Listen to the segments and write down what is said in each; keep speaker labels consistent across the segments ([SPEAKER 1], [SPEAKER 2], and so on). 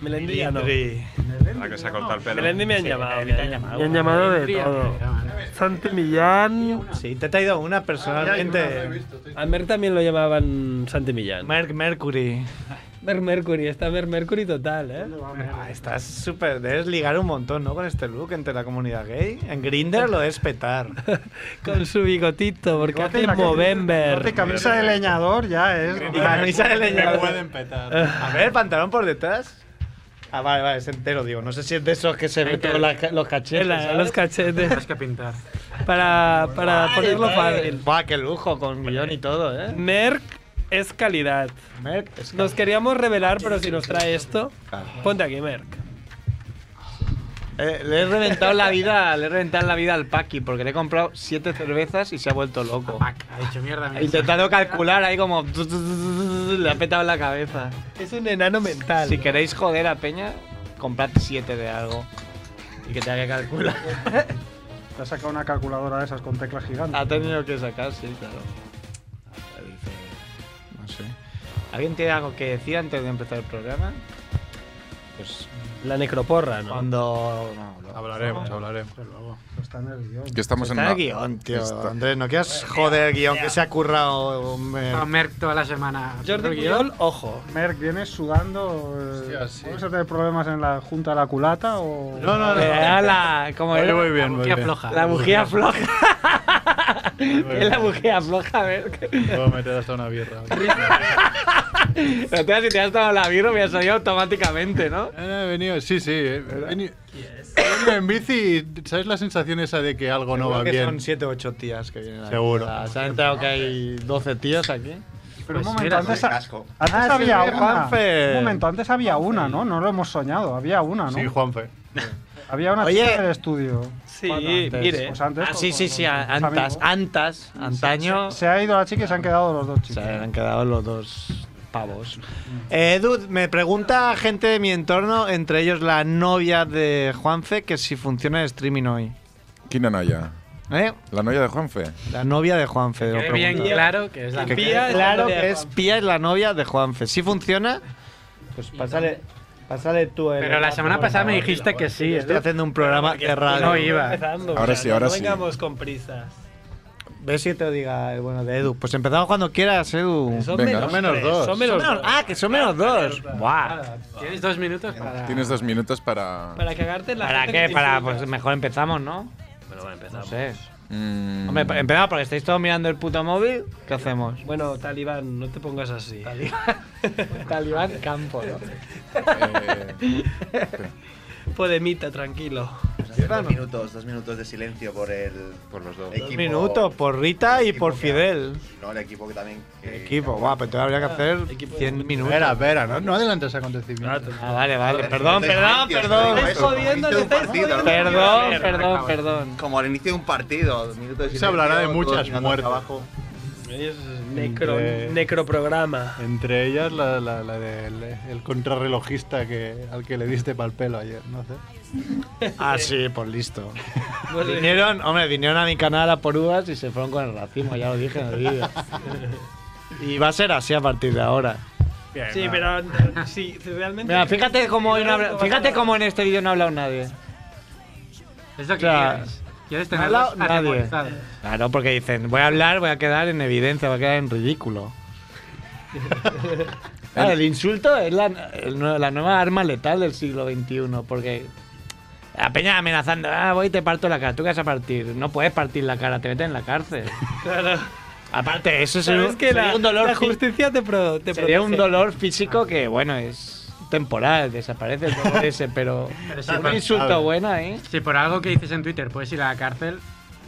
[SPEAKER 1] Melendi ya no.
[SPEAKER 2] Milindri.
[SPEAKER 3] Melendi,
[SPEAKER 2] La que se ha
[SPEAKER 3] no,
[SPEAKER 2] cortado el pelo.
[SPEAKER 1] Melendi me han llamado.
[SPEAKER 4] Melendi te han
[SPEAKER 1] ya.
[SPEAKER 4] llamado.
[SPEAKER 1] Me han llamado de
[SPEAKER 4] Melendi,
[SPEAKER 1] todo.
[SPEAKER 4] hombre.
[SPEAKER 1] Santi
[SPEAKER 5] Este
[SPEAKER 1] Millán.
[SPEAKER 5] Sí, te he traído una personalmente.
[SPEAKER 1] A Merck también lo llamaban Santi Millán.
[SPEAKER 5] Merc Mercury.
[SPEAKER 1] Mer Mercury, está Mer Mercury total, ¿eh?
[SPEAKER 5] Ah, estás súper. Debes ligar un montón, ¿no? Con este look entre la comunidad gay. En Grindr lo debes petar.
[SPEAKER 1] Con su bigotito, porque hace
[SPEAKER 3] la que-
[SPEAKER 1] Movember.
[SPEAKER 3] De camisa de leñador ya
[SPEAKER 5] Y
[SPEAKER 3] es.
[SPEAKER 5] camisa de
[SPEAKER 2] Me
[SPEAKER 5] leñador.
[SPEAKER 2] pueden petar.
[SPEAKER 5] A ver, pantalón por detrás. Ah, vale, vale, es entero, digo. No sé si es de esos que se ven todos la- los cachetes.
[SPEAKER 1] Tela,
[SPEAKER 5] ¿sabes?
[SPEAKER 1] los cachetes.
[SPEAKER 4] Tienes que pintar.
[SPEAKER 1] Para, para ponerlo fácil.
[SPEAKER 5] Buah, qué lujo, con guión y todo, ¿eh?
[SPEAKER 1] Merck es calidad.
[SPEAKER 5] Merc, es que-
[SPEAKER 1] Nos queríamos revelar, pero si nos trae esto, ponte aquí, Merck.
[SPEAKER 5] Eh, le he reventado la vida, le he reventado la vida al Paki porque le he comprado siete cervezas y se ha vuelto loco.
[SPEAKER 4] Ha dicho mierda. mierda".
[SPEAKER 5] Intentando calcular ahí como tu, tu, tu, tu, tu, le ha petado en la cabeza.
[SPEAKER 1] Es un enano mental.
[SPEAKER 5] Si queréis joder a Peña, comprad siete de algo y que tenga que calcular.
[SPEAKER 3] Te ha sacado una calculadora de esas con teclas gigantes.
[SPEAKER 5] ha tenido que sacar, sí, claro. No sé. ¿Alguien tiene algo que decir antes de empezar el programa? Pues
[SPEAKER 1] La necroporra, ¿no?
[SPEAKER 5] cuando no, lo-
[SPEAKER 2] Hablaremos, hablaremos.
[SPEAKER 3] Desde luego, eso está en el guión.
[SPEAKER 6] Que estamos en
[SPEAKER 5] Está
[SPEAKER 6] una-
[SPEAKER 5] el guión, tío.
[SPEAKER 6] Está-
[SPEAKER 5] Andrés, no quieras joder el guión que se ha currado. hombre.
[SPEAKER 4] A Merck toda la semana.
[SPEAKER 1] Jordi Puyol, ojo.
[SPEAKER 3] Merck, ¿vienes sudando? eh,
[SPEAKER 2] Hostia, sí.
[SPEAKER 3] ¿Puedes tener problemas en la junta de la culata o...?
[SPEAKER 2] No, no,
[SPEAKER 5] Eh,
[SPEAKER 2] no.
[SPEAKER 5] ala, ¿cómo
[SPEAKER 2] Oye,
[SPEAKER 5] era?
[SPEAKER 2] muy
[SPEAKER 4] La
[SPEAKER 2] bien, muy
[SPEAKER 4] bujía
[SPEAKER 2] bien.
[SPEAKER 4] floja.
[SPEAKER 5] La bujía floja. ¿Qué es la bujía floja? A ver.
[SPEAKER 2] Puedo meter hasta una birra.
[SPEAKER 5] La tía, si te has dado la birra, me ha salido automáticamente, ¿no?
[SPEAKER 2] No, no, Eh, he venido, sí, sí. He venido, he venido en bici y ¿sabes la sensación esa de que algo no va bien?
[SPEAKER 5] 7 o 8 tías que vienen
[SPEAKER 2] aquí. Seguro.
[SPEAKER 5] ¿Se han enterado que hay 12 tías aquí?
[SPEAKER 3] Pero un
[SPEAKER 4] Pues
[SPEAKER 3] momento,
[SPEAKER 4] mira,
[SPEAKER 3] antes,
[SPEAKER 4] no
[SPEAKER 3] ha- antes
[SPEAKER 5] Ah, sí,
[SPEAKER 3] había
[SPEAKER 5] sí,
[SPEAKER 3] una.
[SPEAKER 5] Juanfe.
[SPEAKER 3] Un momento, antes había una, ¿no? No lo hemos soñado, había una, ¿no?
[SPEAKER 2] Sí, Juanfe.
[SPEAKER 3] Había una
[SPEAKER 5] Oye.
[SPEAKER 3] chica en el estudio.
[SPEAKER 1] Sí,
[SPEAKER 3] Bueno, antes,
[SPEAKER 1] mire.
[SPEAKER 3] pues antes,
[SPEAKER 5] Ah,
[SPEAKER 3] pues,
[SPEAKER 5] sí, sí,
[SPEAKER 3] pues,
[SPEAKER 5] sí,
[SPEAKER 3] pues,
[SPEAKER 5] a- antas,
[SPEAKER 3] amigo.
[SPEAKER 5] antas, antaño.
[SPEAKER 3] Se ha ido la chica y se han quedado los dos
[SPEAKER 5] Se
[SPEAKER 3] chicos.
[SPEAKER 5] han quedado los dos pavos. Eh, Edu, me pregunta gente de mi entorno, entre ellos la novia de Juanfe, que si funciona el streaming hoy.
[SPEAKER 6] ¿Quién es Noya?
[SPEAKER 5] ¿Eh?
[SPEAKER 6] ¿La novia de Juanfe?
[SPEAKER 5] La novia de Juanfe. lo
[SPEAKER 4] Quede bien
[SPEAKER 5] pregunta.
[SPEAKER 4] claro que es la
[SPEAKER 5] Que
[SPEAKER 1] Pía
[SPEAKER 5] quede
[SPEAKER 1] es la
[SPEAKER 5] claro
[SPEAKER 1] novia de
[SPEAKER 5] que es
[SPEAKER 1] Juanfe.
[SPEAKER 5] Pía es la novia de Juanfe. Si funciona, pues pásale, pásale tú el.
[SPEAKER 4] Pero la semana pasada me dijiste que sí.
[SPEAKER 5] Estoy
[SPEAKER 4] Edu.
[SPEAKER 5] haciendo un programa de radio.
[SPEAKER 4] No iba.
[SPEAKER 1] Empezando,
[SPEAKER 6] Ahora
[SPEAKER 1] o sea,
[SPEAKER 6] sí, ahora
[SPEAKER 1] no
[SPEAKER 6] sí.
[SPEAKER 1] vengamos con prisas.
[SPEAKER 5] Ve si te lo diga el bueno de Edu. Pues empezamos cuando quieras, Edu.
[SPEAKER 1] Son
[SPEAKER 6] Venga.
[SPEAKER 1] menos,
[SPEAKER 2] Menos
[SPEAKER 1] tres,
[SPEAKER 2] dos.
[SPEAKER 1] Son menos
[SPEAKER 5] Son menos-
[SPEAKER 1] dos.
[SPEAKER 5] ah, que son menos dos. Buah.
[SPEAKER 4] Tienes dos minutos para.
[SPEAKER 6] Tienes dos minutos para...
[SPEAKER 1] Para cagarte en la
[SPEAKER 5] ¿Para
[SPEAKER 1] gente
[SPEAKER 5] qué?
[SPEAKER 1] que
[SPEAKER 5] Para,
[SPEAKER 1] insulta.
[SPEAKER 5] pues mejor empezamos, ¿no?
[SPEAKER 1] Bueno, va,
[SPEAKER 5] No
[SPEAKER 1] empezamos.
[SPEAKER 5] sé.
[SPEAKER 6] Mm,
[SPEAKER 5] Hombre, pa- empezamos porque estáis todos mirando el puto móvil. ¿Qué hacemos?
[SPEAKER 1] Bueno, Talibán, no te pongas así.
[SPEAKER 5] Talibán campo, ¿no?
[SPEAKER 6] eh,
[SPEAKER 1] Podemita, tranquilo.
[SPEAKER 7] Vamos a hacer Pues dos minutos, dos minutos de silencio por el
[SPEAKER 2] Por los dos.
[SPEAKER 7] equipo.
[SPEAKER 5] Dos minutos por Rita y
[SPEAKER 7] equipo
[SPEAKER 5] por
[SPEAKER 7] que-
[SPEAKER 5] Fidel.
[SPEAKER 7] No, el equipo que también. que-
[SPEAKER 5] Equipo, guau, pero todavía habría que hacer
[SPEAKER 1] Equipo de
[SPEAKER 5] 100 minutos.
[SPEAKER 2] Espera, espera, no, no adelantes acontecimientos.
[SPEAKER 5] Ah, vale, vale.
[SPEAKER 7] Joder,
[SPEAKER 5] Perdón,
[SPEAKER 7] no
[SPEAKER 5] perdón,
[SPEAKER 7] estáis
[SPEAKER 5] perdón.
[SPEAKER 7] mintiendo,
[SPEAKER 1] Estáis
[SPEAKER 7] no estáis
[SPEAKER 1] jodiendo,
[SPEAKER 7] mintiendo
[SPEAKER 1] estáis
[SPEAKER 7] un partido,
[SPEAKER 1] jodiendo.
[SPEAKER 7] ¿no?
[SPEAKER 5] Perdón,
[SPEAKER 4] Joder,
[SPEAKER 5] perdón,
[SPEAKER 4] acaba.
[SPEAKER 5] perdón.
[SPEAKER 7] Como al inicio de un partido, dos minutos de
[SPEAKER 2] Se
[SPEAKER 7] silencio,
[SPEAKER 2] hablará de
[SPEAKER 7] todos
[SPEAKER 2] muchas
[SPEAKER 7] mirando
[SPEAKER 2] muertes.
[SPEAKER 7] hacia abajo.
[SPEAKER 1] Es necro,
[SPEAKER 2] Entre-
[SPEAKER 1] necroprograma.
[SPEAKER 2] Entre ellas la, la, la del el contrarrelojista que, al que le diste pal pelo ayer, no sé.
[SPEAKER 5] Ah, sí, pues listo.
[SPEAKER 1] Bueno,
[SPEAKER 5] Pues Vinieron, hombre, vinieron a mi canal a por uvas y se fueron con el racimo, ya lo dije en el vídeo. Y va a ser así a partir de ahora.
[SPEAKER 1] Sí, pero sí, realmente.
[SPEAKER 5] Mira, fíjate cómo, hoy no habla- fíjate cómo en este vídeo no ha hablado nadie.
[SPEAKER 4] Es lo que
[SPEAKER 5] O sea,
[SPEAKER 4] quieres. Quieres
[SPEAKER 5] no ha
[SPEAKER 4] tenerlos
[SPEAKER 5] hablado nadie.
[SPEAKER 4] atemorizados.
[SPEAKER 5] Claro, porque dicen, voy a hablar, voy a quedar en evidencia, voy a quedar en ridículo. Claro, Ah, el insulto es la, el nue- la nueva arma letal del siglo XXI, porque la peña amenazando, ah, voy y te parto la cara, tú qué vas a partir, no puedes partir la cara, te meten en la cárcel.
[SPEAKER 1] Claro.
[SPEAKER 5] Aparte, eso es
[SPEAKER 1] Sabes
[SPEAKER 5] un,
[SPEAKER 1] que
[SPEAKER 5] sería
[SPEAKER 1] la,
[SPEAKER 5] un dolor
[SPEAKER 1] la
[SPEAKER 5] fí-
[SPEAKER 1] justicia te, pro, te
[SPEAKER 5] sería un
[SPEAKER 1] protege.
[SPEAKER 5] dolor físico que, bueno, es temporal, desaparece el dolor ese, pero,
[SPEAKER 4] Pero sí,
[SPEAKER 5] es un
[SPEAKER 4] por-
[SPEAKER 5] insulto bueno, ¿eh?
[SPEAKER 4] Si por algo que dices en Twitter puedes ir a la cárcel,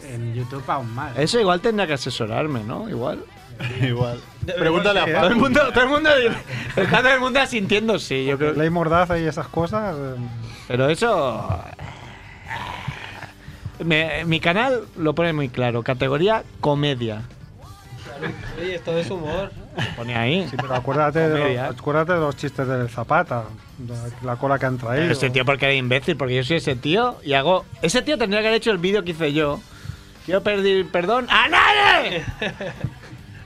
[SPEAKER 4] en YouTube aún más.
[SPEAKER 5] Eso igual tendría que asesorarme, ¿no? Igual.
[SPEAKER 2] Igual. Pregúntale a
[SPEAKER 5] Todo el
[SPEAKER 2] Pablo.
[SPEAKER 5] mundo, todo el mundo, está todo el mundo asintiendo, sí, yo creo.
[SPEAKER 3] Ley Mordaza y esas cosas. eh,
[SPEAKER 5] Pero eso. Me- mi canal lo pone muy claro: categoría comedia.
[SPEAKER 1] Oye, esto es humor.
[SPEAKER 5] Pone ahí.
[SPEAKER 3] Sí, pero acuérdate de,
[SPEAKER 5] Comedia.
[SPEAKER 3] los, acuérdate de los chistes del Zapata, de la cola que han traído.
[SPEAKER 5] Pero ese tío, porque era imbécil, porque yo soy ese tío y hago. Ese tío tendría que haber hecho el vídeo que hice yo. Quiero pedir perdón a nadie.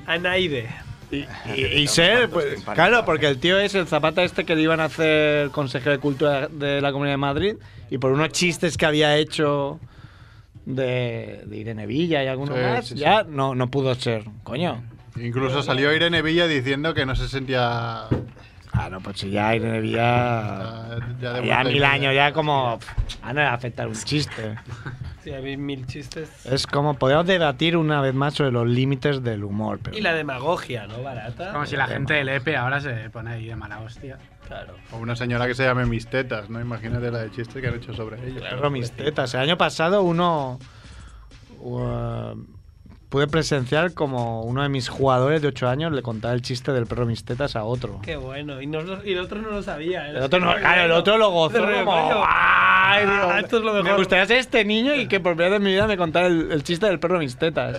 [SPEAKER 1] Anaide.
[SPEAKER 5] Y, y- y ser, pues, claro, porque el tío es el zapata este que le iban a hacer consejero de cultura de la Comunidad de Madrid y por unos chistes que había hecho de, de Irene Villa y alguno
[SPEAKER 2] Sí,
[SPEAKER 5] más,
[SPEAKER 2] sí, sí.
[SPEAKER 5] ya no, no pudo ser, coño.
[SPEAKER 2] Incluso salió Irene Villa diciendo que no se sentía
[SPEAKER 5] Ah, no, pues si ya Irene Villa...
[SPEAKER 2] ah, ya de
[SPEAKER 5] Ya
[SPEAKER 2] vuelta
[SPEAKER 5] mil
[SPEAKER 2] y-
[SPEAKER 5] años, ya como... Ah, no le va a afectar un chiste.
[SPEAKER 1] Sí, habéis mil chistes.
[SPEAKER 5] Es como, podemos debatir una vez más sobre los límites del humor. Pero
[SPEAKER 1] Y la demagogia, ¿no? Barata.
[SPEAKER 4] Como si la gente del
[SPEAKER 5] E
[SPEAKER 4] EPE ahora se pone ahí de mala hostia.
[SPEAKER 1] Claro.
[SPEAKER 2] O una señora que se llame Mis Tetas, ¿no? Imagínate la de chistes que han hecho sobre ella.
[SPEAKER 5] Claro, mis tetas. El año pasado uno uh, pude presenciar como uno de mis jugadores de 8 años le contaba el chiste del perro mis tetas a otro.
[SPEAKER 1] Qué bueno. Y, nos- y el otro no lo sabía. ¿eh?
[SPEAKER 5] El otro no, claro, el otro lo gozó
[SPEAKER 1] Pero,
[SPEAKER 5] como,
[SPEAKER 1] coño, ah,
[SPEAKER 5] "Ay, no,
[SPEAKER 1] esto es lo
[SPEAKER 5] Me
[SPEAKER 1] mejor".
[SPEAKER 5] gustaría ser este niño y que por primera vez en mi vida me contara el, el chiste del perro mis tetas.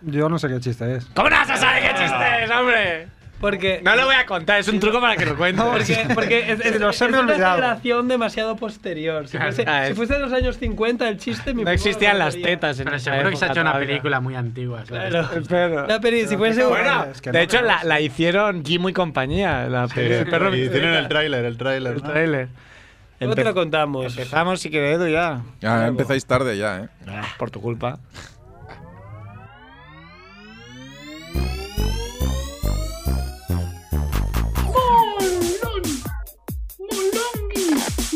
[SPEAKER 3] Yo no sé qué chiste es.
[SPEAKER 5] ¿Cómo no vas a saber qué chiste es, hombre?
[SPEAKER 1] Porque.
[SPEAKER 5] No lo voy a contar, es un truco para que lo cuente.
[SPEAKER 1] Porque, porque es, es-
[SPEAKER 3] Lo sé,
[SPEAKER 1] es
[SPEAKER 3] me he
[SPEAKER 1] una
[SPEAKER 3] olvidado.
[SPEAKER 1] generación demasiado posterior. Si fuese,
[SPEAKER 5] Ah, es-
[SPEAKER 1] si fuese de los años 50 el chiste... mi
[SPEAKER 5] no
[SPEAKER 1] primo
[SPEAKER 5] existían
[SPEAKER 1] lo
[SPEAKER 5] las
[SPEAKER 1] sabía.
[SPEAKER 5] tetas en
[SPEAKER 4] Pero
[SPEAKER 5] esa
[SPEAKER 4] seguro que se ha
[SPEAKER 5] época
[SPEAKER 4] hecho una
[SPEAKER 5] todavía.
[SPEAKER 4] película muy antigua. ¿sabes?
[SPEAKER 1] Claro.
[SPEAKER 5] Pero-
[SPEAKER 1] No, pero si fuese...
[SPEAKER 5] Bueno,
[SPEAKER 3] Es que
[SPEAKER 5] de
[SPEAKER 3] no
[SPEAKER 5] hecho la,
[SPEAKER 3] creas.
[SPEAKER 5] la hicieron Jimmy y compañía, la
[SPEAKER 2] Sí,
[SPEAKER 5] peli del perro
[SPEAKER 2] y
[SPEAKER 5] mis
[SPEAKER 2] tienen
[SPEAKER 5] tetas.
[SPEAKER 2] el tráiler, el tráiler.
[SPEAKER 5] El
[SPEAKER 2] ¿no?
[SPEAKER 5] tráiler.
[SPEAKER 1] Luego te
[SPEAKER 5] Empe-
[SPEAKER 1] lo contamos.
[SPEAKER 5] Empezamos si queréis Edu, ya. Ah,
[SPEAKER 6] Ya empezáis tarde ya, ¿eh?
[SPEAKER 5] Por tu culpa.
[SPEAKER 8] Molón, Molongi,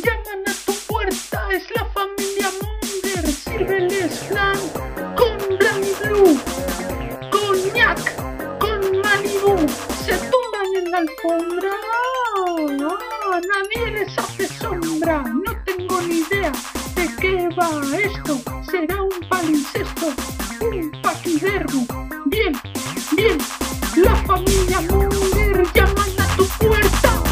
[SPEAKER 8] llaman a tu puerta, es la familia Munger, sírveles flan con Blanc Blue, coñac, con Malibu, se tumban en la alfombra, Ah, ah, nadie les hace sombra, no tengo ni idea de qué va esto, será un palincesto, un paquidermo, bien, bien, la familia Munger llaman a tu puerta.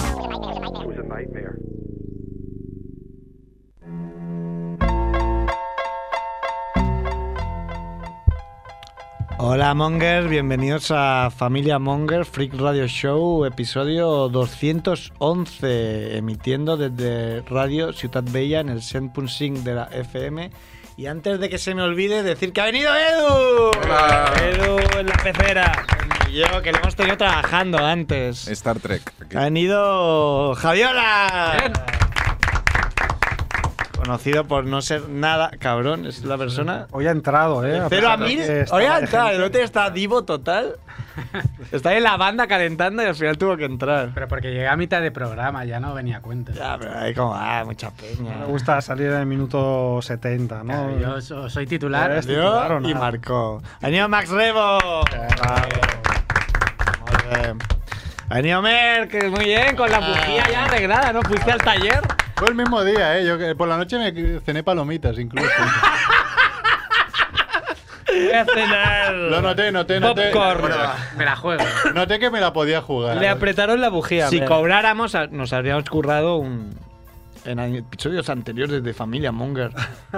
[SPEAKER 5] Hola Mongers, bienvenidos a Familia Monger Freak Radio Show, episodio 211, emitiendo desde Radio Ciudad Bella en el 100.5 de la FM. Y antes de que se me olvide decir que ha venido Edu.
[SPEAKER 6] Hola.
[SPEAKER 5] Edu en la pecera. Y yo, que lo hemos tenido trabajando antes.
[SPEAKER 6] Star Trek. aquí.
[SPEAKER 5] Ha venido Javiola. Conocido por no ser nada cabrón, es la persona.
[SPEAKER 3] Hoy ha entrado, ¿eh?
[SPEAKER 5] Cero a
[SPEAKER 3] pesar de
[SPEAKER 5] mil.
[SPEAKER 3] que estaba
[SPEAKER 5] Hoy ha
[SPEAKER 3] de
[SPEAKER 5] entrado, el
[SPEAKER 3] gente.
[SPEAKER 5] otro está divo total. Está en la banda calentando y al final tuvo que entrar.
[SPEAKER 4] Pero porque llegué a mitad de programa, ya no venía a cuenta.
[SPEAKER 5] Ya, pero hay como, ah, mucha peña.
[SPEAKER 3] Me gusta salir en el minuto 70,
[SPEAKER 4] Claro,
[SPEAKER 3] ¿no?
[SPEAKER 4] yo so- soy titular.
[SPEAKER 3] Eres
[SPEAKER 5] Dio
[SPEAKER 3] titular o
[SPEAKER 5] y
[SPEAKER 3] nada.
[SPEAKER 5] marcó. Ha venido Max Rebo. Molt bé. Ha venido Merck, muy bien, con la bujía ya arreglada, ¿no? Fuiste al taller.
[SPEAKER 2] Fue el mismo día, ¿eh? Yo que- por la noche me cené palomitas incluso.
[SPEAKER 1] Voy a cenar.
[SPEAKER 2] Lo noté, noté, noté.
[SPEAKER 1] Popcorn.
[SPEAKER 4] Me la juego.
[SPEAKER 2] Noté que me la podía jugar.
[SPEAKER 1] Le apretaron la bujía.
[SPEAKER 5] Si
[SPEAKER 1] hombre.
[SPEAKER 5] cobráramos, a- nos habríamos currado un. En a- episodios anteriores de Familia Monger.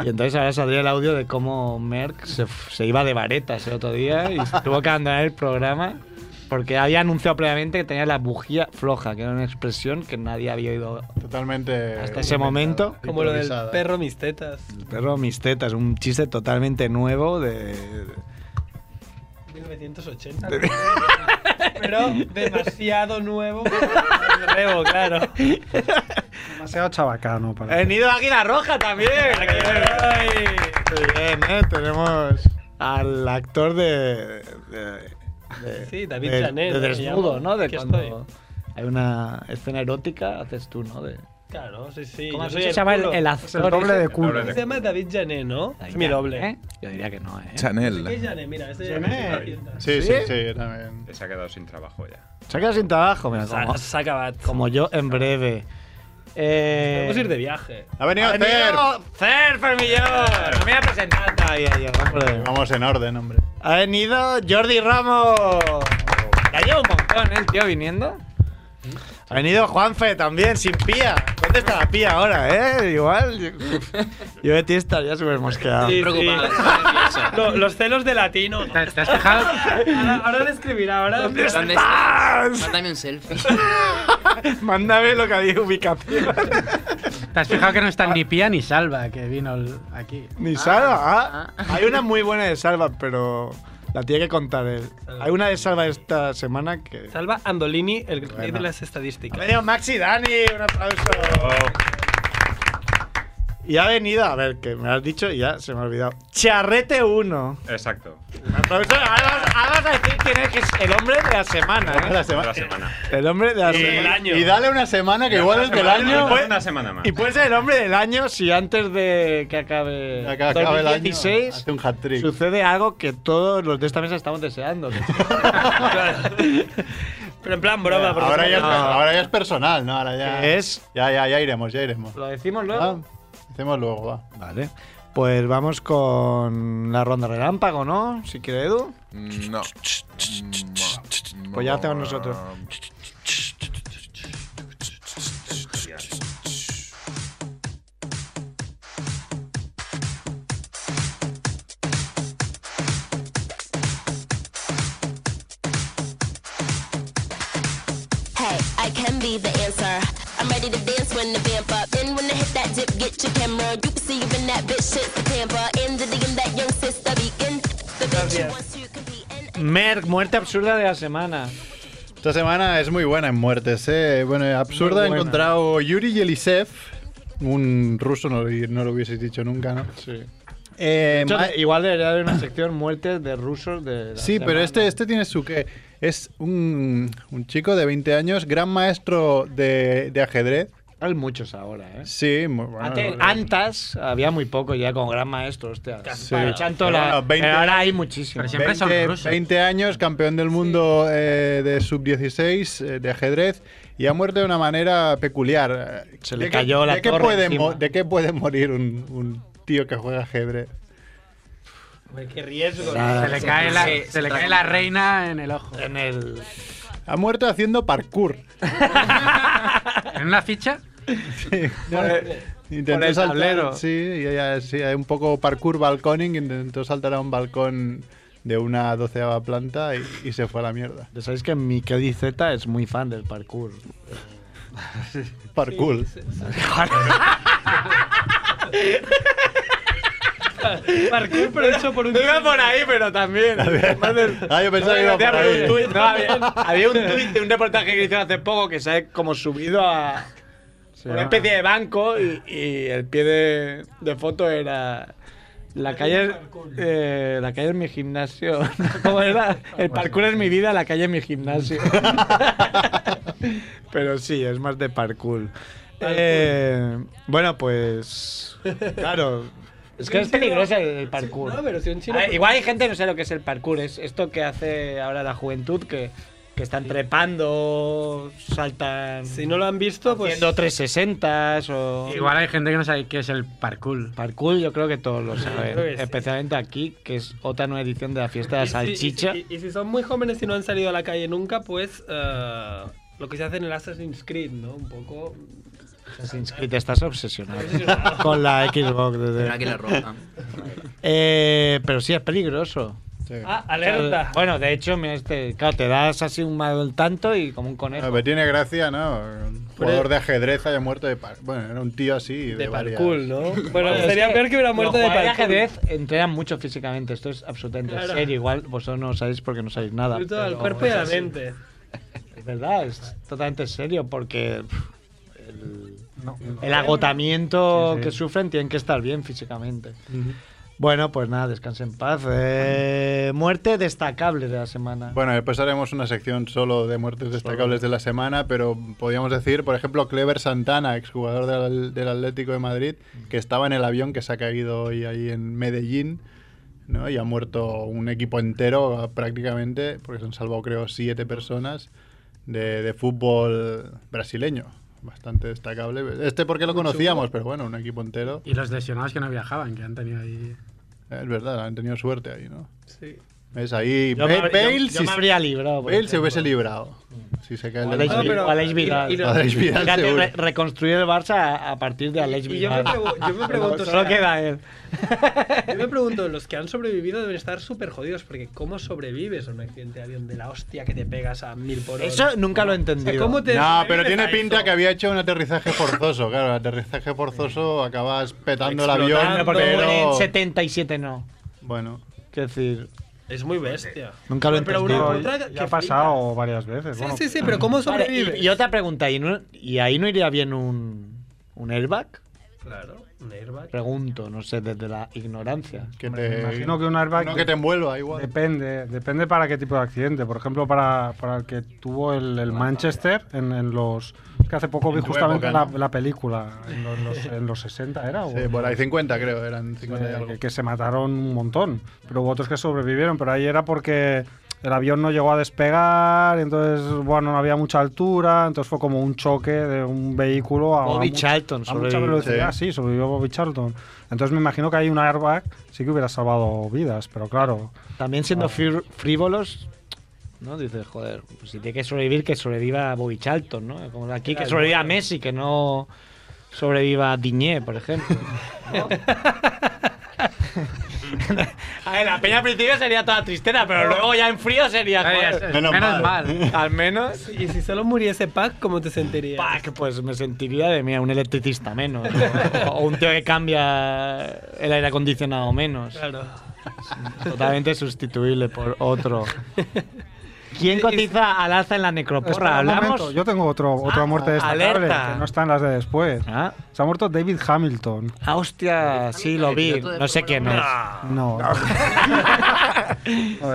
[SPEAKER 5] Y entonces ahora saldría el audio de cómo Merck se, f- se iba de varetas el otro día y tuvo que abandonar el programa porque había anunciado previamente que tenía la bujía floja, que era una expresión que nadie había oído.
[SPEAKER 2] Totalmente.
[SPEAKER 5] Hasta ese momento,
[SPEAKER 1] Como lo del
[SPEAKER 2] improvisada.
[SPEAKER 1] perro mis tetas.
[SPEAKER 5] El perro mis tetas, un chiste totalmente nuevo de.
[SPEAKER 1] 1980. Pero demasiado nuevo. Rebo, claro.
[SPEAKER 3] Demasiado chabacano
[SPEAKER 5] ¡Ha
[SPEAKER 3] para
[SPEAKER 5] venido Águila Roja también!
[SPEAKER 1] Ay.
[SPEAKER 5] Bien, ¿eh? Tenemos al actor de. de- de-
[SPEAKER 1] Sí, David
[SPEAKER 5] de-
[SPEAKER 1] Chanel,
[SPEAKER 5] De
[SPEAKER 1] ¿no?
[SPEAKER 5] desnudo,
[SPEAKER 1] Se
[SPEAKER 5] ¿no?
[SPEAKER 1] llama.
[SPEAKER 5] De
[SPEAKER 1] Aquí
[SPEAKER 5] cuando
[SPEAKER 1] estoy.
[SPEAKER 5] hay una escena erótica, haces tú, ¿no? De,
[SPEAKER 1] Claro, sí, sí.
[SPEAKER 5] ¿Cómo
[SPEAKER 1] yo
[SPEAKER 5] has
[SPEAKER 1] soy
[SPEAKER 5] dicho? se llama el,
[SPEAKER 1] culo.
[SPEAKER 5] el
[SPEAKER 3] Es
[SPEAKER 5] actor?
[SPEAKER 3] el doble de
[SPEAKER 5] ese?
[SPEAKER 3] culo.
[SPEAKER 1] Se llama David Janet, ¿no? Es mi doble.
[SPEAKER 5] ¿Eh? Yo diría que no, ¿eh?
[SPEAKER 6] Chanel.
[SPEAKER 1] Janet, mira, este
[SPEAKER 2] Sí, sí, sí, yo también.
[SPEAKER 9] Se ha quedado sin trabajo ya.
[SPEAKER 5] Se ha quedado sin trabajo, mira, como,
[SPEAKER 1] Sa- Sacabat.
[SPEAKER 5] como yo en breve. Eh,
[SPEAKER 1] Podemos ir de viaje.
[SPEAKER 2] ¡Ha venido
[SPEAKER 5] ¡Ha
[SPEAKER 2] Cer!
[SPEAKER 5] venido Cerf, el millón! No me ha presentado todavía yo, hombre.
[SPEAKER 2] Vamos en orden, hombre.
[SPEAKER 5] Ha venido Jordi Ramos. Ya lleva un montón, ¿eh, el tío viniendo. Ha venido Juanfe también, sin pía. ¿Dónde está la pía ahora, eh? Igual. Yo, yo de ti estaría súper mosqueado.
[SPEAKER 1] Sí, sí. No, los celos de latino.
[SPEAKER 4] ¿Te, te has dejado?
[SPEAKER 1] Ahora, ahora le escribirá, ahora.
[SPEAKER 10] ¿Dónde estás? Mándame un selfie.
[SPEAKER 5] Mándame lo que había ubicación.
[SPEAKER 4] ¿Te has fijado que no están ni Pía ni Salva, que vino el- aquí?
[SPEAKER 5] Ni Salva. ah. Hay una muy buena de Salva, pero La tiene que contar él. Hay una de salva esta semana que.
[SPEAKER 1] Salva Andolini, el rey de las estadísticas.
[SPEAKER 5] Venido Maxi Dani, un aplauso. Y ha venido, a ver, que me lo has dicho y ya se me ha olvidado. Charrete 1.
[SPEAKER 9] Exacto.
[SPEAKER 5] Un aplauso. Ahora, vas- ahora vas a decir quién es, que es el hombre de la semana. ¿eh?
[SPEAKER 2] La
[SPEAKER 9] La
[SPEAKER 2] semana.
[SPEAKER 9] semana.
[SPEAKER 5] El hombre de la semana.
[SPEAKER 1] año.
[SPEAKER 2] Y dale una semana que igual es del año.
[SPEAKER 9] Puede una semana más.
[SPEAKER 5] Y puede ser el hombre del año si antes de que acabe,
[SPEAKER 2] Que acabe el año.
[SPEAKER 5] 2016
[SPEAKER 2] Hace un hat-trick.
[SPEAKER 5] sucede algo que todos los de esta mesa estamos deseando.
[SPEAKER 1] Pero en plan broma, porque
[SPEAKER 2] Ahora ya, es,
[SPEAKER 1] somos-
[SPEAKER 2] ahora ya es personal, ¿no? Ahora ya.
[SPEAKER 5] que es
[SPEAKER 2] Ya, ya, ya iremos, ya iremos.
[SPEAKER 5] ¿Lo decimos
[SPEAKER 2] Ah,
[SPEAKER 5] luego?
[SPEAKER 2] hacemos luego, va.
[SPEAKER 5] Vale. Pues vamos con la ronda relámpago, ¿no? Si quiere Edu.
[SPEAKER 6] Mm, No. Mm,
[SPEAKER 5] Pues ya hacemos nosotros.
[SPEAKER 11] Hey, I can be the answer. I'm ready to dance when the vamp up. Then when I hit that dip, get your camera. You can see you in that bitch shit the pamper. In the DM that young sister beacon. The bitch who wants to compete in
[SPEAKER 5] Merck, muerte absurda de la semana.
[SPEAKER 2] Esta semana es muy buena en muertes, ¿eh? Bueno, absurda
[SPEAKER 5] Muy
[SPEAKER 2] he
[SPEAKER 5] buena.
[SPEAKER 2] encontrado Yuri Yelisev, un ruso, no, lo- no lo hubieses dicho nunca, ¿no?
[SPEAKER 5] Sí.
[SPEAKER 2] Eh, ma-
[SPEAKER 5] igual debería haber una sección muertes de rusos de. la
[SPEAKER 2] sí, pero
[SPEAKER 5] semana.
[SPEAKER 2] este, este tiene su que Es un, un chico de 20 años, gran maestro de, de ajedrez.
[SPEAKER 5] Hay muchos ahora, ¿eh?
[SPEAKER 2] Sí, muy bueno.
[SPEAKER 5] Antes, antes había muy poco ya con gran maestro, hostia.
[SPEAKER 2] Sí.
[SPEAKER 5] Aprovechan toda
[SPEAKER 2] Pero
[SPEAKER 5] la-
[SPEAKER 2] bueno, 20
[SPEAKER 5] pero ahora hay muchísimo.
[SPEAKER 4] Pero siempre-
[SPEAKER 2] 20,
[SPEAKER 4] son rusos.
[SPEAKER 2] 20 años, campeón del mundo eh, de sub-16 eh, de ajedrez y ha muerto de una manera peculiar.
[SPEAKER 5] Se le
[SPEAKER 2] ¿De qué-
[SPEAKER 5] cayó la
[SPEAKER 2] de qué
[SPEAKER 5] torre
[SPEAKER 2] puede
[SPEAKER 5] encima.
[SPEAKER 2] mo- ¿De qué puede morir un, un tío que juega ajedrez?
[SPEAKER 1] Hombre, qué riesgo.
[SPEAKER 4] Se le cae la, se le cae la reina en el ojo.
[SPEAKER 5] En el.
[SPEAKER 2] Ha muerto haciendo parkour.
[SPEAKER 4] ¿En una ficha?
[SPEAKER 2] Intentó
[SPEAKER 5] por el
[SPEAKER 2] saltar,
[SPEAKER 5] tablero.
[SPEAKER 2] Sí, y ella- sí, hay un poco parkour balconing, intentó saltar a un balcón de una doceava planta y, y se fue a la mierda.
[SPEAKER 5] Ya sabéis que Mikel Iceta es muy fan del parkour.
[SPEAKER 2] Parkour.
[SPEAKER 1] Parkour, pero hecho por un.
[SPEAKER 5] por ahí, pero también.
[SPEAKER 2] Ah, yo pensaba que iba por ahí.
[SPEAKER 5] No, había, había un tuit de un reportaje que hicieron hace poco que se ha como subido a una especie de banco y, y el pie de, de foto era la calle eh, la calle es mi gimnasio ¿Cómo era? el parkour es mi vida la calle es mi gimnasio pero sí es más de parkour, Eh, bueno pues claro es que es peligroso el- el parkour
[SPEAKER 1] No, pero si un chino.
[SPEAKER 5] a ver, igual hay gente que no sabe lo que es el parkour. Es esto que hace ahora la juventud que, que están trepando, saltan.
[SPEAKER 1] Si no lo han visto, pues.
[SPEAKER 5] haciendo 360 o.
[SPEAKER 4] Igual hay gente que no sabe qué es el parkour.
[SPEAKER 5] Parkour, yo creo que todos lo
[SPEAKER 1] creo que
[SPEAKER 5] saben.
[SPEAKER 1] sí.
[SPEAKER 5] Especialmente aquí, que es otra nueva edición de la fiesta de la
[SPEAKER 1] Y si-
[SPEAKER 5] salchicha.
[SPEAKER 1] Y, y si son muy jóvenes y no han salido a la calle nunca, pues eh, lo que se hace en el Assassin's Creed, ¿no? Un poco.
[SPEAKER 5] Assassin's Creed, estás obsesionado con la Xbox.
[SPEAKER 10] Tendrá
[SPEAKER 5] desde-
[SPEAKER 10] que la roja.
[SPEAKER 5] Eh, pero sí, es peligroso.
[SPEAKER 2] Sí.
[SPEAKER 1] Ah,
[SPEAKER 5] O sea,
[SPEAKER 1] alerta.
[SPEAKER 5] Bueno, de hecho, mira, este, claro, te das así un mal tanto y como un conejo.
[SPEAKER 2] No, pero tiene gracia, ¿no? Un jugador de ajedrez haya muerto de par... Bueno, era un tío así. De,
[SPEAKER 1] de
[SPEAKER 2] varias-
[SPEAKER 1] parkour, ¿no? Bueno,
[SPEAKER 5] Pues es
[SPEAKER 1] sería peor que hubiera
[SPEAKER 5] los
[SPEAKER 1] muerto de
[SPEAKER 5] jugadores
[SPEAKER 1] parkour.
[SPEAKER 5] ajedrez entrenan mucho físicamente, esto es absolutamente
[SPEAKER 1] Claro.
[SPEAKER 5] serio. Igual vosotros no lo sabéis porque no sabéis nada.
[SPEAKER 1] Fruto al
[SPEAKER 5] pero
[SPEAKER 1] cuerpo y
[SPEAKER 5] es
[SPEAKER 1] a la
[SPEAKER 5] así.
[SPEAKER 1] mente.
[SPEAKER 5] Es verdad, es totalmente serio porque pff, el, el agotamiento que sufren tienen que estar bien físicamente. Bueno, pues nada, descanse en paz. Eh, muerte destacable de la semana.
[SPEAKER 2] Bueno, después haremos una sección solo de muertes destacables de la semana, pero podríamos decir, por ejemplo, Clever Santana, exjugador del, del Atlético de Madrid, que estaba en el avión que se ha caído hoy ahí en Medellín, ¿no? Y ha muerto un equipo entero ah, prácticamente, porque se han salvado creo siete personas de, de fútbol brasileño. Bastante destacable. Este porque lo conocíamos, pero bueno, un equipo entero.
[SPEAKER 4] Y los lesionados que no viajaban, que han tenido ahí.
[SPEAKER 2] Es verdad, han tenido suerte ahí, ¿no?
[SPEAKER 1] Sí.
[SPEAKER 2] Es ahí.
[SPEAKER 5] yo me,
[SPEAKER 2] Ba-
[SPEAKER 5] habría-
[SPEAKER 2] Bale,
[SPEAKER 5] yo- yo
[SPEAKER 2] si-
[SPEAKER 5] me habría librado. por
[SPEAKER 2] Bale se
[SPEAKER 5] ejemplo.
[SPEAKER 2] hubiese librado. Si se cae
[SPEAKER 5] O
[SPEAKER 2] el
[SPEAKER 5] Aleix
[SPEAKER 1] Ah,
[SPEAKER 5] Vi-
[SPEAKER 1] pero-
[SPEAKER 5] o Aleix Vidal.
[SPEAKER 1] y- y lo-
[SPEAKER 2] Aleix Vidal,
[SPEAKER 5] Fíjate,
[SPEAKER 2] seguro.
[SPEAKER 5] re- reconstruir el Barça a, a partir de Alex
[SPEAKER 1] Y yo me,
[SPEAKER 5] Vidal.
[SPEAKER 1] pregu- yo me pregunto, o
[SPEAKER 5] Solo
[SPEAKER 1] sea,
[SPEAKER 5] queda él.
[SPEAKER 1] yo me pregunto, los que han sobrevivido deben estar súper jodidos, porque ¿cómo sobrevives a un accidente de avión de la hostia que te pegas a mil por hora?
[SPEAKER 5] Eso nunca lo he
[SPEAKER 1] O sea,
[SPEAKER 5] entendido.
[SPEAKER 1] ¿cómo te
[SPEAKER 2] No, pero
[SPEAKER 1] sobrevives
[SPEAKER 2] tiene
[SPEAKER 1] a
[SPEAKER 2] pinta
[SPEAKER 1] eso?
[SPEAKER 2] que había hecho un aterrizaje forzoso. Claro, el aterrizaje forzoso acabas petando el
[SPEAKER 5] Explotando,
[SPEAKER 2] avión,
[SPEAKER 5] porque mueren
[SPEAKER 2] pero...
[SPEAKER 5] 77 no.
[SPEAKER 2] Bueno,
[SPEAKER 5] Quiero decir,
[SPEAKER 1] Es muy bestia.
[SPEAKER 5] Nunca lo he
[SPEAKER 1] Pero
[SPEAKER 5] entendido.
[SPEAKER 1] una otra que
[SPEAKER 3] Ya ha
[SPEAKER 1] flipas.
[SPEAKER 3] pasado varias veces.
[SPEAKER 1] Sí,
[SPEAKER 3] bueno,
[SPEAKER 1] sí, sí, pero ¿cómo
[SPEAKER 5] Vale,
[SPEAKER 1] sobrevive?
[SPEAKER 5] y, y otra pregunta, ¿y, no- y ahí no iría bien un, un airbag?
[SPEAKER 1] Claro, un airbag.
[SPEAKER 5] Pregunto, no sé, desde la ignorancia.
[SPEAKER 2] Que
[SPEAKER 3] hombre,
[SPEAKER 2] te,
[SPEAKER 3] me imagino que un airbag
[SPEAKER 2] no que te envuelva igual.
[SPEAKER 3] Depende, depende para qué tipo de accidente. Por ejemplo, para, para el que tuvo el, el Manchester en, en los. Es que hace poco
[SPEAKER 2] En
[SPEAKER 3] vi
[SPEAKER 2] tu
[SPEAKER 3] justamente
[SPEAKER 2] época,
[SPEAKER 3] la,
[SPEAKER 2] ¿no?
[SPEAKER 3] la película, en los, los- en los 60 era. o-
[SPEAKER 2] Sí, por ahí 50 creo, eran
[SPEAKER 3] eh,
[SPEAKER 2] 50 y algo.
[SPEAKER 3] que, que se mataron un montón. Pero hubo otros que sobrevivieron, pero ahí era porque el avión no llegó a despegar, entonces, bueno, no había mucha altura, entonces fue como un choque de un vehículo a.
[SPEAKER 5] Bobby
[SPEAKER 3] a mu-
[SPEAKER 5] Charlton
[SPEAKER 3] a mucha
[SPEAKER 5] sobrevivió.
[SPEAKER 3] velocidad, sí, sobrevivió Bobby Charlton. Entonces me imagino que hay un airbag, sí que hubiera salvado vidas, pero claro,
[SPEAKER 5] También siendo
[SPEAKER 3] Ah.
[SPEAKER 5] fri- frívolos, ¿no? Dices, joder, pues si tiene que sobrevivir, que sobreviva Bobby Charlton, ¿no? Como aquí, que sobreviva Messi, que no sobreviva Diñé, por ejemplo. ¿no? a ver, la peña al principio sería toda tristera, pero luego ya en frío sería,
[SPEAKER 4] Ay,
[SPEAKER 5] joder,
[SPEAKER 4] es-
[SPEAKER 2] Menos
[SPEAKER 4] Menos
[SPEAKER 2] mal.
[SPEAKER 4] mal.
[SPEAKER 5] al menos...
[SPEAKER 1] Y si solo muriese Pac, ¿cómo te sentirías?
[SPEAKER 5] Pac, pues me sentiría de mira, un electricista menos. ¿no? o un tío que cambia el aire acondicionado menos.
[SPEAKER 1] Claro.
[SPEAKER 5] Totalmente sustituible por otro. ¿Quién cotiza al alza en la necroporra?
[SPEAKER 3] Espera, un
[SPEAKER 5] ¿Hablamos?
[SPEAKER 3] momento, Yo tengo otro, otra
[SPEAKER 5] Ah,
[SPEAKER 3] muerte destacable,
[SPEAKER 5] alerta.
[SPEAKER 3] que no están las de después.
[SPEAKER 5] ¿Ah?
[SPEAKER 3] Se ha muerto David Hamilton.
[SPEAKER 5] ah, hostia, sí, lo vi. No sé quién es.
[SPEAKER 3] No. No,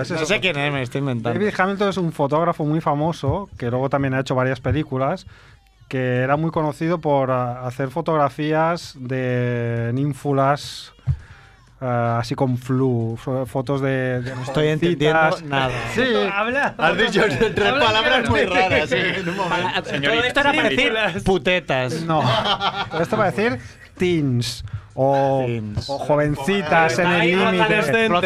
[SPEAKER 3] ese es
[SPEAKER 5] No
[SPEAKER 3] otro.
[SPEAKER 5] sé quién es, me estoy inventando.
[SPEAKER 3] David Hamilton es un fotógrafo muy famoso, que luego también ha hecho varias películas, que era muy conocido por ah, hacer fotografías de ninfulas, ah, así con flu, fo- fotos de... de
[SPEAKER 5] Estoy entendiendo
[SPEAKER 3] jovencitas.
[SPEAKER 5] nada.
[SPEAKER 3] Sí,
[SPEAKER 1] Habla.
[SPEAKER 2] Has dicho tres
[SPEAKER 1] Habla
[SPEAKER 2] palabras
[SPEAKER 1] claro.
[SPEAKER 2] muy raras, sí, en un momento.
[SPEAKER 5] Para- Todo esto era para decir putetas.
[SPEAKER 3] No. Pero Esto va a decir teens o,
[SPEAKER 5] Teens.
[SPEAKER 3] o jovencitas en el
[SPEAKER 5] Ahí los
[SPEAKER 3] límite.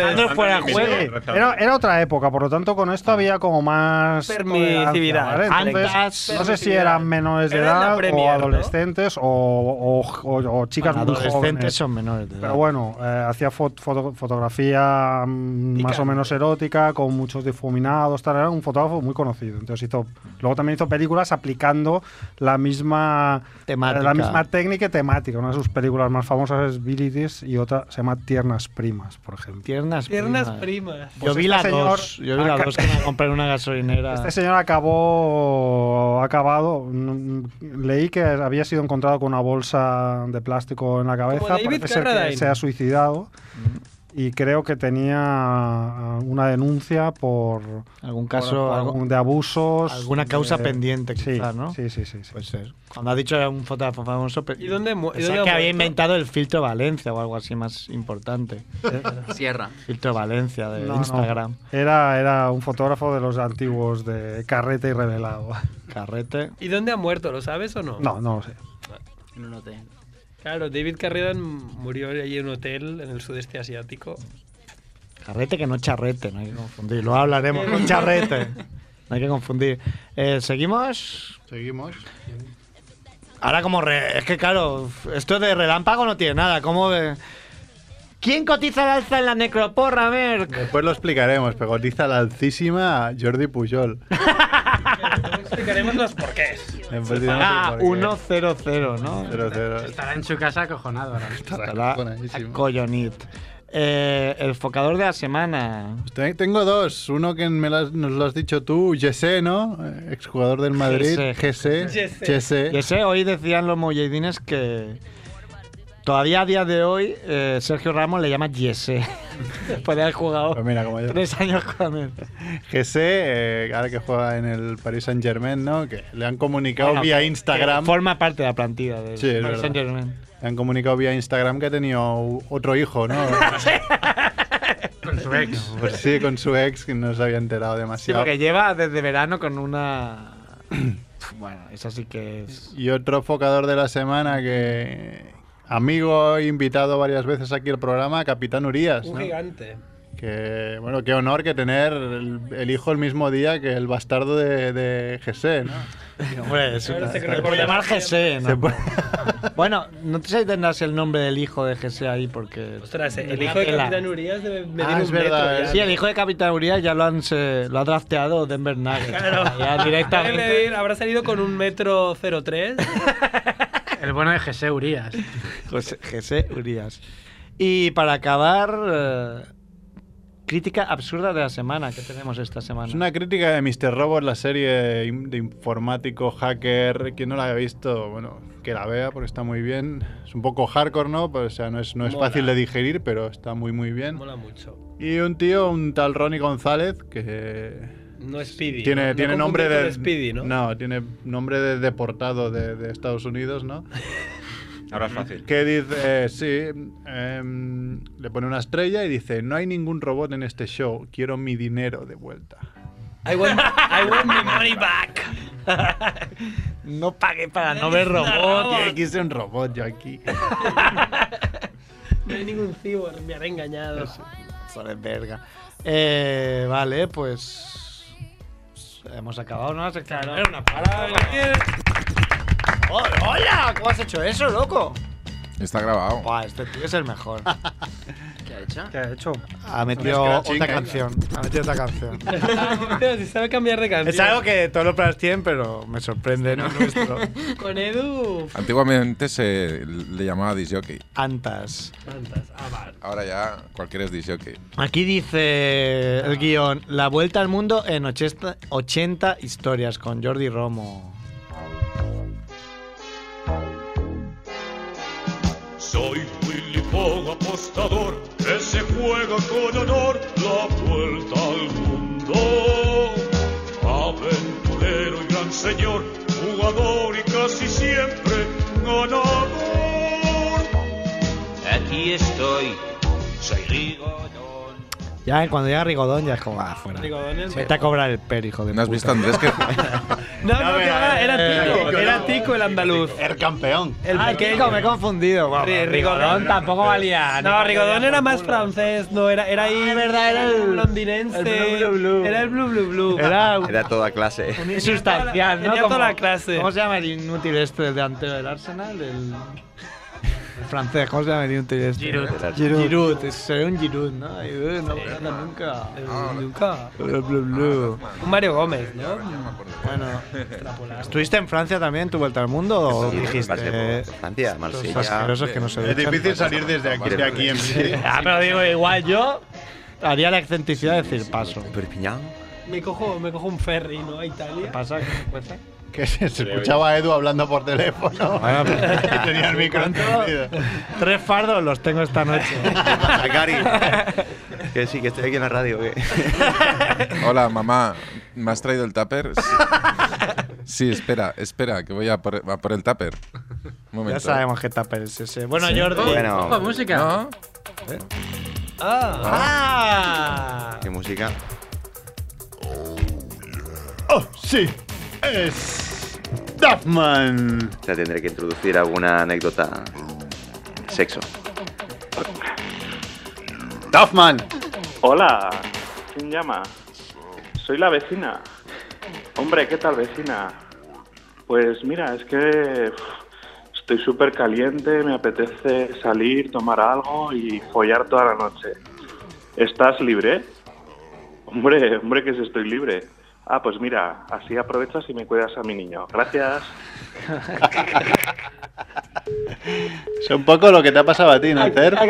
[SPEAKER 5] adolescentes fuera de
[SPEAKER 3] Sí,
[SPEAKER 5] juego.
[SPEAKER 3] Era, era otra época, por lo tanto con esto había como más
[SPEAKER 5] Permisividad.
[SPEAKER 3] tolerancia, Entonces,
[SPEAKER 5] Antes,
[SPEAKER 3] no sé si eran menores de
[SPEAKER 1] Era en la
[SPEAKER 3] edad
[SPEAKER 1] Premier,
[SPEAKER 3] o
[SPEAKER 1] ¿no?
[SPEAKER 3] adolescentes o, o- o- o chicas muy
[SPEAKER 5] Adolescentes
[SPEAKER 3] jóvenes.
[SPEAKER 5] son menores de edad.
[SPEAKER 3] Pero bueno, eh, hacía fot- foto- fotografía mm, más o menos erótica, con muchos difuminados, tal, era un fotógrafo muy conocido. Entonces hizo, luego también hizo películas aplicando la misma eh,
[SPEAKER 5] Temática.
[SPEAKER 3] la misma técnica y temática. Una de sus películas más famosas es Bilitis y otra se llama Tiernas Primas, por ejemplo.
[SPEAKER 5] Tiernas,
[SPEAKER 1] Piernas
[SPEAKER 5] primas.
[SPEAKER 1] primas.
[SPEAKER 5] Yo
[SPEAKER 3] Pues
[SPEAKER 5] vi
[SPEAKER 3] este
[SPEAKER 5] la
[SPEAKER 3] señor-
[SPEAKER 5] dos. Yo vi la
[SPEAKER 3] acá-
[SPEAKER 5] dos que me la compré en una gasolinera.
[SPEAKER 3] Este señor acabó, ha acabado, mm, leí que había sido encontrado con una bolsa de plástico en la cabeza,
[SPEAKER 1] David
[SPEAKER 3] parece ser que
[SPEAKER 1] Carradine.
[SPEAKER 3] se ha suicidado y creo que tenía una denuncia por,
[SPEAKER 5] Algún
[SPEAKER 3] por-
[SPEAKER 5] caso,
[SPEAKER 3] por
[SPEAKER 5] algún-
[SPEAKER 3] algún- de abusos.
[SPEAKER 5] alguna causa
[SPEAKER 3] de-
[SPEAKER 5] pendiente,
[SPEAKER 3] sí,
[SPEAKER 5] quizá, ¿no?
[SPEAKER 3] Sí, sí, sí. sí.
[SPEAKER 5] Puede ser. Cuando ha dicho un fotógrafo famoso, pe-
[SPEAKER 1] ¿Y dónde mu- y
[SPEAKER 5] pensaba
[SPEAKER 1] dónde ha
[SPEAKER 5] que había
[SPEAKER 1] muerto?
[SPEAKER 5] inventado el filtro Valencia o algo así más importante.
[SPEAKER 10] Sierra.
[SPEAKER 5] Filtro Valencia de
[SPEAKER 3] No, no.
[SPEAKER 5] Instagram.
[SPEAKER 3] Era, era un fotógrafo de los antiguos de Carrete y Revelado.
[SPEAKER 5] Carrete.
[SPEAKER 1] ¿Y dónde ha muerto? ¿Lo sabes o no?
[SPEAKER 3] No, no lo sé.
[SPEAKER 10] En un hotel.
[SPEAKER 1] Claro, David Carradine murió allí en un hotel en el sudeste asiático.
[SPEAKER 5] Carrete que no es charrete, no hay que confundir. Luego hablaremos con charrete. No hay que confundir. Eh, Seguimos.
[SPEAKER 2] Seguimos.
[SPEAKER 5] Ahora como re- es que claro, esto de relámpago no tiene nada. ¿Cómo de- ¿Quién cotiza al alza en la necroporra, Merck?
[SPEAKER 2] Después lo explicaremos, pero cotiza la alcísima Jordi Pujol.
[SPEAKER 1] Luego explicaremos los porqués.
[SPEAKER 2] En vez de-
[SPEAKER 5] Paga
[SPEAKER 2] porque-
[SPEAKER 5] 1-0-0, ¿no?
[SPEAKER 2] Cero, cero.
[SPEAKER 4] Estará en su casa acojonado ahora.
[SPEAKER 5] Estará
[SPEAKER 2] Cojonadísimo.
[SPEAKER 5] collonit. Eh, el focador de la semana.
[SPEAKER 2] Te- Tengo dos. Uno que me lo has- nos lo has dicho tú, Jesse, ¿no? Eh, Exjugador del Madrid.
[SPEAKER 5] Jesse.
[SPEAKER 2] Jesse.
[SPEAKER 1] Jesse.
[SPEAKER 5] Yo sé, hoy decían los mollidines que todavía a día de hoy eh, Sergio Ramos le llama Jesse. Por haber jugado
[SPEAKER 2] Pues mira, como yo.
[SPEAKER 5] tres años con él.
[SPEAKER 2] Jesse, eh, ahora que juega en el Paris Saint Germain, ¿no? Que le han comunicado
[SPEAKER 5] Bueno,
[SPEAKER 2] vía
[SPEAKER 5] que-
[SPEAKER 2] Instagram.
[SPEAKER 5] que Forma parte de la plantilla del
[SPEAKER 2] Sí, es
[SPEAKER 5] Paris
[SPEAKER 2] verdad.
[SPEAKER 5] Saint-Germain.
[SPEAKER 2] Le han comunicado vía Instagram que ha tenido u- otro hijo, ¿no?
[SPEAKER 5] Ah,
[SPEAKER 4] Con su ex.
[SPEAKER 2] pues sí, con su ex, que no se había enterado
[SPEAKER 5] Sí,
[SPEAKER 2] demasiado.
[SPEAKER 5] porque lleva desde verano con una. Bueno, eso sí que es.
[SPEAKER 2] Y otro focador de la semana que. Amigo invitado varias veces aquí al programa, Capitán Urias.
[SPEAKER 1] Un
[SPEAKER 2] ¿no?
[SPEAKER 1] gigante.
[SPEAKER 2] Que, bueno, qué honor que tener el, el hijo el mismo día que el bastardo de, de Jesse, ¿no?
[SPEAKER 5] Hombre, es
[SPEAKER 1] Ahora
[SPEAKER 5] una-
[SPEAKER 1] se cree
[SPEAKER 5] por
[SPEAKER 1] que-
[SPEAKER 5] llamar Jesse, ¿no?
[SPEAKER 2] Se puede-
[SPEAKER 5] Bueno, no te sé si tendrás el nombre del hijo de Jesse ahí porque.
[SPEAKER 1] Ostras, eh, el
[SPEAKER 5] Tenía
[SPEAKER 1] hijo de
[SPEAKER 5] tela.
[SPEAKER 1] Capitán Urias debe medir
[SPEAKER 2] Ah,
[SPEAKER 1] un
[SPEAKER 2] es verdad,
[SPEAKER 1] metro ya.
[SPEAKER 5] eh. Sí, el hijo de Capitán Urias ya lo han se- lo ha drafteado Denver Nuggets.
[SPEAKER 1] Claro.
[SPEAKER 5] Ya
[SPEAKER 1] Debe
[SPEAKER 5] directamente.
[SPEAKER 1] medir- habrá salido con un metro 03.
[SPEAKER 4] El bueno de Jesse Urias.
[SPEAKER 5] José, José Urias. Y para acabar, eh, crítica absurda de la semana que tenemos esta semana.
[SPEAKER 2] Es una crítica de Mr. Robot, la serie im- de informático, hacker. Quien no la haya visto, bueno, que la vea porque está muy bien. Es un poco hardcore, ¿no? Pero, o sea, no es, no es
[SPEAKER 1] Mola.
[SPEAKER 2] fácil de digerir, pero está muy, muy bien.
[SPEAKER 1] Mola mucho.
[SPEAKER 2] Y un tío, un tal Ronnie González, que
[SPEAKER 1] No es Speedy.
[SPEAKER 2] tiene,
[SPEAKER 1] ¿no? No
[SPEAKER 2] tiene nombre
[SPEAKER 1] confundir
[SPEAKER 2] de,
[SPEAKER 1] con Speedy, ¿no?
[SPEAKER 2] tiene nombre de deportado de, de Estados Unidos, ¿no?
[SPEAKER 6] Ahora es fácil.
[SPEAKER 2] Que dice, eh, sí, em, le pone una estrella y dice, no hay ningún robot en este show, quiero mi dinero de vuelta.
[SPEAKER 1] I want, I want my money back.
[SPEAKER 5] No pagué para Ah, no ver robot.
[SPEAKER 2] Tío, quise un robot yo aquí.
[SPEAKER 1] No hay ningún cyborg, me han engañado.
[SPEAKER 5] Joder, verga. Eh, vale, pues. Hemos acabado, ¿no? Se- Era una parada.
[SPEAKER 1] Oh,
[SPEAKER 5] Joder, ¡Hola! ¿Cómo has hecho eso, loco?
[SPEAKER 6] Está grabado.
[SPEAKER 5] Buah, este tío es el mejor.
[SPEAKER 10] ¿Qué ha hecho?
[SPEAKER 3] ¿Qué ha hecho?
[SPEAKER 5] Ha metido
[SPEAKER 2] scratching,
[SPEAKER 5] otra
[SPEAKER 2] venga.
[SPEAKER 5] canción. Ha metido otra canción.
[SPEAKER 1] Ah, Se sabe cambiar de canción.
[SPEAKER 5] Es algo que todos los planes tienen, pero me sorprende, ¿no? Nuestro.
[SPEAKER 1] Con Edu.
[SPEAKER 6] Antiguamente se le llamaba disjockey.
[SPEAKER 5] Antas.
[SPEAKER 1] Fantas. Ah, vale.
[SPEAKER 6] Ahora ya cualquiera es disjockey.
[SPEAKER 5] Aquí dice
[SPEAKER 1] Ah.
[SPEAKER 5] el guión: La vuelta al mundo en 80, 80 historias con Jordi Romo.
[SPEAKER 9] Soy Willy Pong, apostador, que se juega con honor la vuelta al mundo. Aventurero y gran señor, jugador y casi siempre ganador. Aquí estoy, soy Rigodón.
[SPEAKER 5] Ya, eh, cuando llega Rigodón, ya es como, ah, fuera.
[SPEAKER 1] Rigodón es
[SPEAKER 5] Vete a cobrar el per, hijo de
[SPEAKER 6] ¿No has
[SPEAKER 5] puta.
[SPEAKER 6] visto, Andrés, que
[SPEAKER 1] No, no, que
[SPEAKER 5] eh,
[SPEAKER 1] era, era
[SPEAKER 5] eh,
[SPEAKER 1] Tico. Era Tico el andaluz.
[SPEAKER 2] El campeón.
[SPEAKER 1] El
[SPEAKER 5] ah,
[SPEAKER 1] pequeño.
[SPEAKER 5] Kiko, me he confundido. Guau,
[SPEAKER 1] Sí,
[SPEAKER 5] Rigodón,
[SPEAKER 1] Rigodón.
[SPEAKER 5] tampoco valía.
[SPEAKER 1] No, Rigodón era más francés, no, era, era ahí.
[SPEAKER 5] Ah, es verdad, era el-
[SPEAKER 1] londinense.
[SPEAKER 5] el blue, blue, blue.
[SPEAKER 1] Era el blue blue blue. Ah,
[SPEAKER 5] Era un-
[SPEAKER 7] Era toda clase.
[SPEAKER 5] un insustancial, ¿no?
[SPEAKER 1] tenía toda la clase.
[SPEAKER 5] ¿Cómo se llama el inútil este del delantero del Arsenal? El, el francés, ¿cómo se llama el inútil este?
[SPEAKER 4] Giroud.
[SPEAKER 5] Giroud. Giroud, es- sería un Giroud, ¿no? Ay, eh, no gana nunca.
[SPEAKER 1] Ah, Nunca.
[SPEAKER 5] Blu, blu, blu.
[SPEAKER 1] Un Mario Gómez, ¿no?
[SPEAKER 5] Bueno,
[SPEAKER 1] Extrapolar.
[SPEAKER 5] ¿estuviste en Francia también tu vuelta al mundo o dijiste?
[SPEAKER 7] Pasé por Francia,
[SPEAKER 5] Los
[SPEAKER 7] Marsella.
[SPEAKER 5] asquerosos que no se
[SPEAKER 2] Es
[SPEAKER 5] duchan"?
[SPEAKER 2] difícil salir desde aquí, de aquí en bici.
[SPEAKER 5] Ah, pero digo, igual yo haría la excentricidad de decir paso.
[SPEAKER 7] Perpiñán.
[SPEAKER 1] Me cojo, me cojo un ferry, ¿no? A Italia.
[SPEAKER 5] ¿Pasa? ¿Pasa?
[SPEAKER 2] Que se, se escuchaba a Edu hablando por teléfono.
[SPEAKER 6] Ah, pues.
[SPEAKER 2] Que tenía el micro encendido.
[SPEAKER 5] Tres fardos los tengo esta noche.
[SPEAKER 7] A Cari. Que sí, que estoy aquí en la radio. que-
[SPEAKER 6] Hola, mamá, ¿me has traído el tupper? Sí. Sí, espera, espera, que voy a por, a por el tupper. Un
[SPEAKER 5] ya
[SPEAKER 6] momento.
[SPEAKER 5] sabemos qué tupper es ese. Bueno, Jordi.
[SPEAKER 7] Bueno,
[SPEAKER 10] Ojo, música.
[SPEAKER 6] ¿No?
[SPEAKER 5] ¿Eh?
[SPEAKER 1] Ah,
[SPEAKER 5] ¡Ah!
[SPEAKER 7] qué música.
[SPEAKER 2] ¡Oh, sí! ¡Es. Duffman!
[SPEAKER 7] O sea, tendré que introducir alguna anécdota. Sexo.
[SPEAKER 2] ¡Duffman!
[SPEAKER 9] Hola, ¿quién llama? Soy la vecina. Hombre, ¿qué tal vecina? Pues mira, es que uf, estoy súper caliente, me apetece salir, tomar algo y follar toda la noche. ¿Estás libre? Hombre, hombre, que si estoy libre. Ah, pues mira, así aprovechas y me cuidas a mi niño. Gracias.
[SPEAKER 2] Es un poco lo que te ha pasado a ti, ¿no, Cer?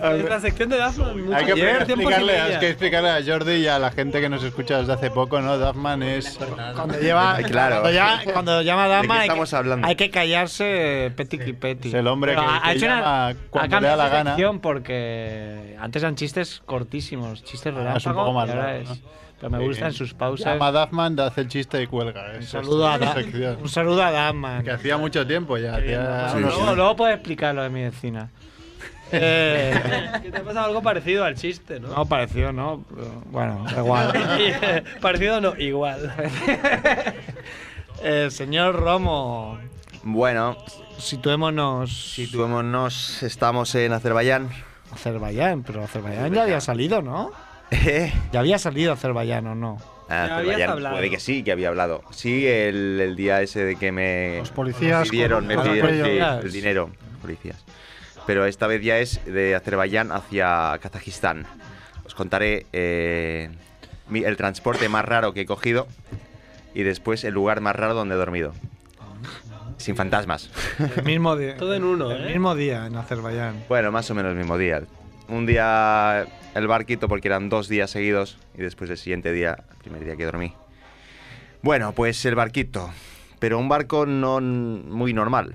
[SPEAKER 1] es la sección de Daphne.
[SPEAKER 2] Hay
[SPEAKER 1] Mucho
[SPEAKER 2] que,
[SPEAKER 1] tiempo sin
[SPEAKER 2] explicarle,
[SPEAKER 1] ella.
[SPEAKER 2] hay que explicarle a Jordi y a la gente que nos escucha desde hace poco, ¿no? Duffman es.
[SPEAKER 5] Cuando lleva.
[SPEAKER 7] Ay, claro.
[SPEAKER 5] Cuando llama, cuando llama dama.
[SPEAKER 7] ¿De qué
[SPEAKER 5] hay que-
[SPEAKER 7] estamos hablando?
[SPEAKER 5] Hay que callarse peti y peti.
[SPEAKER 2] Es el hombre
[SPEAKER 5] Pero
[SPEAKER 2] que- que llama cuando le
[SPEAKER 5] cambiado
[SPEAKER 2] da la
[SPEAKER 5] su
[SPEAKER 2] gana.
[SPEAKER 5] sección porque antes eran chistes cortísimos, chistes
[SPEAKER 2] Ahora
[SPEAKER 5] relámpagos.
[SPEAKER 2] Ah, es un poco más
[SPEAKER 5] y ahora
[SPEAKER 2] largo,
[SPEAKER 5] es- Pero me gustan sus pausas.
[SPEAKER 2] Llama a Duffman, hace el chiste y cuelga.
[SPEAKER 5] Un
[SPEAKER 2] Es
[SPEAKER 5] saludo a
[SPEAKER 2] es
[SPEAKER 5] Da-
[SPEAKER 2] su sección.
[SPEAKER 5] Un saludo a Dama.
[SPEAKER 2] Que hacía mucho tiempo ya. hacía
[SPEAKER 6] Sí,
[SPEAKER 2] unos-
[SPEAKER 6] sí.
[SPEAKER 5] Luego, luego puedes explicar lo de mi vecina. Eh,
[SPEAKER 1] Que te ha pasado algo parecido al chiste, ¿no?
[SPEAKER 5] no, pareció, ¿no? Pero, Bueno, da igual.
[SPEAKER 1] parecido o no, igual.
[SPEAKER 5] Eh, señor Romo,
[SPEAKER 7] Bueno,
[SPEAKER 5] situémonos.
[SPEAKER 7] situémonos. Estamos en Azerbaiyán.
[SPEAKER 5] Azerbaiyán, pero Azerbaiyán ya había salido, ¿no?
[SPEAKER 7] Eh,
[SPEAKER 5] Ya había salido Azerbaiyán o no.
[SPEAKER 1] habías hablado.
[SPEAKER 7] Ah, puede que sí, que había hablado. Sí, el, el día ese de que me
[SPEAKER 3] Los policías
[SPEAKER 7] pidieron,
[SPEAKER 3] con-
[SPEAKER 7] me
[SPEAKER 3] con
[SPEAKER 7] pidieron
[SPEAKER 5] cuello.
[SPEAKER 7] sí,
[SPEAKER 5] Policías.
[SPEAKER 7] el dinero, policías. Pero esta vez ya es de Azerbaiyán hacia Kazajistán. Os contaré eh, mi- el transporte más raro que he cogido y después el lugar más raro donde he dormido. Sin fantasmas.
[SPEAKER 5] El mismo día.
[SPEAKER 1] Todo en uno,
[SPEAKER 5] El
[SPEAKER 1] ¿eh?
[SPEAKER 5] mismo día en Azerbaiyán.
[SPEAKER 7] Bueno, más o menos el mismo día. Un día el barquito porque eran dos días seguidos y después el siguiente día, el primer día que dormí. Bueno, pues el barquito, pero un barco no n- muy normal.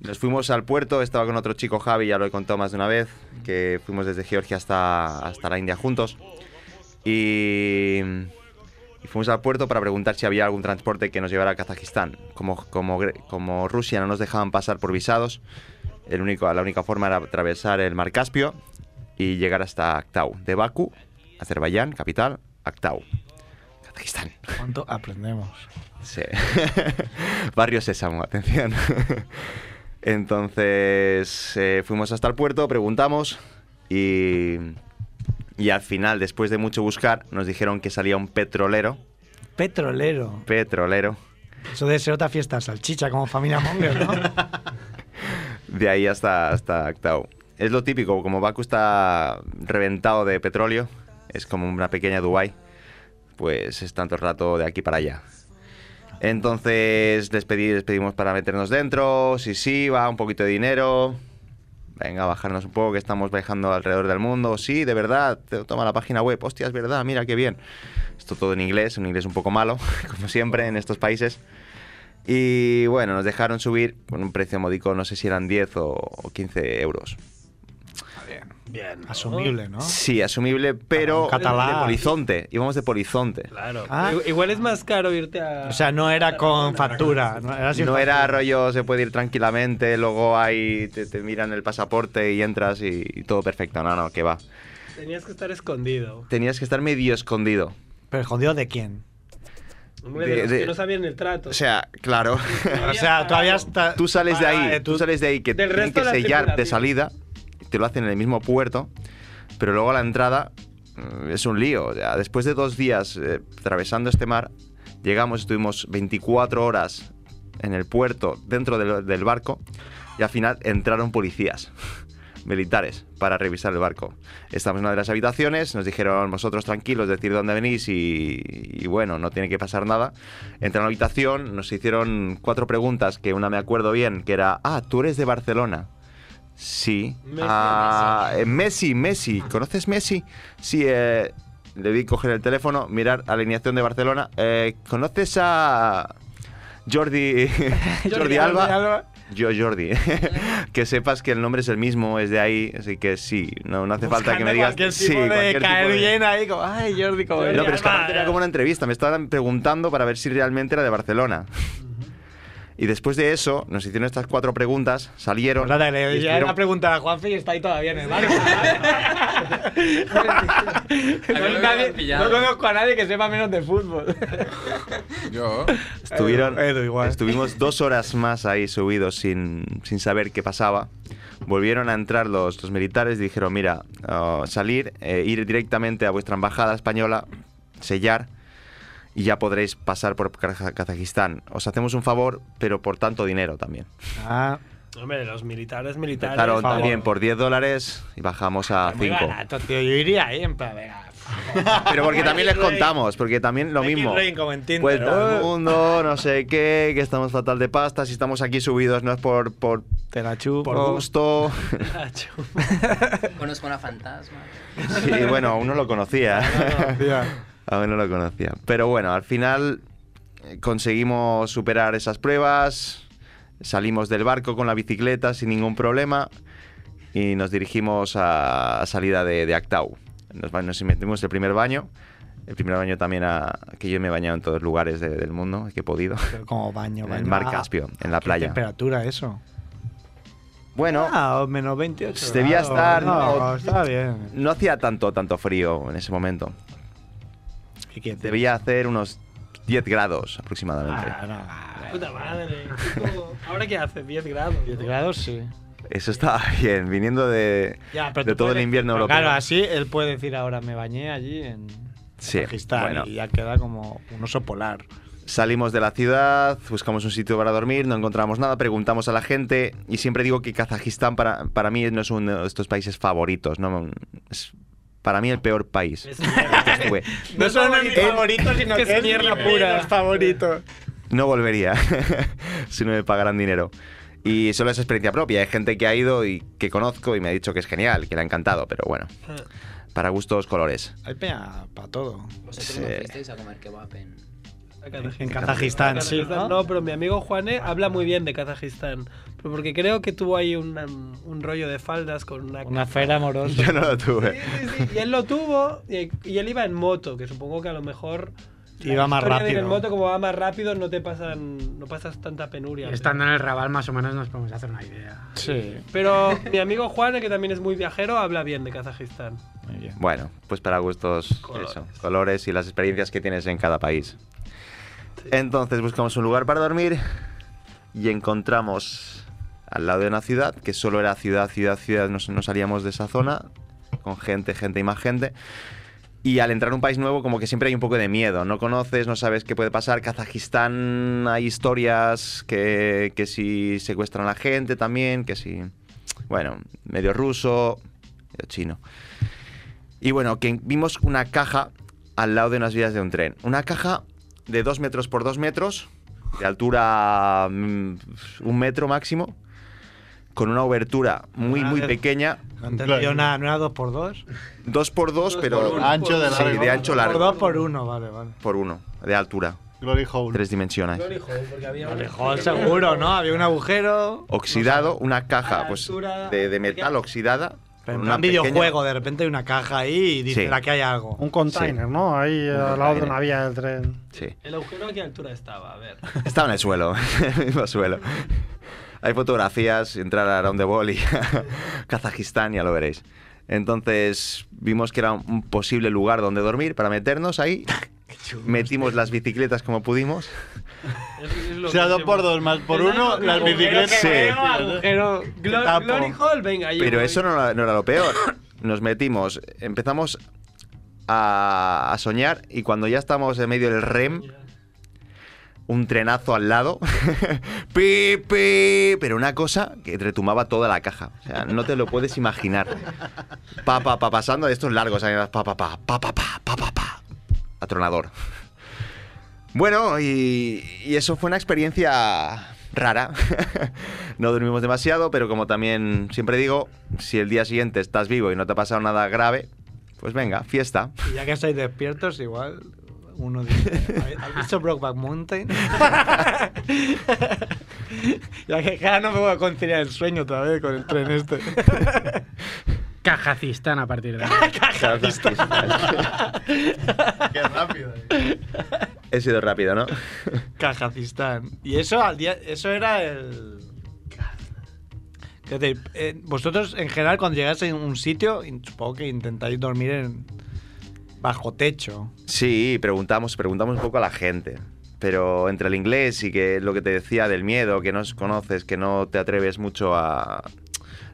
[SPEAKER 7] Nos fuimos al puerto, estaba con otro chico Javi, ya lo he contado más de una vez, que fuimos desde Georgia hasta, hasta la India juntos. Y, y fuimos al puerto para preguntar si había algún transporte que nos llevara a Kazajistán. Como, como, Gre- como Rusia no nos dejaban pasar por visados, el único, la única forma era atravesar el mar Caspio y llegar hasta Aktau. De Bakú, Azerbaiyán, capital, Aktau. Kazajistán.
[SPEAKER 5] ¿Cuánto aprendemos?
[SPEAKER 7] Sí. Barrio Sésamo, atención. Entonces eh, fuimos hasta el puerto, preguntamos y, y al final, después de mucho buscar, nos dijeron que salía un petrolero.
[SPEAKER 5] Petrolero.
[SPEAKER 7] Petrolero.
[SPEAKER 5] Eso debe ser otra fiesta salchicha como familia Monger, ¿no?
[SPEAKER 7] De ahí hasta, hasta Actau. Es lo típico, como Baku está reventado de petróleo, es como una pequeña Dubai, pues es tanto el rato de aquí para allá. Entonces les, pedí, les pedimos para meternos dentro, sí, sí, va, un poquito de dinero, venga, bajarnos un poco, que estamos viajando alrededor del mundo, sí, de verdad, te- toma la página web, hostia, es verdad, mira qué bien. Esto todo en inglés, un inglés un poco malo, como siempre en estos países. Y bueno, nos dejaron subir con un precio módico, no sé si eran 10 o o 15 euros.
[SPEAKER 1] Bien.
[SPEAKER 5] Asumible, ¿no?
[SPEAKER 7] Sí, asumible, pero
[SPEAKER 5] un catalán.
[SPEAKER 7] de polizonte. Íbamos de polizonte.
[SPEAKER 1] Claro.
[SPEAKER 5] Ah.
[SPEAKER 1] I- Igual es más caro irte a.
[SPEAKER 5] O sea, no era con factura. No era, sin
[SPEAKER 7] No era
[SPEAKER 5] factura.
[SPEAKER 7] rollo, se puede ir tranquilamente, luego ahí te, te miran el pasaporte y entras y, y todo perfecto. No, no, que va.
[SPEAKER 1] Tenías que estar escondido.
[SPEAKER 7] Tenías que estar medio escondido.
[SPEAKER 5] ¿Pero escondido de quién?
[SPEAKER 1] Hombre,
[SPEAKER 7] De-
[SPEAKER 1] de los
[SPEAKER 7] de-
[SPEAKER 1] que no sabían el trato.
[SPEAKER 7] O sea, claro.
[SPEAKER 5] O sea, todavía está.
[SPEAKER 7] Tú sales de
[SPEAKER 5] Vale,
[SPEAKER 7] ahí,
[SPEAKER 5] tú-
[SPEAKER 7] tú sales de ahí que
[SPEAKER 1] Del
[SPEAKER 7] tienen
[SPEAKER 1] resto de
[SPEAKER 7] que
[SPEAKER 1] la
[SPEAKER 7] sellar de
[SPEAKER 1] tripulación.
[SPEAKER 7] salida, te lo hacen en el mismo puerto, pero luego a la entrada mm, es un lío. O sea, después de dos días eh, atravesando este mar, llegamos, estuvimos 24 horas en el puerto, dentro del, del barco, y al final entraron policías. Militares para revisar el barco. Estamos en una de las habitaciones, nos dijeron vosotros tranquilos, decir dónde venís y, y bueno, no tiene que pasar nada. Entré a la habitación, nos hicieron cuatro preguntas, que una me acuerdo bien, que era, ah, tú eres de Barcelona. Sí.
[SPEAKER 1] Messi.
[SPEAKER 7] Ah, eh, Messi, Messi, ¿conoces Messi? Sí, eh, le vi coger el teléfono, mirar alineación de Barcelona. Eh, ¿Conoces a Jordi, Jordi Alba? Yo, Jordi. que sepas que el nombre es el mismo, es de ahí, así que sí, no, no hace falta que
[SPEAKER 5] Buscando
[SPEAKER 7] me digas.
[SPEAKER 5] cualquier
[SPEAKER 7] sí,
[SPEAKER 5] tipo de
[SPEAKER 7] cualquier tipo
[SPEAKER 5] caer
[SPEAKER 7] de-
[SPEAKER 5] bien ahí, como, ay, Jordi, como.
[SPEAKER 7] no, pero es que aparte era como una entrevista. Me estaban preguntando para ver si realmente era de Barcelona. Y después de eso, nos hicieron estas cuatro preguntas, salieron.
[SPEAKER 5] Nada, le
[SPEAKER 7] y
[SPEAKER 5] le- ya
[SPEAKER 7] estuvieron-
[SPEAKER 5] Pues la pregunta a Juanfe y está ahí todavía en el barco. no, hay nadie- no conozco a nadie que sepa menos de fútbol.
[SPEAKER 6] Yo.
[SPEAKER 7] estuvieron-
[SPEAKER 5] Edu, Edu igual.
[SPEAKER 7] Estuvimos dos horas más ahí subidos sin, sin saber qué pasaba. Volvieron a entrar los, los militares y dijeron: Mira, ah, salir, eh, ir directamente a vuestra embajada española, sellar. Y ya podréis pasar por Kaza- Kazajistán. Os hacemos un favor, pero por tanto dinero también.
[SPEAKER 5] Ah,
[SPEAKER 1] Hombre, los militares, militares.
[SPEAKER 7] Empezaron
[SPEAKER 5] favor.
[SPEAKER 7] también por 10 dólares y bajamos a
[SPEAKER 5] muy
[SPEAKER 7] 5.
[SPEAKER 5] barato, tío. Yo iría ahí en plan, venga.
[SPEAKER 7] Pero porque también les
[SPEAKER 5] Ricky Ray.
[SPEAKER 7] contamos, porque también lo
[SPEAKER 5] Ricky
[SPEAKER 7] mismo.
[SPEAKER 5] Ray como en Tinder,
[SPEAKER 7] Cuenta el
[SPEAKER 5] ¿no?
[SPEAKER 7] mundo, no sé qué, que estamos fatal de pasta, si estamos aquí subidos no es por, por,
[SPEAKER 5] Te la chupo.
[SPEAKER 7] por gusto.
[SPEAKER 1] Ah,
[SPEAKER 10] Conozco una fantasma.
[SPEAKER 7] Sí, bueno, aún no lo conocía.
[SPEAKER 5] Tía.
[SPEAKER 7] Aún no lo conocía. Pero bueno, al final eh, conseguimos superar esas pruebas, salimos del barco con la bicicleta sin ningún problema y nos dirigimos a, a salida de, de Actau. Nos, ba- nos metimos el primer baño, el primer baño también a, que yo me he bañado en todos lugares de- del mundo que he podido.
[SPEAKER 5] Pero como baño,
[SPEAKER 7] En
[SPEAKER 5] baño.
[SPEAKER 7] el mar
[SPEAKER 5] Ah,
[SPEAKER 7] Caspio, en la
[SPEAKER 5] ¿qué
[SPEAKER 7] playa.
[SPEAKER 5] temperatura eso?
[SPEAKER 7] Bueno,
[SPEAKER 5] Ah, o menos 28.
[SPEAKER 7] Debía
[SPEAKER 5] grados.
[SPEAKER 7] estar-
[SPEAKER 5] No,
[SPEAKER 7] no.
[SPEAKER 5] está bien.
[SPEAKER 7] no hacía tanto, tanto frío en ese momento.
[SPEAKER 5] ¿Y qué te-
[SPEAKER 7] Debía hacer unos 10 grados aproximadamente.
[SPEAKER 5] Ah, no, ah,
[SPEAKER 1] Puta madre. chico. ¿Ahora qué hace? 10 grados. ¿no?
[SPEAKER 5] 10 grados, sí.
[SPEAKER 7] Eso está bien, viniendo de, de
[SPEAKER 5] tú
[SPEAKER 7] todo el
[SPEAKER 5] puedes-
[SPEAKER 7] invierno
[SPEAKER 5] pero
[SPEAKER 7] europeo.
[SPEAKER 5] Claro, así él puede decir ahora, me bañé allí en
[SPEAKER 7] Sí,
[SPEAKER 5] Kazajistán",
[SPEAKER 7] bueno.
[SPEAKER 5] y ya queda como un oso polar.
[SPEAKER 7] Salimos de la ciudad, buscamos un sitio para dormir, no encontramos nada, preguntamos a la gente y siempre digo que Kazajistán para, para mí no es uno de estos países favoritos, no es para mí el peor país.
[SPEAKER 1] Es-
[SPEAKER 7] Estuve.
[SPEAKER 5] No solo no es mi favorito, sino
[SPEAKER 1] que es mierda pura.
[SPEAKER 5] favorito.
[SPEAKER 7] No volvería. si no me pagaran dinero. Y solo es experiencia propia. Hay gente que ha ido y que conozco y me ha dicho que es genial, que le ha encantado, pero bueno. Para gustos, colores.
[SPEAKER 5] Hay peña para todo.
[SPEAKER 10] Vosotros
[SPEAKER 7] Sí.
[SPEAKER 10] no fuisteis a comer kebab en...
[SPEAKER 5] En Kazajistán, sí.
[SPEAKER 1] ¿no? pero mi amigo Juane habla muy bien de Kazajistán. Pero porque creo que tuvo ahí una- un rollo de faldas con una...
[SPEAKER 5] Una fera amorosa.
[SPEAKER 7] Yo no lo tuve.
[SPEAKER 1] Sí, sí, y él lo tuvo y, y él iba en moto, que supongo que a lo mejor... la
[SPEAKER 5] Iba más
[SPEAKER 1] historia de que
[SPEAKER 5] rápido.
[SPEAKER 1] En moto, como va más rápido, no te pasan, no pasas tanta penuria.
[SPEAKER 4] Estando en el Raval más o menos nos podemos hacer una idea.
[SPEAKER 5] Sí.
[SPEAKER 1] Pero mi amigo Juan, que también es muy viajero, habla bien de Kazajistán.
[SPEAKER 5] Muy bien.
[SPEAKER 7] Bueno, pues para gustos, colores, colores y las experiencias que tienes en cada país. Entonces buscamos un lugar para dormir y encontramos al lado de una ciudad, que solo era ciudad, ciudad, ciudad, no, no salíamos de esa zona, con gente, gente y más gente. Y al entrar a un país nuevo, como que siempre hay un poco de miedo. No conoces, no sabes qué puede pasar. Kazajistán hay historias que, que si secuestran a la gente también, que si. Bueno, medio ruso, medio chino. Y bueno, que vimos una caja al lado de unas vías de un tren. Una caja de 2 metros por 2 metros, de altura mm, un metro máximo, con una obertura muy, muy
[SPEAKER 5] Ah,
[SPEAKER 7] pequeña.
[SPEAKER 5] No entendí nada, no era 2x2.
[SPEAKER 7] Dos por dos, pero
[SPEAKER 2] por uno. Ancho de
[SPEAKER 7] Sí,
[SPEAKER 2] largo.
[SPEAKER 7] de ancho largo.
[SPEAKER 5] 2x1, vale, vale.
[SPEAKER 7] Por uno, de altura.
[SPEAKER 2] Glory Hole.
[SPEAKER 7] Tres dimensiones.
[SPEAKER 5] Joder, seguro, ¿no? Había un agujero.
[SPEAKER 7] Oxidado, una
[SPEAKER 5] A
[SPEAKER 7] caja
[SPEAKER 5] la
[SPEAKER 7] pues,
[SPEAKER 5] altura-
[SPEAKER 7] de, de metal oxidada.
[SPEAKER 5] Pero en
[SPEAKER 7] con una
[SPEAKER 5] plan
[SPEAKER 7] pequeña-
[SPEAKER 5] videojuego, de repente hay una caja ahí y dice
[SPEAKER 7] Sí.
[SPEAKER 5] que hay algo.
[SPEAKER 3] Un container, ¿no? Ahí
[SPEAKER 7] Un
[SPEAKER 3] al lado de
[SPEAKER 7] container.
[SPEAKER 3] una vía del tren.
[SPEAKER 7] Sí.
[SPEAKER 1] ¿El agujero a qué altura estaba? A ver.
[SPEAKER 7] Estaba en el suelo, en el mismo suelo. Hay fotografías, entrar a Round the Ball y a Kazajistán, ya lo veréis. Entonces vimos que era un posible lugar donde dormir para meternos ahí. Metimos las bicicletas como pudimos.
[SPEAKER 2] O sea, dos por dos más por uno, las bicicletas.
[SPEAKER 7] Sí.
[SPEAKER 5] Agujero,
[SPEAKER 1] Glo- Glory Hall, venga. yo
[SPEAKER 7] Pero
[SPEAKER 1] voy.
[SPEAKER 7] eso no era, no era lo peor. Nos metimos, empezamos a, a soñar y cuando ya estamos en medio del REM, un trenazo al lado, pi, pi, pero una cosa que retumbaba toda la caja. O sea, no te lo puedes imaginar. Pa, pa, pa, pasando de estos largos, ahí, pa, pa, pa, pa, pa, pa, pa, pa, pa. Atronador. Bueno, y, y eso fue una experiencia rara. no dormimos demasiado, pero como también siempre digo, si el día siguiente estás vivo y no te ha pasado nada grave, pues venga, fiesta.
[SPEAKER 5] Y ya que estáis despiertos, igual uno dice: ¿Has visto Brokeback Mountain? ya que ya no me voy a conciliar el sueño todavía con el tren este.
[SPEAKER 4] Cajacistán a partir de ahí.
[SPEAKER 2] Qué rápido.
[SPEAKER 7] eh. He sido rápido, ¿no?
[SPEAKER 5] Kazajistán. Y eso al día. Eso era el. ¿Qué te- eh, vosotros en general cuando llegáis a un sitio, in- supongo que intentáis dormir en bajo techo.
[SPEAKER 7] Sí, preguntamos, preguntamos un poco a la gente. Pero entre el inglés y que lo que te decía del miedo, que no os conoces, que no te atreves mucho a.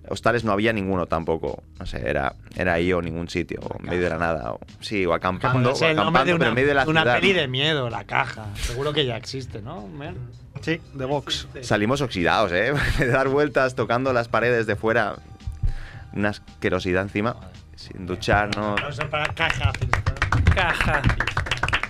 [SPEAKER 7] Hostales no había ninguno tampoco. No sé, era, era ahí o ningún sitio, o en medio de la nada. o- sí, o acampando,
[SPEAKER 5] Cuando es
[SPEAKER 7] o
[SPEAKER 5] el nombre de
[SPEAKER 7] acampando,
[SPEAKER 5] una,
[SPEAKER 7] pero en medio de la
[SPEAKER 5] una
[SPEAKER 7] ciudad.
[SPEAKER 5] peli de miedo, la caja. Seguro que ya existe, ¿no? Mer?
[SPEAKER 3] Sí, de box.
[SPEAKER 7] Salimos oxidados, ¿eh? De dar vueltas, tocando las paredes de fuera. Una asquerosidad encima. Sin ducharnos.
[SPEAKER 5] Aplauso para Kazajistán.
[SPEAKER 1] Caja.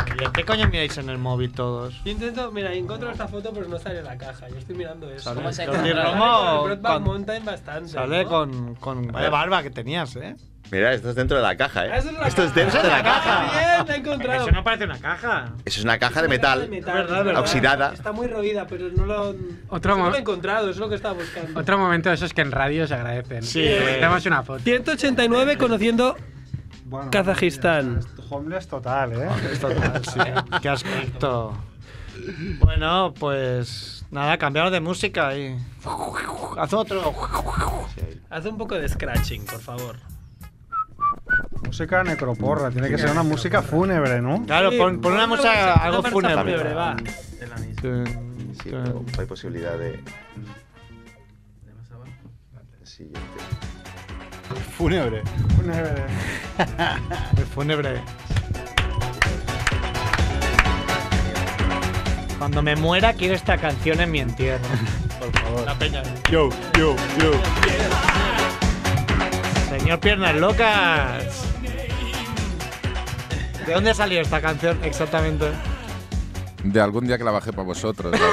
[SPEAKER 5] Muy bien. ¿Qué coño miráis en el móvil todos?
[SPEAKER 1] Yo intento, mira, encuentro esta foto, pero no sale la caja. Yo estoy mirando eso.
[SPEAKER 5] ¿Cómo se
[SPEAKER 1] Sale con
[SPEAKER 5] encuentra?
[SPEAKER 1] el
[SPEAKER 5] Romo,
[SPEAKER 1] Brokeback
[SPEAKER 5] con-
[SPEAKER 1] Mountain bastante.
[SPEAKER 5] Sale
[SPEAKER 1] ¿no?
[SPEAKER 5] con, con vaya barba que tenías, ¿eh?
[SPEAKER 7] Mira, esto es dentro de la caja, ¿eh?
[SPEAKER 1] Ah, eso es la
[SPEAKER 7] Esto es
[SPEAKER 1] caja.
[SPEAKER 7] dentro de la
[SPEAKER 1] Ah,
[SPEAKER 7] caja.
[SPEAKER 1] Bien, la he encontrado.
[SPEAKER 4] Eso no parece una caja.
[SPEAKER 7] Eso es una caja de metal.
[SPEAKER 1] metal, es verdad.
[SPEAKER 7] Oxidada.
[SPEAKER 1] Está muy roída, pero no lo,
[SPEAKER 4] Otro
[SPEAKER 1] no lo
[SPEAKER 4] mo-
[SPEAKER 1] he encontrado, es lo que estaba buscando.
[SPEAKER 4] Otro momento de esos que en radio se agradecen.
[SPEAKER 5] Sí.
[SPEAKER 4] Tenemos una foto.
[SPEAKER 1] 189 conociendo
[SPEAKER 3] Bueno,
[SPEAKER 1] Kazajistán.
[SPEAKER 3] Homeless total, ¿eh?
[SPEAKER 5] Total, Ah, sí. Qué aspecto. Bueno, pues nada, cambiaros de música y. Haz otro.
[SPEAKER 1] Haz un poco de scratching, por favor.
[SPEAKER 3] Música necroporra, tiene que ser una música fúnebre, ¿no?
[SPEAKER 5] Claro,
[SPEAKER 1] Sí,
[SPEAKER 5] pon, pon una música
[SPEAKER 1] marcha-
[SPEAKER 5] algo
[SPEAKER 1] una marcha
[SPEAKER 5] fúnebre.
[SPEAKER 1] va.
[SPEAKER 5] Tun,
[SPEAKER 7] Sí, pero
[SPEAKER 5] tun.
[SPEAKER 7] hay posibilidad de. Siguiente.
[SPEAKER 2] Fúnebre.
[SPEAKER 3] Fúnebre.
[SPEAKER 5] El fúnebre. Cuando me muera quiero esta canción en mi entierro. Por favor. La peña.
[SPEAKER 2] Yo, yo, yo.
[SPEAKER 5] Señor Piernas Locas. ¿De dónde salió esta canción exactamente?
[SPEAKER 6] De algún día que la bajé para vosotros. la que-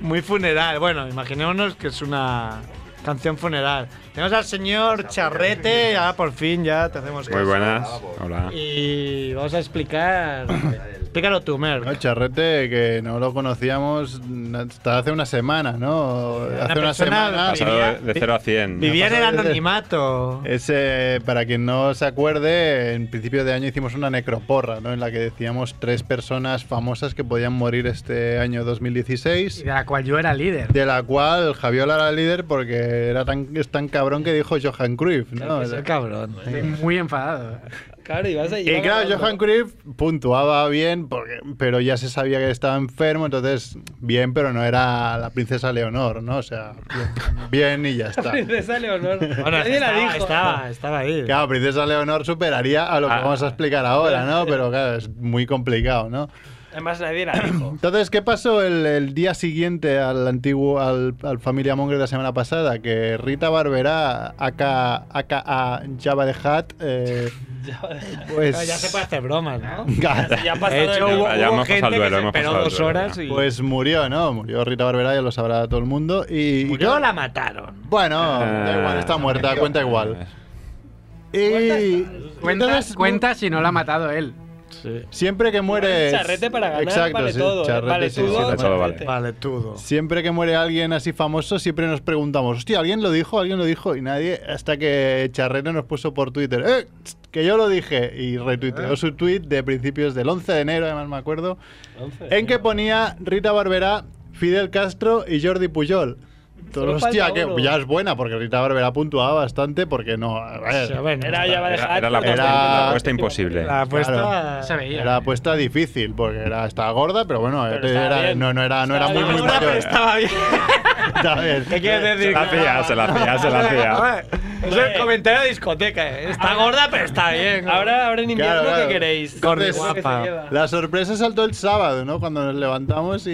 [SPEAKER 5] muy funeral. Bueno, imaginémonos que es una canción funeral. Tenemos al señor Charrete, ya por fin, ya te hacemos caso.
[SPEAKER 12] Muy buenas. Hola.
[SPEAKER 5] Y vamos a explicar. Explícalo tú, Merck.
[SPEAKER 2] No, Charrete, que no lo conocíamos hasta hace una semana, ¿no? hace una
[SPEAKER 5] persona
[SPEAKER 2] semana.
[SPEAKER 12] Pasado de 0 a 100.
[SPEAKER 5] Vivía en el anonimato.
[SPEAKER 2] Ese, para quien no se acuerde, en principio de año hicimos una necroporra, ¿no? En la que decíamos tres personas famosas que podían morir este año 2016.
[SPEAKER 4] Y de la cual yo era líder.
[SPEAKER 2] De la cual Javiola era líder porque era tan, es tan cabrón que dijo Johan Cruyff, ¿no?
[SPEAKER 5] Ese cabrón.
[SPEAKER 4] Muy enfadado.
[SPEAKER 1] Claro, y vas a
[SPEAKER 2] Y claro, Johan Cruyff puntuaba bien, porque, pero ya se sabía que estaba enfermo, entonces bien, pero no era la princesa Leonor, ¿no? O sea, bien, bien y ya está.
[SPEAKER 1] Princesa Leonor.
[SPEAKER 5] Bueno,
[SPEAKER 1] Nadie la
[SPEAKER 5] estaba,
[SPEAKER 1] dijo.
[SPEAKER 5] estaba, estaba ahí.
[SPEAKER 2] Claro, princesa Leonor superaría a lo que
[SPEAKER 5] Ah.
[SPEAKER 2] vamos a explicar ahora, ¿no? Pero claro, es muy complicado, ¿no?
[SPEAKER 1] Además, nadie la dijo.
[SPEAKER 2] Entonces, ¿qué pasó el, el día siguiente al antiguo, al, al Familia Monger de la semana pasada? Que Rita Barberá, acá, acá a Java de Hat, eh, pues...
[SPEAKER 5] Claro, ya se puede hacer bromas, ¿no?
[SPEAKER 2] Claro.
[SPEAKER 5] Ya ha
[SPEAKER 12] De hecho,
[SPEAKER 5] el-
[SPEAKER 12] hubo-
[SPEAKER 5] ya
[SPEAKER 12] hubo
[SPEAKER 5] hemos
[SPEAKER 12] gente
[SPEAKER 5] pasado el
[SPEAKER 12] que
[SPEAKER 5] duelo,
[SPEAKER 12] se
[SPEAKER 5] hemos
[SPEAKER 12] esperó
[SPEAKER 5] pasado el
[SPEAKER 12] dos
[SPEAKER 5] duelo,
[SPEAKER 12] horas
[SPEAKER 5] ¿no?
[SPEAKER 12] y-
[SPEAKER 2] Pues murió, ¿no? Murió Rita Barberá, ya lo sabrá todo el mundo. Y, y
[SPEAKER 5] Murió o la mataron.
[SPEAKER 2] Bueno, da igual, está muerta, cuenta igual. Y
[SPEAKER 4] Cuenta,
[SPEAKER 2] entonces,
[SPEAKER 4] cuenta si no la ha matado él.
[SPEAKER 2] siempre que muere.
[SPEAKER 1] Charrete para ganar,
[SPEAKER 2] Exacto,
[SPEAKER 1] vale
[SPEAKER 2] sí,
[SPEAKER 1] todo, ¿eh?
[SPEAKER 2] charrete,
[SPEAKER 1] Vale
[SPEAKER 2] sí,
[SPEAKER 1] todo,
[SPEAKER 2] sí,
[SPEAKER 1] vale vale.
[SPEAKER 2] charrete.
[SPEAKER 5] Vale, todo.
[SPEAKER 2] Siempre que muere alguien así famoso, siempre nos preguntamos, hostia, ¿alguien lo dijo? ¿Alguien lo dijo? Y nadie, hasta que Charrete nos puso por Twitter, ¡eh! tss, Que yo lo dije. Y
[SPEAKER 1] Ah.
[SPEAKER 2] retuiteó su tweet de principios del 11 de enero, además me acuerdo, en que ponía Rita Barberá, Fidel Castro y Jordi Pujol.
[SPEAKER 1] Solo
[SPEAKER 2] hostia,
[SPEAKER 1] falta
[SPEAKER 2] que
[SPEAKER 1] uno.
[SPEAKER 2] ya es buena, porque Rita Barberá puntuaba bastante, porque no. a ver,
[SPEAKER 5] Sí, bueno,
[SPEAKER 1] Era ya va a dejar.
[SPEAKER 12] Era, era la apuesta,
[SPEAKER 2] Era-
[SPEAKER 12] la apuesta imposible.
[SPEAKER 5] La apuesta
[SPEAKER 2] Claro.
[SPEAKER 4] Se veía.
[SPEAKER 2] Era apuesta difícil, porque era, estaba gorda, pero bueno,
[SPEAKER 1] Pero
[SPEAKER 2] eh,
[SPEAKER 1] estaba
[SPEAKER 2] era-
[SPEAKER 1] bien.
[SPEAKER 2] no, no era, no era
[SPEAKER 1] Estaba bien.
[SPEAKER 2] muy, muy
[SPEAKER 1] Gorda,
[SPEAKER 2] mayor.
[SPEAKER 1] pero
[SPEAKER 5] estaba bien.
[SPEAKER 2] Está bien.
[SPEAKER 5] ¿Qué quieres
[SPEAKER 12] Se
[SPEAKER 5] decir?
[SPEAKER 12] la hacía, se la hacía, se la hacía.
[SPEAKER 5] Es
[SPEAKER 1] Eh,
[SPEAKER 5] el comentario de discoteca. ¿eh? Está gorda, pero está bien.
[SPEAKER 1] Ahora, ahora en invierno,
[SPEAKER 2] Claro, claro.
[SPEAKER 1] ¿qué queréis?
[SPEAKER 2] Gorda y
[SPEAKER 1] Es lo que se
[SPEAKER 5] guapa.
[SPEAKER 1] lleva.
[SPEAKER 2] La sorpresa saltó el sábado, ¿no? Cuando nos levantamos y,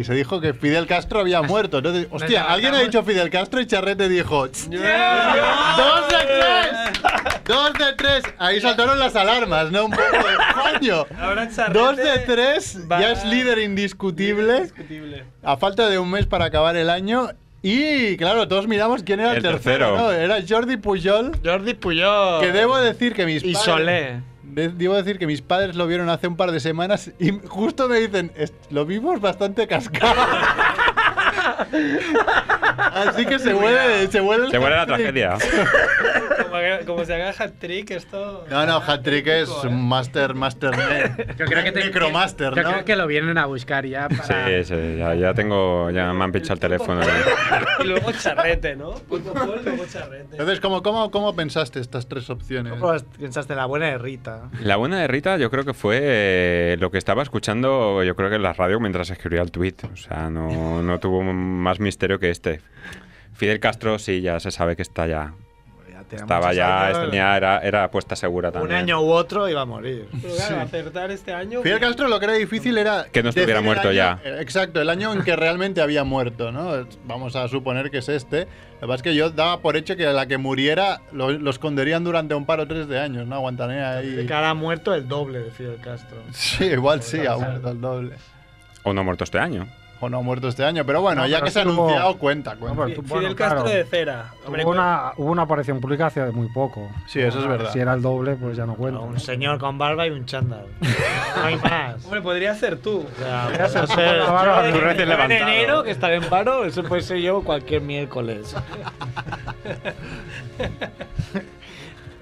[SPEAKER 2] y se dijo que Fidel Castro había muerto. Entonces, hostia, alguien ha dicho Fidel Castro y Charrete dijo: "Tss, ¡Dos de tres! ¡Dos de tres! Ahí saltaron las alarmas, ¿no? Un poco de coño.
[SPEAKER 1] Ahora Charrete
[SPEAKER 2] Dos de tres,
[SPEAKER 1] va-
[SPEAKER 2] ya es líder indiscutible.
[SPEAKER 1] Indiscutible.
[SPEAKER 2] A falta de un mes para acabar el año. Y claro, todos miramos quién era el,
[SPEAKER 12] El
[SPEAKER 2] tercero.
[SPEAKER 12] tercero.
[SPEAKER 2] ¿no? Era Jordi Pujol.
[SPEAKER 5] Jordi Puyol.
[SPEAKER 2] Que debo decir que mis
[SPEAKER 5] Y
[SPEAKER 2] padres.
[SPEAKER 5] Solé.
[SPEAKER 2] de- debo decir que mis padres lo vieron hace un par de semanas y justo me dicen, "Es- lo vimos bastante cascado. Así que se vuelve, se vuelve. el
[SPEAKER 12] Se muere la
[SPEAKER 2] hat-trick.
[SPEAKER 12] tragedia.
[SPEAKER 1] Como, haga- como se haga hat-trick, esto.
[SPEAKER 2] No, no, hat-trick es
[SPEAKER 1] Épico, ¿eh?
[SPEAKER 2] un master, master.
[SPEAKER 4] Yo creo que te-
[SPEAKER 2] Necromaster,
[SPEAKER 4] Yo
[SPEAKER 2] ¿no?
[SPEAKER 4] creo que lo vienen a buscar ya para.
[SPEAKER 12] Sí, sí, ya, ya tengo. Ya me han pinchado el teléfono.
[SPEAKER 1] Y luego charrete, ¿no? Pulpo Paul, luego charrete.
[SPEAKER 2] Entonces, ¿cómo, cómo, ¿cómo pensaste estas tres opciones?
[SPEAKER 5] Pues pensaste la buena de Rita.
[SPEAKER 12] La buena de Rita, yo creo que fue eh, lo que estaba escuchando, yo creo que en la radio mientras escribía el tweet. O sea, no, no tuvo más misterio que este. Fidel Castro, sí, ya se sabe que está ya.
[SPEAKER 5] Ya tenía
[SPEAKER 12] Estaba
[SPEAKER 5] muchos
[SPEAKER 12] ya,
[SPEAKER 5] años.
[SPEAKER 12] tenía- era, era apuesta segura
[SPEAKER 5] Un
[SPEAKER 12] también.
[SPEAKER 5] año u otro iba a morir.
[SPEAKER 1] Pero claro, acertar este año.
[SPEAKER 2] Fidel Castro lo que era difícil era...
[SPEAKER 12] Que no estuviera
[SPEAKER 2] decir el
[SPEAKER 12] muerto
[SPEAKER 2] año-
[SPEAKER 12] ya.
[SPEAKER 2] eh, Exacto, el año en que realmente había muerto, ¿no? Vamos a suponer que es este. Lo que pasa es que yo daba por hecho que la que muriera lo, lo esconderían durante un par o tres de años, ¿no? Aguantarían ahí...
[SPEAKER 5] Que ahora ha muerto el doble de Fidel Castro.
[SPEAKER 2] Sí, igual sí, ha muerto el doble.
[SPEAKER 12] O no ha muerto este año.
[SPEAKER 2] O no ha muerto este año, pero bueno,
[SPEAKER 3] No,
[SPEAKER 2] ya
[SPEAKER 3] pero
[SPEAKER 2] que se ha
[SPEAKER 3] estuvo-
[SPEAKER 2] anunciado, cuenta, cuenta.
[SPEAKER 3] pero
[SPEAKER 1] Fidel
[SPEAKER 3] tú- bueno,
[SPEAKER 1] Castro
[SPEAKER 3] claro.
[SPEAKER 1] de cera. Hombre,
[SPEAKER 3] Hubo una, hubo una aparición pública hace muy poco. Ah,
[SPEAKER 2] Sí, eso es verdad.
[SPEAKER 3] Si era el doble, pues ya no cuenta.
[SPEAKER 5] Un señor con barba y un chándal. No hay más.
[SPEAKER 1] hombre, podría ser tú.
[SPEAKER 5] O sea, pues,
[SPEAKER 3] Ya se
[SPEAKER 5] no sé,
[SPEAKER 3] fue,
[SPEAKER 5] yo
[SPEAKER 3] claro,
[SPEAKER 5] en-
[SPEAKER 3] tú
[SPEAKER 12] recién
[SPEAKER 5] yo en
[SPEAKER 12] levantado.
[SPEAKER 5] enero, que estaré en paro, eso puede ser yo cualquier miércoles.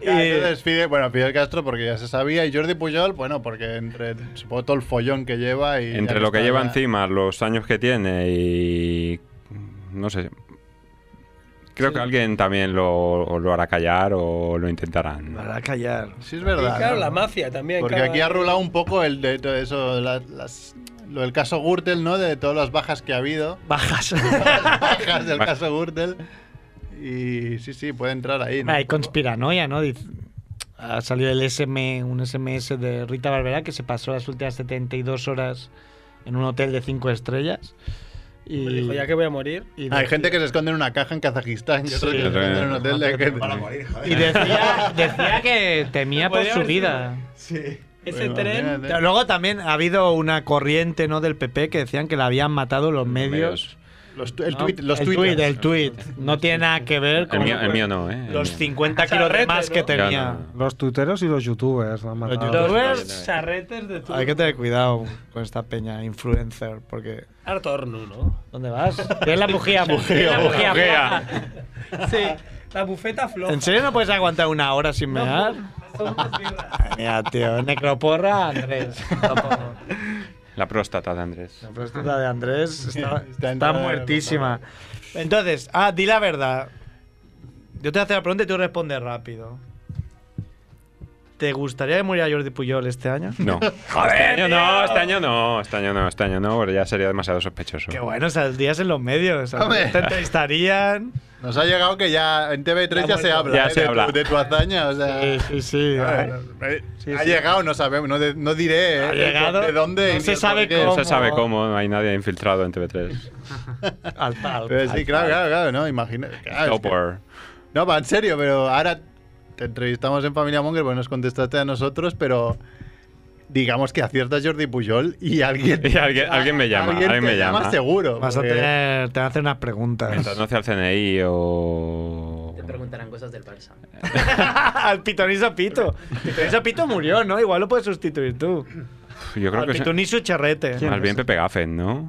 [SPEAKER 2] Ya, entonces Fidel, bueno, Fidel Castro porque ya se sabía y Jordi Pujol, bueno, porque entre supongo todo el follón que lleva y... ya
[SPEAKER 12] Entre lo que
[SPEAKER 2] está
[SPEAKER 12] lleva
[SPEAKER 2] ya-
[SPEAKER 12] encima, los años que tiene y. No sé. Creo que alguien también lo, o lo hará callar o lo intentarán.
[SPEAKER 5] Para callar.
[SPEAKER 2] Sí, es
[SPEAKER 1] Y
[SPEAKER 2] verdad.
[SPEAKER 1] claro,
[SPEAKER 2] ¿no?
[SPEAKER 1] la mafia también.
[SPEAKER 2] Porque
[SPEAKER 1] cada-
[SPEAKER 2] aquí ha rulado un poco el de todo eso, la- las- lo del caso Gürtel, ¿no? De todas las bajas que ha habido.
[SPEAKER 5] Bajas.
[SPEAKER 2] Las bajas del caso Gürtel. Y sí, sí, puede entrar ahí. ¿no?
[SPEAKER 5] Hay conspiranoia, ¿no? Dice- Ha salido el SM, un SMS de Rita Barberá que se pasó las últimas 72 horas en un hotel de 5 estrellas. Y,
[SPEAKER 1] Pues dijo, ya que voy a morir.
[SPEAKER 5] y
[SPEAKER 2] Ah, Hay
[SPEAKER 5] decía-
[SPEAKER 2] gente que se esconde en una caja en Kazajistán y otros
[SPEAKER 5] Sí.
[SPEAKER 2] que se esconden en un hotel de
[SPEAKER 5] Y decía, decía que temía por
[SPEAKER 1] Podría
[SPEAKER 5] su
[SPEAKER 1] haber
[SPEAKER 5] vida.
[SPEAKER 1] sido- Ese tren.
[SPEAKER 5] Pero Luego también ha habido una corriente ¿no? del PP que decían que la habían matado los medios.
[SPEAKER 2] Los tu- el
[SPEAKER 5] ¿no?
[SPEAKER 2] tuit- los
[SPEAKER 5] el
[SPEAKER 2] tuiters.
[SPEAKER 5] tuit, el tuit. No tiene nada que ver con
[SPEAKER 12] mío- el mío no, ¿eh? El
[SPEAKER 5] los
[SPEAKER 12] mío.
[SPEAKER 5] 50 kilos de más que
[SPEAKER 12] Yo
[SPEAKER 5] tenía.
[SPEAKER 12] no.
[SPEAKER 3] Los tuiteros y los youtubers. la han matado.
[SPEAKER 1] charretes de tu.
[SPEAKER 5] Hay que tener cuidado con esta peña influencer, porque.
[SPEAKER 1] Ahora torno, ¿no?
[SPEAKER 5] ¿Dónde vas? Tienes la bujía,
[SPEAKER 1] Tienes
[SPEAKER 5] bujía,
[SPEAKER 1] la
[SPEAKER 5] bujía.
[SPEAKER 1] bujía.
[SPEAKER 5] floja.
[SPEAKER 1] Sí, la bufeta floja.
[SPEAKER 5] ¿En serio no puedes aguantar una hora sin mear? Mira, tío, necroporra Andrés.
[SPEAKER 12] La próstata de Andrés.
[SPEAKER 5] La próstata de Andrés está, está
[SPEAKER 12] entrada
[SPEAKER 5] muertísima. Entonces, ah, di la verdad. Yo te voy a hacer la pregunta y tú respondes rápido. ¿Te gustaría que muriera Jordi Puyol este año?
[SPEAKER 12] No. Este año no, este año no, este año no, este año no, porque ya sería demasiado sospechoso.
[SPEAKER 5] Qué bueno, saldrías en los medios.
[SPEAKER 2] Hombre.
[SPEAKER 5] Te entrevistarían.
[SPEAKER 2] Nos ha llegado que ya en TV3 ya se
[SPEAKER 5] Ya
[SPEAKER 2] habla, ¿eh?
[SPEAKER 5] se
[SPEAKER 2] de,
[SPEAKER 5] habla.
[SPEAKER 2] Tu, de tu hazaña. O sea,
[SPEAKER 5] sí, sí.
[SPEAKER 2] Ah, eh, ha llegado, no sabemos, no, de- no diré. ¿eh?
[SPEAKER 5] Ha llegado,
[SPEAKER 2] ¿De dónde?
[SPEAKER 5] no
[SPEAKER 2] y
[SPEAKER 5] se
[SPEAKER 2] ni
[SPEAKER 5] sabe
[SPEAKER 2] por qué.
[SPEAKER 12] No se sabe cómo, no hay nadie infiltrado en TV3.
[SPEAKER 5] Al pal.
[SPEAKER 2] Pero sí, claro, claro, claro, no, imagina.
[SPEAKER 5] Ah,
[SPEAKER 2] claro, es que-
[SPEAKER 12] Topor.
[SPEAKER 2] No, va, en serio, pero ahora te entrevistamos en Familia Monger, pues nos contestaste a nosotros, pero digamos que acierta Jordi Pujol y alguien.
[SPEAKER 12] Y alguien- alguien me llama, alguien
[SPEAKER 2] te
[SPEAKER 12] me llama.
[SPEAKER 2] seguro.
[SPEAKER 5] Vas a
[SPEAKER 2] porque-
[SPEAKER 5] tener, te van a hacer unas preguntas.
[SPEAKER 12] Mientras no sea el CNI o.
[SPEAKER 10] Te preguntarán cosas del Barça.
[SPEAKER 5] Al pitonizo Pito. Pitonizo Pito murió, ¿no? Igual lo puedes sustituir tú.
[SPEAKER 12] Yo creo
[SPEAKER 5] Al
[SPEAKER 12] que. es-
[SPEAKER 5] pitonizo Charrete.
[SPEAKER 12] Más bien Pepe Gaffen, ¿no?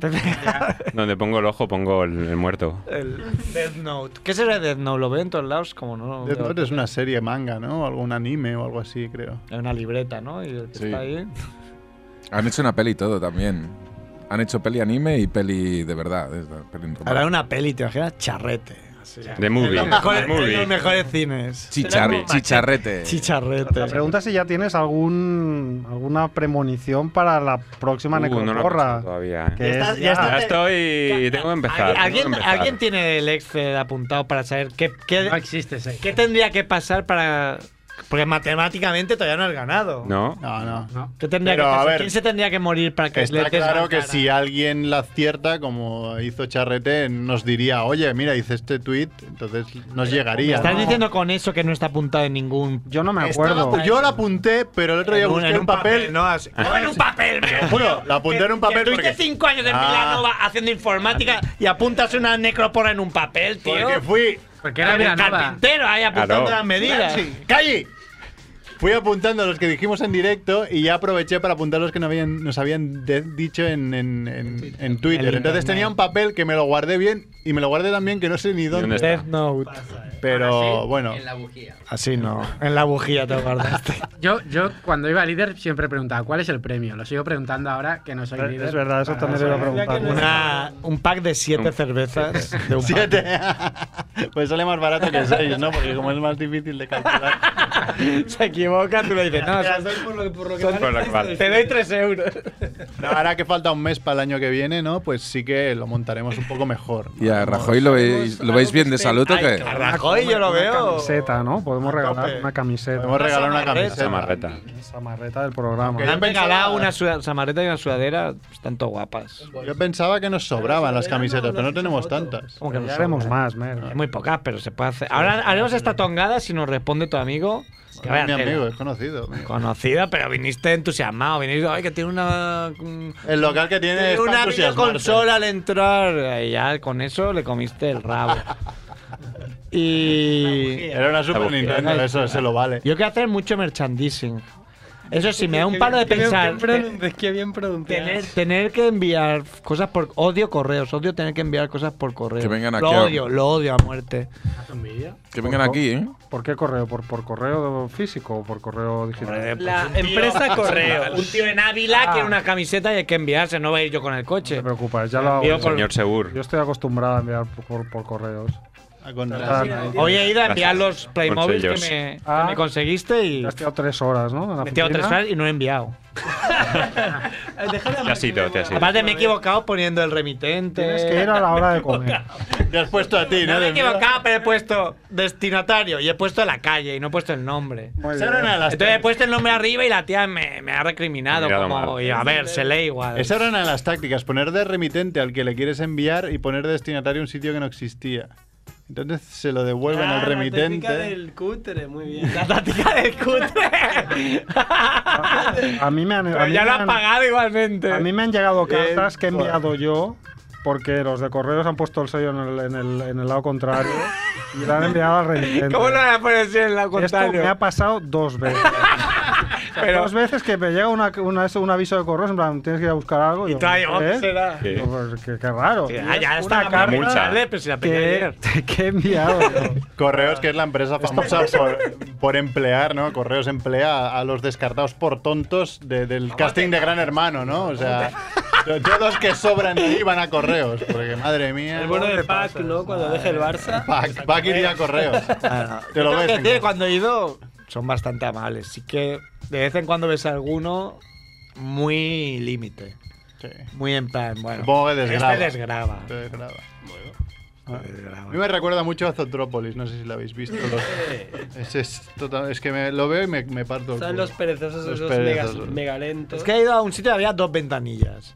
[SPEAKER 12] Donde pongo el ojo, pongo el, el muerto.
[SPEAKER 5] El Death Note. ¿Qué será Death Note? Lo veo en todos lados, como no.
[SPEAKER 2] Death Note es una serie manga, ¿no? O algún anime o algo así, creo.
[SPEAKER 5] Es una libreta, ¿no? Y el que
[SPEAKER 6] Sí.
[SPEAKER 5] está ahí.
[SPEAKER 6] Han hecho una peli y todo también. Han hecho peli anime y peli de verdad. es la peli normal.
[SPEAKER 5] Hará una peli, ¿te imaginas? Charrete. Así.
[SPEAKER 12] The movie.
[SPEAKER 5] En los mejores-
[SPEAKER 12] The movie.
[SPEAKER 5] en los mejores cines.
[SPEAKER 6] Chichar- chicharrete.
[SPEAKER 5] Chicharrete.
[SPEAKER 3] La pregunta es si ya tienes algún, alguna premonición para la próxima
[SPEAKER 12] Uh, no lo he
[SPEAKER 3] necroporra.
[SPEAKER 12] pensado todavía. ¿eh?
[SPEAKER 3] Que
[SPEAKER 5] Ya
[SPEAKER 3] es
[SPEAKER 5] está- ya está-
[SPEAKER 12] Ya estoy. Tengo que empezar. tengo que
[SPEAKER 5] ¿Alguien,
[SPEAKER 12] empezar.
[SPEAKER 5] alguien tiene el Excel apuntado para saber qué, qué,
[SPEAKER 4] No existe ese.
[SPEAKER 5] qué tendría que pasar para. Porque matemáticamente todavía no has ganado.
[SPEAKER 12] No.
[SPEAKER 2] No, no.
[SPEAKER 4] No.
[SPEAKER 5] ¿Qué tendría
[SPEAKER 2] Pero,
[SPEAKER 5] que
[SPEAKER 2] a
[SPEAKER 5] pasar?
[SPEAKER 2] ver,
[SPEAKER 5] ¿Quién se tendría que morir para que
[SPEAKER 2] Que
[SPEAKER 5] le
[SPEAKER 2] está
[SPEAKER 5] des
[SPEAKER 2] claro que
[SPEAKER 5] bancara?
[SPEAKER 2] si alguien la acierta, como hizo Charrete, nos diría, oye, mira, hice este tweet, entonces nos llegaría.
[SPEAKER 5] Estás
[SPEAKER 2] ¿no?
[SPEAKER 5] diciendo con eso que no está apuntado en ningún.
[SPEAKER 3] Yo no me
[SPEAKER 2] Estaba
[SPEAKER 3] acuerdo.
[SPEAKER 2] apu- yo la apunté, pero el otro día busqué un papel.
[SPEAKER 5] ¿no? Así- No, en un papel, me lo
[SPEAKER 2] juro, la apunté en un papel
[SPEAKER 5] Tuviste
[SPEAKER 2] porque-
[SPEAKER 5] cinco años en
[SPEAKER 2] Ah.
[SPEAKER 5] Milanova haciendo informática y apuntas una necropora en un papel, tío.
[SPEAKER 2] Porque fui.
[SPEAKER 4] Porque era
[SPEAKER 5] Eres
[SPEAKER 4] Vilanova.
[SPEAKER 5] carpintero ahí apuntando
[SPEAKER 12] Claro.
[SPEAKER 5] las medidas.
[SPEAKER 2] ¡Calle! Fui apuntando los que dijimos en directo y ya aproveché para apuntar los que no habían, nos habían de- dicho en, en- en- en Twitter.
[SPEAKER 5] El
[SPEAKER 2] Entonces
[SPEAKER 5] internet.
[SPEAKER 2] tenía un papel que me lo guardé bien y me lo guardé también que no sé ni
[SPEAKER 12] dónde
[SPEAKER 2] dónde.
[SPEAKER 12] está?
[SPEAKER 5] Death Note.
[SPEAKER 2] Pero bueno,
[SPEAKER 10] En la bujía.
[SPEAKER 5] Así no. En la bujía te lo guardaste.
[SPEAKER 4] Yo, yo cuando iba a líder siempre preguntaba cuál es el premio. Lo sigo preguntando ahora que no soy
[SPEAKER 3] Es-
[SPEAKER 4] líder. Ah,
[SPEAKER 3] Es verdad, eso
[SPEAKER 4] Para
[SPEAKER 3] también
[SPEAKER 4] saber.
[SPEAKER 3] lo iba a preguntar.
[SPEAKER 5] Una- un pack de siete
[SPEAKER 12] Un-
[SPEAKER 5] cervezas. De un pack.
[SPEAKER 2] siete. pues sale más barato que seis, ¿no? Porque como es más difícil de calcular.
[SPEAKER 5] Se equivoca, tú le dices, no,
[SPEAKER 1] Te las
[SPEAKER 5] son-
[SPEAKER 1] doy por lo que, por lo que
[SPEAKER 5] Son-
[SPEAKER 1] vale
[SPEAKER 12] Ah,
[SPEAKER 1] este.
[SPEAKER 12] por lo que
[SPEAKER 1] esto
[SPEAKER 12] vale.
[SPEAKER 1] del
[SPEAKER 5] te doy tres euros.
[SPEAKER 2] No, ahora que falta un mes para el año que viene, ¿no? Pues sí que lo montaremos un poco mejor. ¿no?
[SPEAKER 6] ¿Y a Rajoy lo veis, lo veis bien de salud o qué?
[SPEAKER 5] A Rajoy yo lo veo.
[SPEAKER 3] Camiseta, ¿no? Podemos regalar una camiseta.
[SPEAKER 2] Podemos regalar una
[SPEAKER 5] Samarreta.
[SPEAKER 2] camiseta.
[SPEAKER 12] Samarreta.
[SPEAKER 3] Samarreta del programa.
[SPEAKER 5] Me han
[SPEAKER 2] Yo
[SPEAKER 5] regalado
[SPEAKER 2] pensaba-
[SPEAKER 5] una suda- samarreta y una sudadera, tanto guapas.
[SPEAKER 2] Yo pensaba que nos sobraban las camisetas, pero no tenemos tantas.
[SPEAKER 5] Como que
[SPEAKER 3] Pero
[SPEAKER 5] no
[SPEAKER 3] ya
[SPEAKER 5] son,
[SPEAKER 3] haremos
[SPEAKER 5] ¿eh?
[SPEAKER 3] más, Mer.
[SPEAKER 5] Hay muy pocas, pero se puede hacer. Ahora haremos esta tongada si nos responde tu amigo. Que vaya
[SPEAKER 2] Es mi
[SPEAKER 5] tela.
[SPEAKER 2] amigo, es conocido.
[SPEAKER 5] Conocida, pero viniste entusiasmado. Viniste, ay, que tiene una. mm,
[SPEAKER 2] El local que tiene es
[SPEAKER 5] tiene una
[SPEAKER 2] para entusiasmarse.
[SPEAKER 5] videoconsola al entrar. Y ya con eso le comiste el rabo. y.
[SPEAKER 2] Era una Super Nintendo, eso se lo vale.
[SPEAKER 5] Yo quiero hacer mucho merchandising. Eso sí, me da un palo de
[SPEAKER 1] Qué bien-
[SPEAKER 5] pensar.
[SPEAKER 1] Qué bien, pregun- qué bien Ah, pregunteado.
[SPEAKER 5] Tener, tener que enviar cosas por. Odio correos, odio tener que enviar cosas por correo.
[SPEAKER 6] Que vengan
[SPEAKER 5] lo
[SPEAKER 6] aquí a-
[SPEAKER 5] odio, lo odio a muerte.
[SPEAKER 6] Que vengan aquí, ¿eh?
[SPEAKER 3] ¿Por qué correo? ¿Por, por correo físico o por correo digital?
[SPEAKER 1] La empresa correo.
[SPEAKER 5] Un tío en Ávila quiere una camiseta y hay que enviarse, no va a ir yo con el coche.
[SPEAKER 3] Ah. No te preocupes, ya lo hago.
[SPEAKER 5] Envío
[SPEAKER 3] yo.
[SPEAKER 5] por-
[SPEAKER 12] Señor Segur.
[SPEAKER 3] Yo estoy acostumbrado a enviar por, por- por correos.
[SPEAKER 2] Ah, con-
[SPEAKER 3] Ah, no.
[SPEAKER 5] Hoy he ido a enviar
[SPEAKER 12] Gracias.
[SPEAKER 5] los Playmobil que me,
[SPEAKER 12] Consejos.
[SPEAKER 5] que
[SPEAKER 3] Ah.
[SPEAKER 5] me conseguiste y.
[SPEAKER 3] Te has tirado tres horas, ¿no? En la
[SPEAKER 5] Me he tirado tres
[SPEAKER 3] oficina.
[SPEAKER 5] horas y no he enviado.
[SPEAKER 12] Te has ido, te has ido.
[SPEAKER 5] Aparte, me he equivocado poniendo el remitente.
[SPEAKER 3] Tienes que ir a la hora de comer.
[SPEAKER 2] Te has puesto a ti,
[SPEAKER 5] No
[SPEAKER 2] ¿no?
[SPEAKER 5] me he
[SPEAKER 2] De mierda.
[SPEAKER 5] equivocado, pero he puesto destinatario y he puesto la calle y no he puesto el nombre.
[SPEAKER 3] Muy
[SPEAKER 2] Esa
[SPEAKER 3] bien.
[SPEAKER 2] era una de
[SPEAKER 5] Entonces
[SPEAKER 2] las
[SPEAKER 5] he
[SPEAKER 2] tácticas-
[SPEAKER 5] puesto el nombre arriba y la tía me, me ha recriminado.
[SPEAKER 12] Me ha mirado
[SPEAKER 5] Como,
[SPEAKER 12] mal.
[SPEAKER 5] y a ver, se lee igual.
[SPEAKER 2] esa era una de las tácticas, poner de remitente al que le quieres enviar y poner de destinatario un sitio que no existía. Entonces se lo devuelven
[SPEAKER 1] Ah,
[SPEAKER 2] al remitente.
[SPEAKER 1] La técnica del cutre, muy bien.
[SPEAKER 5] La táctica del cutre.
[SPEAKER 3] A mí me han,
[SPEAKER 5] Pero ya lo has pagado
[SPEAKER 3] igualmente. A mí me han llegado
[SPEAKER 5] Bien,
[SPEAKER 3] cartas que he enviado yo porque los de correos han puesto el sello en el, en el- en el lado contrario y la han enviado al remitente.
[SPEAKER 5] ¿Cómo lo van a poner así en la
[SPEAKER 3] Esto me ha
[SPEAKER 5] contrario?
[SPEAKER 3] pasado dos veces. O sea,
[SPEAKER 5] Pero-
[SPEAKER 3] dos veces que me llega una, una- eso, un aviso de correos, en plan, tienes que ir a buscar algo. Y yo,
[SPEAKER 5] Ay,
[SPEAKER 3] ¿eh?
[SPEAKER 5] ¿qué será?
[SPEAKER 3] Digo, pues, qué, qué raro.
[SPEAKER 5] Ah, ya está la
[SPEAKER 3] carta
[SPEAKER 5] multa. Pero si la pegué
[SPEAKER 3] que,
[SPEAKER 5] ayer.
[SPEAKER 3] que he enviado. yo.
[SPEAKER 2] Correos, que es la empresa famosa por, por emplear, ¿no? Correos emplea a los descartados por tontos de- del casting de Gran Hermano, ¿no? O sea, to- todos los que sobran ahí van a correos, porque madre mía.
[SPEAKER 1] El bueno de Pac, ¿no? Cuando deje el Barça.
[SPEAKER 2] Pac, Pac iría a correos.
[SPEAKER 5] Ah, no.
[SPEAKER 2] Te lo
[SPEAKER 5] Yo tengo
[SPEAKER 2] ves
[SPEAKER 5] que
[SPEAKER 2] en
[SPEAKER 5] decir, cuando he ido, son bastante amables. Sí que de vez en cuando ves alguno muy límite. Muy en plan, bueno.
[SPEAKER 2] Supongo que desgraba.
[SPEAKER 5] Este desgraba.
[SPEAKER 2] Te desgraba.
[SPEAKER 5] Este
[SPEAKER 2] A
[SPEAKER 5] desgraba.
[SPEAKER 2] mí me recuerda mucho a Zotrópolis, no sé si lo habéis visto. Los- es, es total- es que me, lo veo y me, me parto. el
[SPEAKER 1] Están
[SPEAKER 2] culo.
[SPEAKER 1] los perezosos,
[SPEAKER 2] Los
[SPEAKER 1] esos
[SPEAKER 2] perezosos.
[SPEAKER 1] megas- megalentos.
[SPEAKER 5] Es que he ido a un sitio y había dos ventanillas.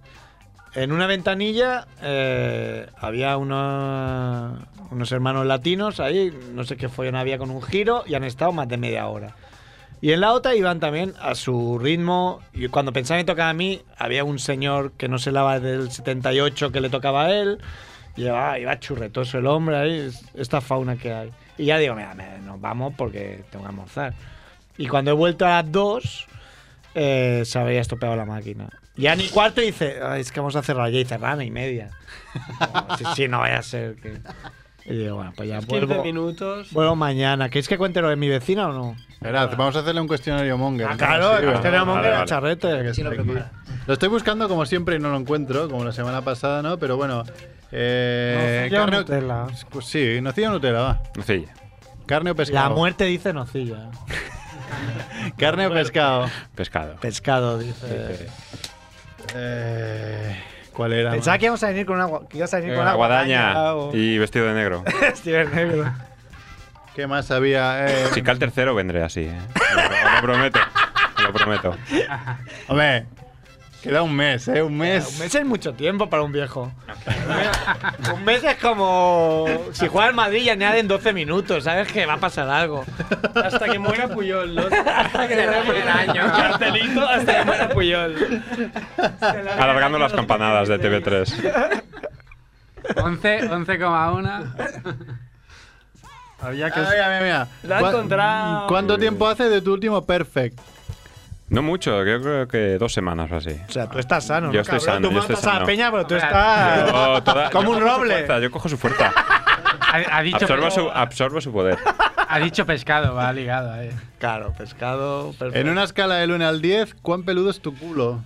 [SPEAKER 5] En una ventanilla eh, había una- unos hermanos latinos ahí, no sé qué follón había con un giro y han estado más de media hora. Y en la otra iban también a su ritmo. Y cuando pensaba que tocaba a mí, había un señor que no se lava del 78 que le tocaba a él. Y iba, iba churretoso el hombre ahí, es- esta fauna que hay. Y ya digo, mira, me- nos vamos porque tengo que almorzar. Y cuando he vuelto a las 2, se había estropeado la máquina. Ya ni cuarto y dice, "Ay, es que vamos a cerrar ya y cerrana y media. Como, sí, sí, no vaya a ser que. Y digo, bueno, pues ya
[SPEAKER 1] 15
[SPEAKER 5] vuelvo.
[SPEAKER 1] minutos.
[SPEAKER 5] Vuelvo mañana. ¿Queréis que cuente lo de mi vecina o no?
[SPEAKER 2] Esperad, vamos a hacerle un cuestionario Monger.
[SPEAKER 5] Ah, claro, el cuestionario Monger
[SPEAKER 2] al
[SPEAKER 5] al charrete.
[SPEAKER 2] lo, estoy buscando como siempre y no lo encuentro, como la semana pasada, ¿no? Pero bueno. Eh,
[SPEAKER 3] Nocilla o
[SPEAKER 2] carne o-
[SPEAKER 3] Nutella.
[SPEAKER 2] Pues sí, nocilla o Nutella, va.
[SPEAKER 12] Nocilla.
[SPEAKER 2] Carne o pescado.
[SPEAKER 5] La muerte dice nocilla.
[SPEAKER 2] Carne o pescado.
[SPEAKER 12] Pescado.
[SPEAKER 5] Pescado, dice.
[SPEAKER 2] Eh, ¿Cuál era?
[SPEAKER 5] Pensaba que íbamos a venir con una, gua- que ibas a venir
[SPEAKER 12] Eh,
[SPEAKER 5] con una
[SPEAKER 12] Aguadaña
[SPEAKER 5] guadaña o-
[SPEAKER 12] y vestido de negro.
[SPEAKER 5] Steven Negro.
[SPEAKER 2] ¿Qué más había? Eh,
[SPEAKER 12] Si cae el tercero, vendré así. ¿eh? Lo, lo prometo. Lo prometo.
[SPEAKER 2] hombre, queda un mes, ¿eh? Un mes.
[SPEAKER 5] Un mes es mucho tiempo para un viejo. Un mes- Un mes es como. Si juega al Madrid y añade en 12 minutos, sabes que va a pasar algo.
[SPEAKER 1] Hasta que muera Puyol, ¿no? Hasta que muera Puyol. Un cartelito hasta que muera Puyol.
[SPEAKER 12] Alargando las campanadas de TV3.
[SPEAKER 4] 11, 11,1.
[SPEAKER 3] Había que.
[SPEAKER 2] Ah, mira, mira, mira.
[SPEAKER 1] Lo ha
[SPEAKER 2] ¿Cuá-
[SPEAKER 1] encontrado.
[SPEAKER 2] ¿Cuánto tiempo hace de tu último perfect?
[SPEAKER 12] No mucho, yo creo que dos semanas o así.
[SPEAKER 5] O sea, tú estás sano.
[SPEAKER 12] Yo
[SPEAKER 5] ¿no,
[SPEAKER 12] estoy
[SPEAKER 5] cabrón?
[SPEAKER 12] sano,
[SPEAKER 5] Tú
[SPEAKER 12] yo estoy
[SPEAKER 5] matas a la
[SPEAKER 12] sano.
[SPEAKER 5] peña, pero tú estás.
[SPEAKER 12] Yo toda- yo
[SPEAKER 5] como un
[SPEAKER 12] cojo su
[SPEAKER 5] roble.
[SPEAKER 12] fuerza, yo cojo su fuerza.
[SPEAKER 4] Ha, ha dicho,
[SPEAKER 12] Absorbo su, absorbo su poder.
[SPEAKER 4] ha dicho pescado, va ligado. eh.
[SPEAKER 5] Claro, pescado. perfecto.
[SPEAKER 2] En una escala del 1 al 10, ¿cuán peludo es tu culo?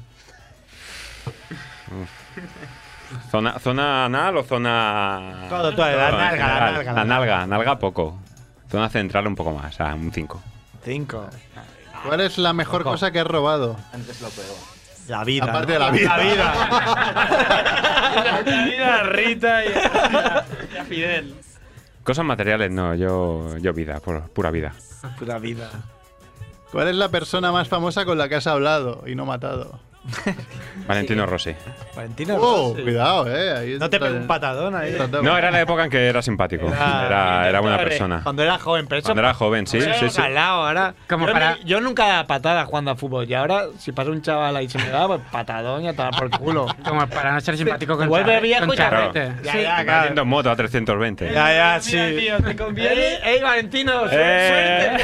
[SPEAKER 12] ¿Zona, zona anal o zona.?
[SPEAKER 5] Todo, todo, la
[SPEAKER 12] en
[SPEAKER 5] nalga, la
[SPEAKER 12] general.
[SPEAKER 5] nalga, la
[SPEAKER 12] La nalga, nalga poco. Zona central un poco más, a un 5.
[SPEAKER 5] Cinco.
[SPEAKER 2] ¿Cuál es la mejor cosa que has robado?
[SPEAKER 10] Antes lo pego.
[SPEAKER 5] La vida.
[SPEAKER 2] Aparte
[SPEAKER 5] ¿no?
[SPEAKER 2] de la vida.
[SPEAKER 5] La vida.
[SPEAKER 1] La vida a Rita y a, y a Fidel.
[SPEAKER 12] Cosas materiales, no, yo, yo vida, por- pura vida.
[SPEAKER 5] Pura vida.
[SPEAKER 2] ¿Cuál es la persona más famosa con la que has hablado y no matado?
[SPEAKER 12] Valentino Rossi.
[SPEAKER 5] Valentino.
[SPEAKER 2] Oh,
[SPEAKER 5] Rossi.
[SPEAKER 2] cuidado, eh. ahí
[SPEAKER 5] No te
[SPEAKER 2] está-
[SPEAKER 5] pegue un patadón ahí.
[SPEAKER 2] Tratado.
[SPEAKER 12] No, era la época en que era simpático.
[SPEAKER 5] Era-
[SPEAKER 12] Era, era buena
[SPEAKER 1] Torre.
[SPEAKER 12] persona.
[SPEAKER 5] Ah, Cuando era joven, pero eso.
[SPEAKER 12] Cuando era joven, sí,
[SPEAKER 5] Ahora
[SPEAKER 12] sí,
[SPEAKER 5] hemos
[SPEAKER 12] sí.
[SPEAKER 5] hablado, ahora.
[SPEAKER 4] Como
[SPEAKER 5] yo,
[SPEAKER 4] para-
[SPEAKER 5] ni- yo nunca daba patada jugando a fútbol. Y ahora, si pasa un chaval ahí y se me da, pues patadón y a tomar por culo.
[SPEAKER 4] Como para no ser simpático con
[SPEAKER 5] Vuelve
[SPEAKER 4] charre-
[SPEAKER 5] viejo
[SPEAKER 4] con
[SPEAKER 5] y ya
[SPEAKER 4] charrete.
[SPEAKER 5] Ya,
[SPEAKER 12] Sí,
[SPEAKER 5] ya,
[SPEAKER 12] va
[SPEAKER 5] claro.
[SPEAKER 12] yendo en moto a
[SPEAKER 5] Ya,
[SPEAKER 12] 320.
[SPEAKER 5] ya, sí.
[SPEAKER 1] Mira,
[SPEAKER 5] ¡Ey,
[SPEAKER 1] tío, ¿te conviene?
[SPEAKER 5] ey, Valentino! su-
[SPEAKER 12] Eh.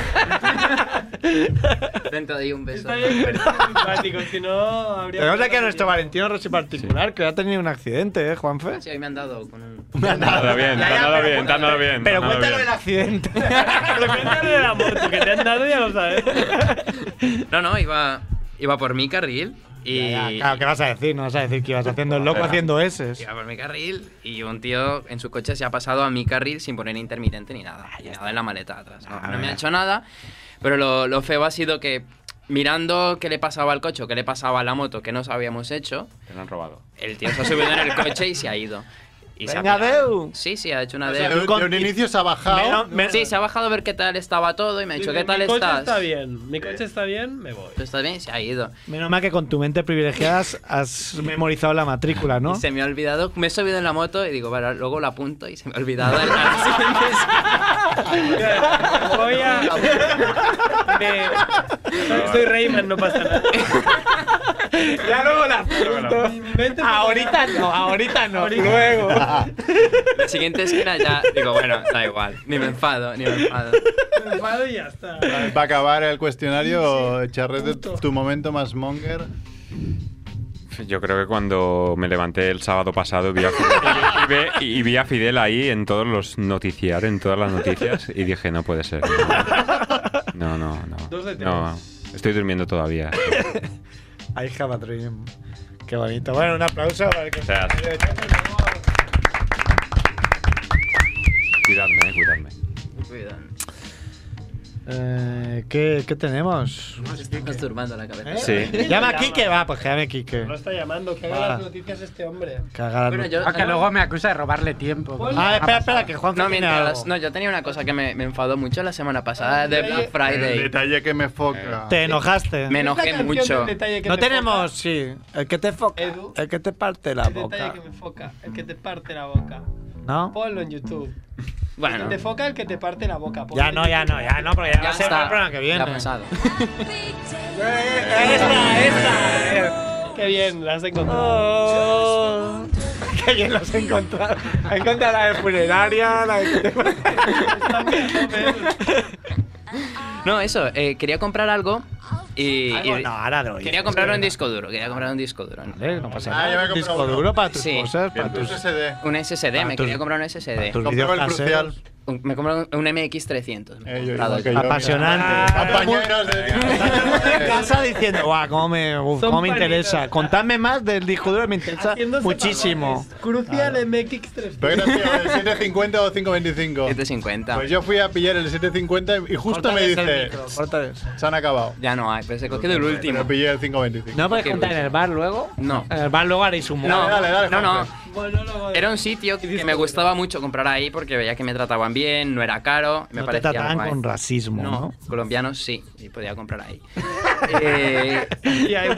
[SPEAKER 10] Dentro de ahí un beso.
[SPEAKER 1] Está bien, pero es simpático, si no habría.
[SPEAKER 5] Tenemos aquí a nuestro Valentino Rossi particular, que ha tenido un accidente, ¿eh, Juanfe?
[SPEAKER 10] Sí, hoy me han dado con un.
[SPEAKER 12] Te han dado bien, te han dado bien, te han dado bien. te
[SPEAKER 5] Pero
[SPEAKER 12] han dado
[SPEAKER 5] cuéntalo
[SPEAKER 12] bien.
[SPEAKER 5] del accidente.
[SPEAKER 1] Pero cuéntale de la moto, que te han dado ya lo sabes.
[SPEAKER 10] No, no, iba, iba por mi carril y.
[SPEAKER 5] Ya, ya, claro, ¿qué vas a decir? No vas a decir que ibas haciendo el loco haciendo S.
[SPEAKER 10] Iba por mi carril y un tío en su coche se ha pasado a mi carril sin poner intermitente ni nada. ni nada en la maleta atrás.
[SPEAKER 1] Ah,
[SPEAKER 10] No, no me ha hecho nada, pero lo, lo feo ha sido que mirando qué le pasaba al coche o qué le pasaba a la moto que nos habíamos hecho,
[SPEAKER 12] Te lo han robado.
[SPEAKER 10] el tío se ha subido en el coche y se ha ido. y se ha
[SPEAKER 5] Venga,
[SPEAKER 10] pirado.
[SPEAKER 5] Deu.
[SPEAKER 10] Sí, sí, ha hecho una
[SPEAKER 2] O
[SPEAKER 10] Deu.
[SPEAKER 2] sea, de un- de un inicio se ha bajado.
[SPEAKER 10] sí, se ha bajado a ver qué tal estaba todo y me ha dicho,
[SPEAKER 1] Dice,
[SPEAKER 10] ¿qué tal
[SPEAKER 1] mi coche
[SPEAKER 10] estás?
[SPEAKER 1] está bien, mi coche está bien, me voy.
[SPEAKER 10] ¿Tú estás bien? Se ha ido.
[SPEAKER 5] Menos mal que con tu mente privilegiada has- has memorizado la matrícula, ¿no?
[SPEAKER 10] Y se me ha olvidado, me he subido en la moto y digo, vale, luego la apunto y se me ha olvidado. el- al siguiente
[SPEAKER 1] Voy a. Ah,
[SPEAKER 10] Ah,
[SPEAKER 1] Me- Soy- Soy Rayman, no pasa nada.
[SPEAKER 5] Ya luego la
[SPEAKER 1] Ahorita
[SPEAKER 5] no, ahorita no.
[SPEAKER 10] Luego. La siguiente esquina ya digo, bueno, da igual. Ni me enfado, ni me enfado.
[SPEAKER 1] Me enfado y ya está.
[SPEAKER 2] Va a acabar el cuestionario, Charrete, tu momento más monger.
[SPEAKER 12] Yo creo que cuando me levanté el sábado pasado vi a, y, ve- y ve- y vi a Fidel ahí en todos los noticiarios, en todas las noticias, y dije, no puede ser. No, no, no. no.
[SPEAKER 5] Dos de tres.
[SPEAKER 12] No, estoy durmiendo todavía.
[SPEAKER 5] I have a dream. Qué bonito. Bueno, un aplauso para el
[SPEAKER 12] sea,
[SPEAKER 5] compañero.
[SPEAKER 12] Cuidadme, eh, cuidadme.
[SPEAKER 5] Eh, ¿qué, ¿Qué tenemos?
[SPEAKER 10] Me estoy masturbando la cabeza.
[SPEAKER 12] Sí.
[SPEAKER 5] Llama a Kike, va, pues llame a Kike.
[SPEAKER 1] No está llamando, que haga
[SPEAKER 5] Va.
[SPEAKER 1] las noticias este hombre.
[SPEAKER 5] Cagar.
[SPEAKER 1] Bueno, yo-
[SPEAKER 4] Aunque luego me acusa de robarle tiempo.
[SPEAKER 5] Ah, espera, espera, que Juan
[SPEAKER 10] No, mientras las- no, yo tenía una cosa que me, me enfadó mucho la semana pasada de Black
[SPEAKER 2] El
[SPEAKER 10] Friday.
[SPEAKER 2] detalle que me foca.
[SPEAKER 5] Te enojaste.
[SPEAKER 10] Me enojé mucho.
[SPEAKER 5] No tenemos, sí. El que te foca. El que te parte la
[SPEAKER 1] El detalle
[SPEAKER 5] boca.
[SPEAKER 1] que me foca, el que te parte la boca.
[SPEAKER 5] ¿No?
[SPEAKER 1] Ponlo en YouTube. El
[SPEAKER 5] Bueno.
[SPEAKER 1] que te foca, el que te parte la boca. ponlo
[SPEAKER 5] Ya
[SPEAKER 1] en
[SPEAKER 5] no, ya
[SPEAKER 1] YouTube.
[SPEAKER 5] no, ya no, porque ya, va a ser para el programa que viene.
[SPEAKER 10] Ya ha pasado.
[SPEAKER 5] esta, esta.
[SPEAKER 1] Qué bien, las has encontrado.
[SPEAKER 4] Oh.
[SPEAKER 5] Qué bien los he encontrado. He encontrado la de funeraria, la de...
[SPEAKER 10] No, eso, eh, quería comprar algo y.
[SPEAKER 5] Algo
[SPEAKER 10] y-
[SPEAKER 5] no, ahora no, ya
[SPEAKER 10] Quería
[SPEAKER 5] es
[SPEAKER 10] comprar
[SPEAKER 5] que
[SPEAKER 10] un
[SPEAKER 5] no.
[SPEAKER 10] disco duro, quería comprar un disco duro. ¿no?
[SPEAKER 5] Eh, no pasa
[SPEAKER 2] Ah, ya me he
[SPEAKER 5] nada.
[SPEAKER 2] comprado
[SPEAKER 5] Disco
[SPEAKER 2] uno.
[SPEAKER 5] duro para tus
[SPEAKER 10] Sí.
[SPEAKER 5] cosas, para
[SPEAKER 2] Tus
[SPEAKER 5] tus...
[SPEAKER 2] SD.
[SPEAKER 10] Un SSD,
[SPEAKER 5] Para
[SPEAKER 10] me
[SPEAKER 5] tus-
[SPEAKER 10] quería comprar un SSD.
[SPEAKER 5] para tus
[SPEAKER 2] Compraba el
[SPEAKER 5] videos
[SPEAKER 2] crucial.
[SPEAKER 10] Un- me compré un, un MX300. me he
[SPEAKER 2] Eh, yo
[SPEAKER 10] comprado
[SPEAKER 2] igual que
[SPEAKER 10] el-
[SPEAKER 2] yo, mira.
[SPEAKER 5] Apasionante.
[SPEAKER 10] Ah,
[SPEAKER 2] Compañeros
[SPEAKER 5] en casa
[SPEAKER 2] de
[SPEAKER 5] diciendo, guau, cómo me, uf, cómo me
[SPEAKER 1] panitas.
[SPEAKER 5] interesa. Contadme más del disco duro, me interesa
[SPEAKER 1] Haciéndose
[SPEAKER 5] muchísimo.
[SPEAKER 1] pavones. Crucial MX3.
[SPEAKER 2] Pero era, tío, el 750 o 525.
[SPEAKER 10] 750.
[SPEAKER 2] Pues yo fui a pillar el 750 y justo me
[SPEAKER 5] Córtales el
[SPEAKER 2] dice,
[SPEAKER 5] micro, córtales.
[SPEAKER 2] se han acabado.
[SPEAKER 10] Ya no hay, pero se cogió el último.
[SPEAKER 2] Pero pillé el 525.
[SPEAKER 5] ¿No podéis
[SPEAKER 10] Qué
[SPEAKER 5] contar en el bar luego?
[SPEAKER 10] No.
[SPEAKER 5] En el bar luego haréis un
[SPEAKER 10] No,
[SPEAKER 2] dale, dale,
[SPEAKER 10] no, no.
[SPEAKER 2] Jorge.
[SPEAKER 1] Monólogo de-
[SPEAKER 10] Era un sitio que me gustaba mucho comprar ahí porque veía que me trataban bien, no era caro, me
[SPEAKER 5] No te
[SPEAKER 10] parecía
[SPEAKER 5] trataban
[SPEAKER 10] guay.
[SPEAKER 5] con racismo, ¿no?
[SPEAKER 10] colombianos sí, y podía comprar ahí. Eh,
[SPEAKER 1] Y hay un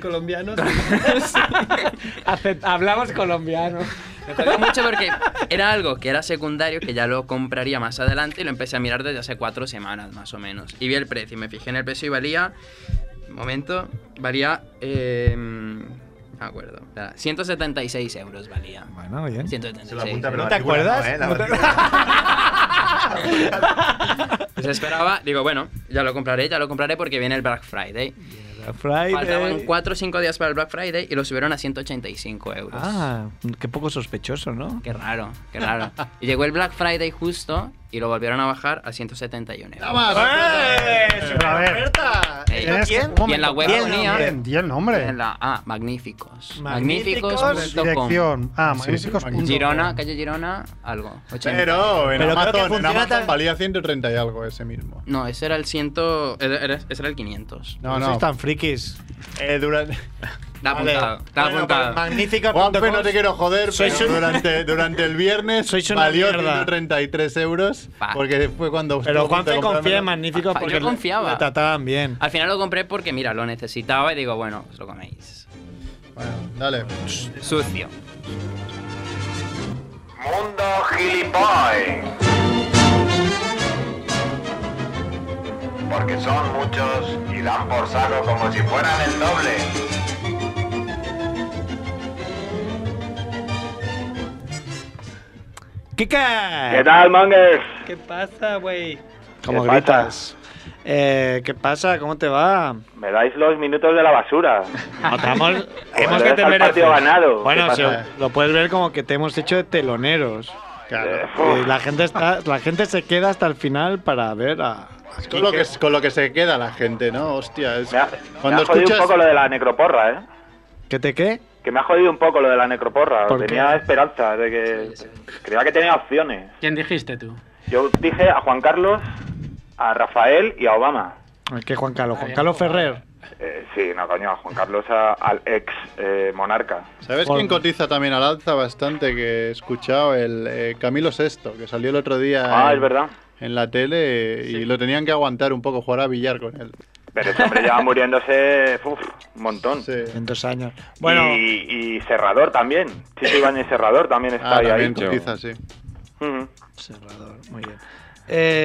[SPEAKER 1] colombiano.
[SPEAKER 5] Acept- hablamos colombiano.
[SPEAKER 10] me jodió mucho porque era algo que era secundario, que ya lo compraría más adelante y lo empecé a mirar desde hace cuatro semanas más o menos. Y vi el precio, y me fijé en el precio y valía, un momento, valía, eh, no me acuerdo, espera, 176 euros valía.
[SPEAKER 5] Bueno, bien.
[SPEAKER 10] 176.
[SPEAKER 5] ¿No te acuerdas? No te-
[SPEAKER 10] Pues esperaba, digo, bueno, ya lo compraré, ya lo compraré porque viene el Black Friday. Faltaban
[SPEAKER 5] Friday.
[SPEAKER 10] 4 o 5 días para el Black Friday y lo subieron a 185 euros.
[SPEAKER 5] Ah, qué poco sospechoso, ¿no?
[SPEAKER 10] Qué raro, qué raro. Y llegó el Black Friday justo y lo volvieron a bajar a 171 euros.
[SPEAKER 5] ¡Eh! A ver.
[SPEAKER 10] Ey,
[SPEAKER 5] ¿Tienes
[SPEAKER 10] y
[SPEAKER 5] quién?
[SPEAKER 10] en la web
[SPEAKER 5] Di el
[SPEAKER 10] ponía...
[SPEAKER 5] nombre.
[SPEAKER 3] Di el nombre.
[SPEAKER 10] En la, ah, magníficos.
[SPEAKER 5] Magníficos.
[SPEAKER 10] Magníficos.com.
[SPEAKER 3] Dirección. Ah, magníficos.com.
[SPEAKER 10] Girona, calle Girona, algo. 80.
[SPEAKER 2] Pero en
[SPEAKER 5] Pero creo que
[SPEAKER 2] Amazon, en
[SPEAKER 5] funciona
[SPEAKER 2] Amazon
[SPEAKER 5] tan-
[SPEAKER 2] valía 130 y algo ese mismo.
[SPEAKER 10] No, ese era el 100. era- era- Ese era el 500.
[SPEAKER 2] No, no.
[SPEAKER 5] sois tan frikis.
[SPEAKER 2] Eh, durante...
[SPEAKER 10] Está
[SPEAKER 5] Vale.
[SPEAKER 10] apuntado, está
[SPEAKER 5] Bueno, pues
[SPEAKER 10] apuntado.
[SPEAKER 5] magnífico punto
[SPEAKER 2] Juanpe,
[SPEAKER 5] com.
[SPEAKER 2] no te quiero joder,
[SPEAKER 5] Sois
[SPEAKER 2] pero
[SPEAKER 5] un-
[SPEAKER 2] durante, durante el viernes
[SPEAKER 5] Sois una
[SPEAKER 2] valió
[SPEAKER 5] mierda.
[SPEAKER 2] 133 euros
[SPEAKER 10] Fuck.
[SPEAKER 2] porque fue cuando...
[SPEAKER 5] Pero
[SPEAKER 2] estuvo a
[SPEAKER 5] Juan
[SPEAKER 2] punto de
[SPEAKER 5] te confía en
[SPEAKER 2] comprármelo.
[SPEAKER 5] Magníficos
[SPEAKER 10] Ah,
[SPEAKER 5] porque
[SPEAKER 10] yo
[SPEAKER 5] le-
[SPEAKER 10] confiaba.
[SPEAKER 5] le trataban bien.
[SPEAKER 10] Al final lo compré porque, mira, lo necesitaba y digo, bueno, os lo coméis.
[SPEAKER 2] Bueno, dale.
[SPEAKER 10] Sucio.
[SPEAKER 8] Mundo gilipollas. Porque son muchos y dan por saco como si fueran el doble.
[SPEAKER 5] ¡Kike!
[SPEAKER 9] tal, mongers?
[SPEAKER 1] ¿Qué pasa, güey?
[SPEAKER 5] ¿Cómo
[SPEAKER 9] ¿Qué pasa?
[SPEAKER 5] gritas? Eh, ¿Qué pasa? ¿Cómo te va?
[SPEAKER 9] Me dais los minutos de la basura.
[SPEAKER 5] Matamos.
[SPEAKER 9] Hemos que tener partido ganado.
[SPEAKER 5] Bueno,
[SPEAKER 9] ¿Qué
[SPEAKER 5] sí,
[SPEAKER 9] pasa?
[SPEAKER 5] lo puedes ver como que te hemos hecho de teloneros.
[SPEAKER 2] Claro.
[SPEAKER 5] Y la gente está, la gente se queda hasta el final para ver a.
[SPEAKER 2] Con lo, que, con lo que se queda la gente, ¿no? Hostia, es...
[SPEAKER 9] Me ha,
[SPEAKER 2] Cuando
[SPEAKER 9] me ha jodido
[SPEAKER 2] escuchas-
[SPEAKER 9] un poco lo de la necroporra, ¿eh?
[SPEAKER 5] ¿Qué te qué?
[SPEAKER 9] Que me ha jodido un poco lo de la necroporra.
[SPEAKER 5] ¿Por qué?
[SPEAKER 9] Tenía esperanza de que... Creía que tenía opciones.
[SPEAKER 4] ¿Quién dijiste tú?
[SPEAKER 9] Yo dije a Juan Carlos, a Rafael y a Obama.
[SPEAKER 5] Es que Juan Carlos, Juan Carlos Ferrer.
[SPEAKER 9] Eh, sí, no, coño, a Juan Carlos, a- al ex eh, monarca.
[SPEAKER 2] ¿Sabes quién cotiza también al alza bastante? Que he escuchado el eh, Camilo VI, que salió el otro día
[SPEAKER 9] Ah,
[SPEAKER 2] en,
[SPEAKER 9] es verdad.
[SPEAKER 2] en la tele y lo tenían que aguantar un poco, jugar a billar con él.
[SPEAKER 9] Pero ese hombre lleva muriéndose uf, un montón.
[SPEAKER 2] En
[SPEAKER 5] dos años.
[SPEAKER 9] Y, y Serrador también. Chicho Ibañez Serrador Ah, también está ahí.
[SPEAKER 2] Ah, también
[SPEAKER 9] ahí.
[SPEAKER 2] cotiza, sí.
[SPEAKER 9] Ujú.
[SPEAKER 5] Muy bien.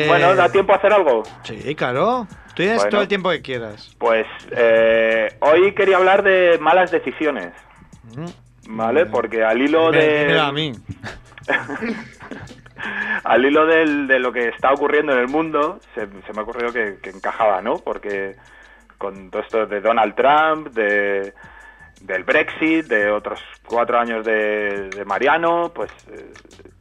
[SPEAKER 9] Bueno, ¿da tiempo a hacer algo?
[SPEAKER 5] Eh, Sí, claro. Tú tienes
[SPEAKER 9] Bueno.
[SPEAKER 5] todo el tiempo que quieras.
[SPEAKER 9] Pues eh, hoy quería hablar de malas decisiones. ¿Vale? Porque al hilo
[SPEAKER 5] Mm. Dime-
[SPEAKER 9] de.
[SPEAKER 5] dímelo a mí.
[SPEAKER 9] al hilo del- de lo que está ocurriendo en el mundo, se, se me ha ocurrido que, que encajaba, ¿no? Porque con todo esto de Donald Trump, de, del Brexit, de otros cuatro años de, de Mariano, pues eh,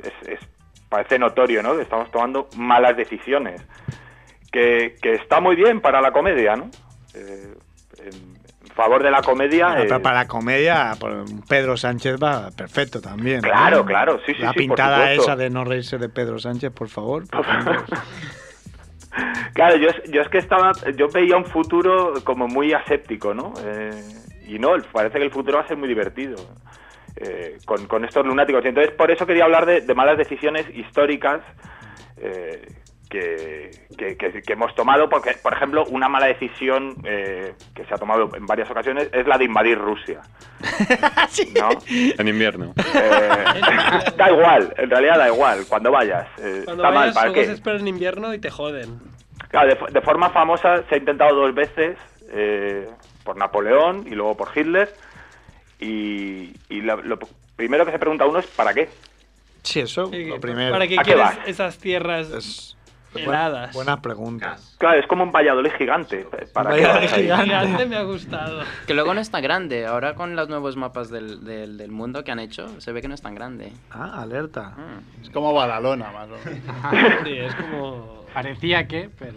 [SPEAKER 9] es- es- parece notorio, ¿no? Que estamos tomando malas decisiones. Que, que está muy bien para la comedia, ¿no? Eh, en en favor de la comedia.
[SPEAKER 5] Ah,
[SPEAKER 9] eh,
[SPEAKER 5] pero para la comedia, por- Pedro Sánchez va perfecto también. ¿no?
[SPEAKER 9] Claro, claro, sí, sí,
[SPEAKER 5] La
[SPEAKER 9] sí, por
[SPEAKER 5] pintada
[SPEAKER 9] supuesto.
[SPEAKER 5] esa de no reírse de Pedro Sánchez, por favor. por favor.
[SPEAKER 9] Claro, yo, es- yo es que estaba, yo veía un futuro como muy aséptico, ¿no? Eh, y no, el- parece que el futuro va a ser muy divertido eh, con, con estos lunáticos. Y entonces, por eso quería hablar de, de malas decisiones históricas eh, que, que- que- que hemos tomado, porque, por ejemplo, una mala decisión eh, que se ha tomado en varias ocasiones es la de invadir Rusia. ¿No?
[SPEAKER 12] En invierno.
[SPEAKER 9] Eh, da igual, en realidad da igual, cuando vayas. eh,
[SPEAKER 1] Cuando
[SPEAKER 9] está mal,
[SPEAKER 1] vayas,
[SPEAKER 9] ¿para
[SPEAKER 1] luego
[SPEAKER 9] qué?
[SPEAKER 1] se espera en invierno y te joden.
[SPEAKER 9] Claro, de, fo- de forma famosa se ha intentado dos veces eh, por Napoleón y luego por Hitler. Y, y la- lo primero que se pregunta uno es ¿para qué?
[SPEAKER 5] Sí, eso, lo primero.
[SPEAKER 1] ¿Para qué
[SPEAKER 9] ¿A qué
[SPEAKER 1] quieres
[SPEAKER 9] vas?
[SPEAKER 1] esas tierras heladas?
[SPEAKER 5] Buenas preguntas.
[SPEAKER 9] Claro, es como un Valladolid gigante. ¿Para qué vas ahí?
[SPEAKER 1] Gigante me ha gustado.
[SPEAKER 10] Que luego no es tan grande. Ahora con los nuevos mapas del, del- del mundo que han hecho, se ve que no es tan grande. Mm.
[SPEAKER 5] Ah, alerta.
[SPEAKER 2] Es como Badalona, más o
[SPEAKER 1] menos. Sí, es como...
[SPEAKER 4] Parecía que, pero...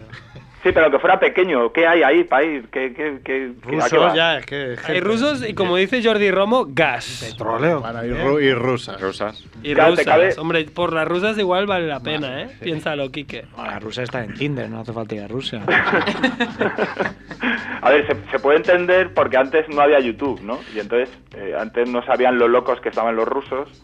[SPEAKER 9] Sí, pero que fuera pequeño. ¿Qué hay ahí para ir? ¿Qué, qué, qué, qué- a qué vas?
[SPEAKER 5] es que.
[SPEAKER 1] Hay rusos y, como dice Jordi Romo, gas.
[SPEAKER 5] Petróleo.
[SPEAKER 2] y, ru- y rusas.
[SPEAKER 12] Rusas.
[SPEAKER 1] Y
[SPEAKER 9] Claro, te
[SPEAKER 1] rusas.
[SPEAKER 9] cabe-
[SPEAKER 1] Hombre, por las rusas igual vale la pena, ¿eh? Piénsalo, Quique.
[SPEAKER 5] Bueno, Ah, la Rusia está en Tinder, no hace falta ir a Rusia.
[SPEAKER 9] A ver, se, se puede entender porque antes no había YouTube, ¿no? Y entonces eh, antes no sabían lo locos que estaban los rusos.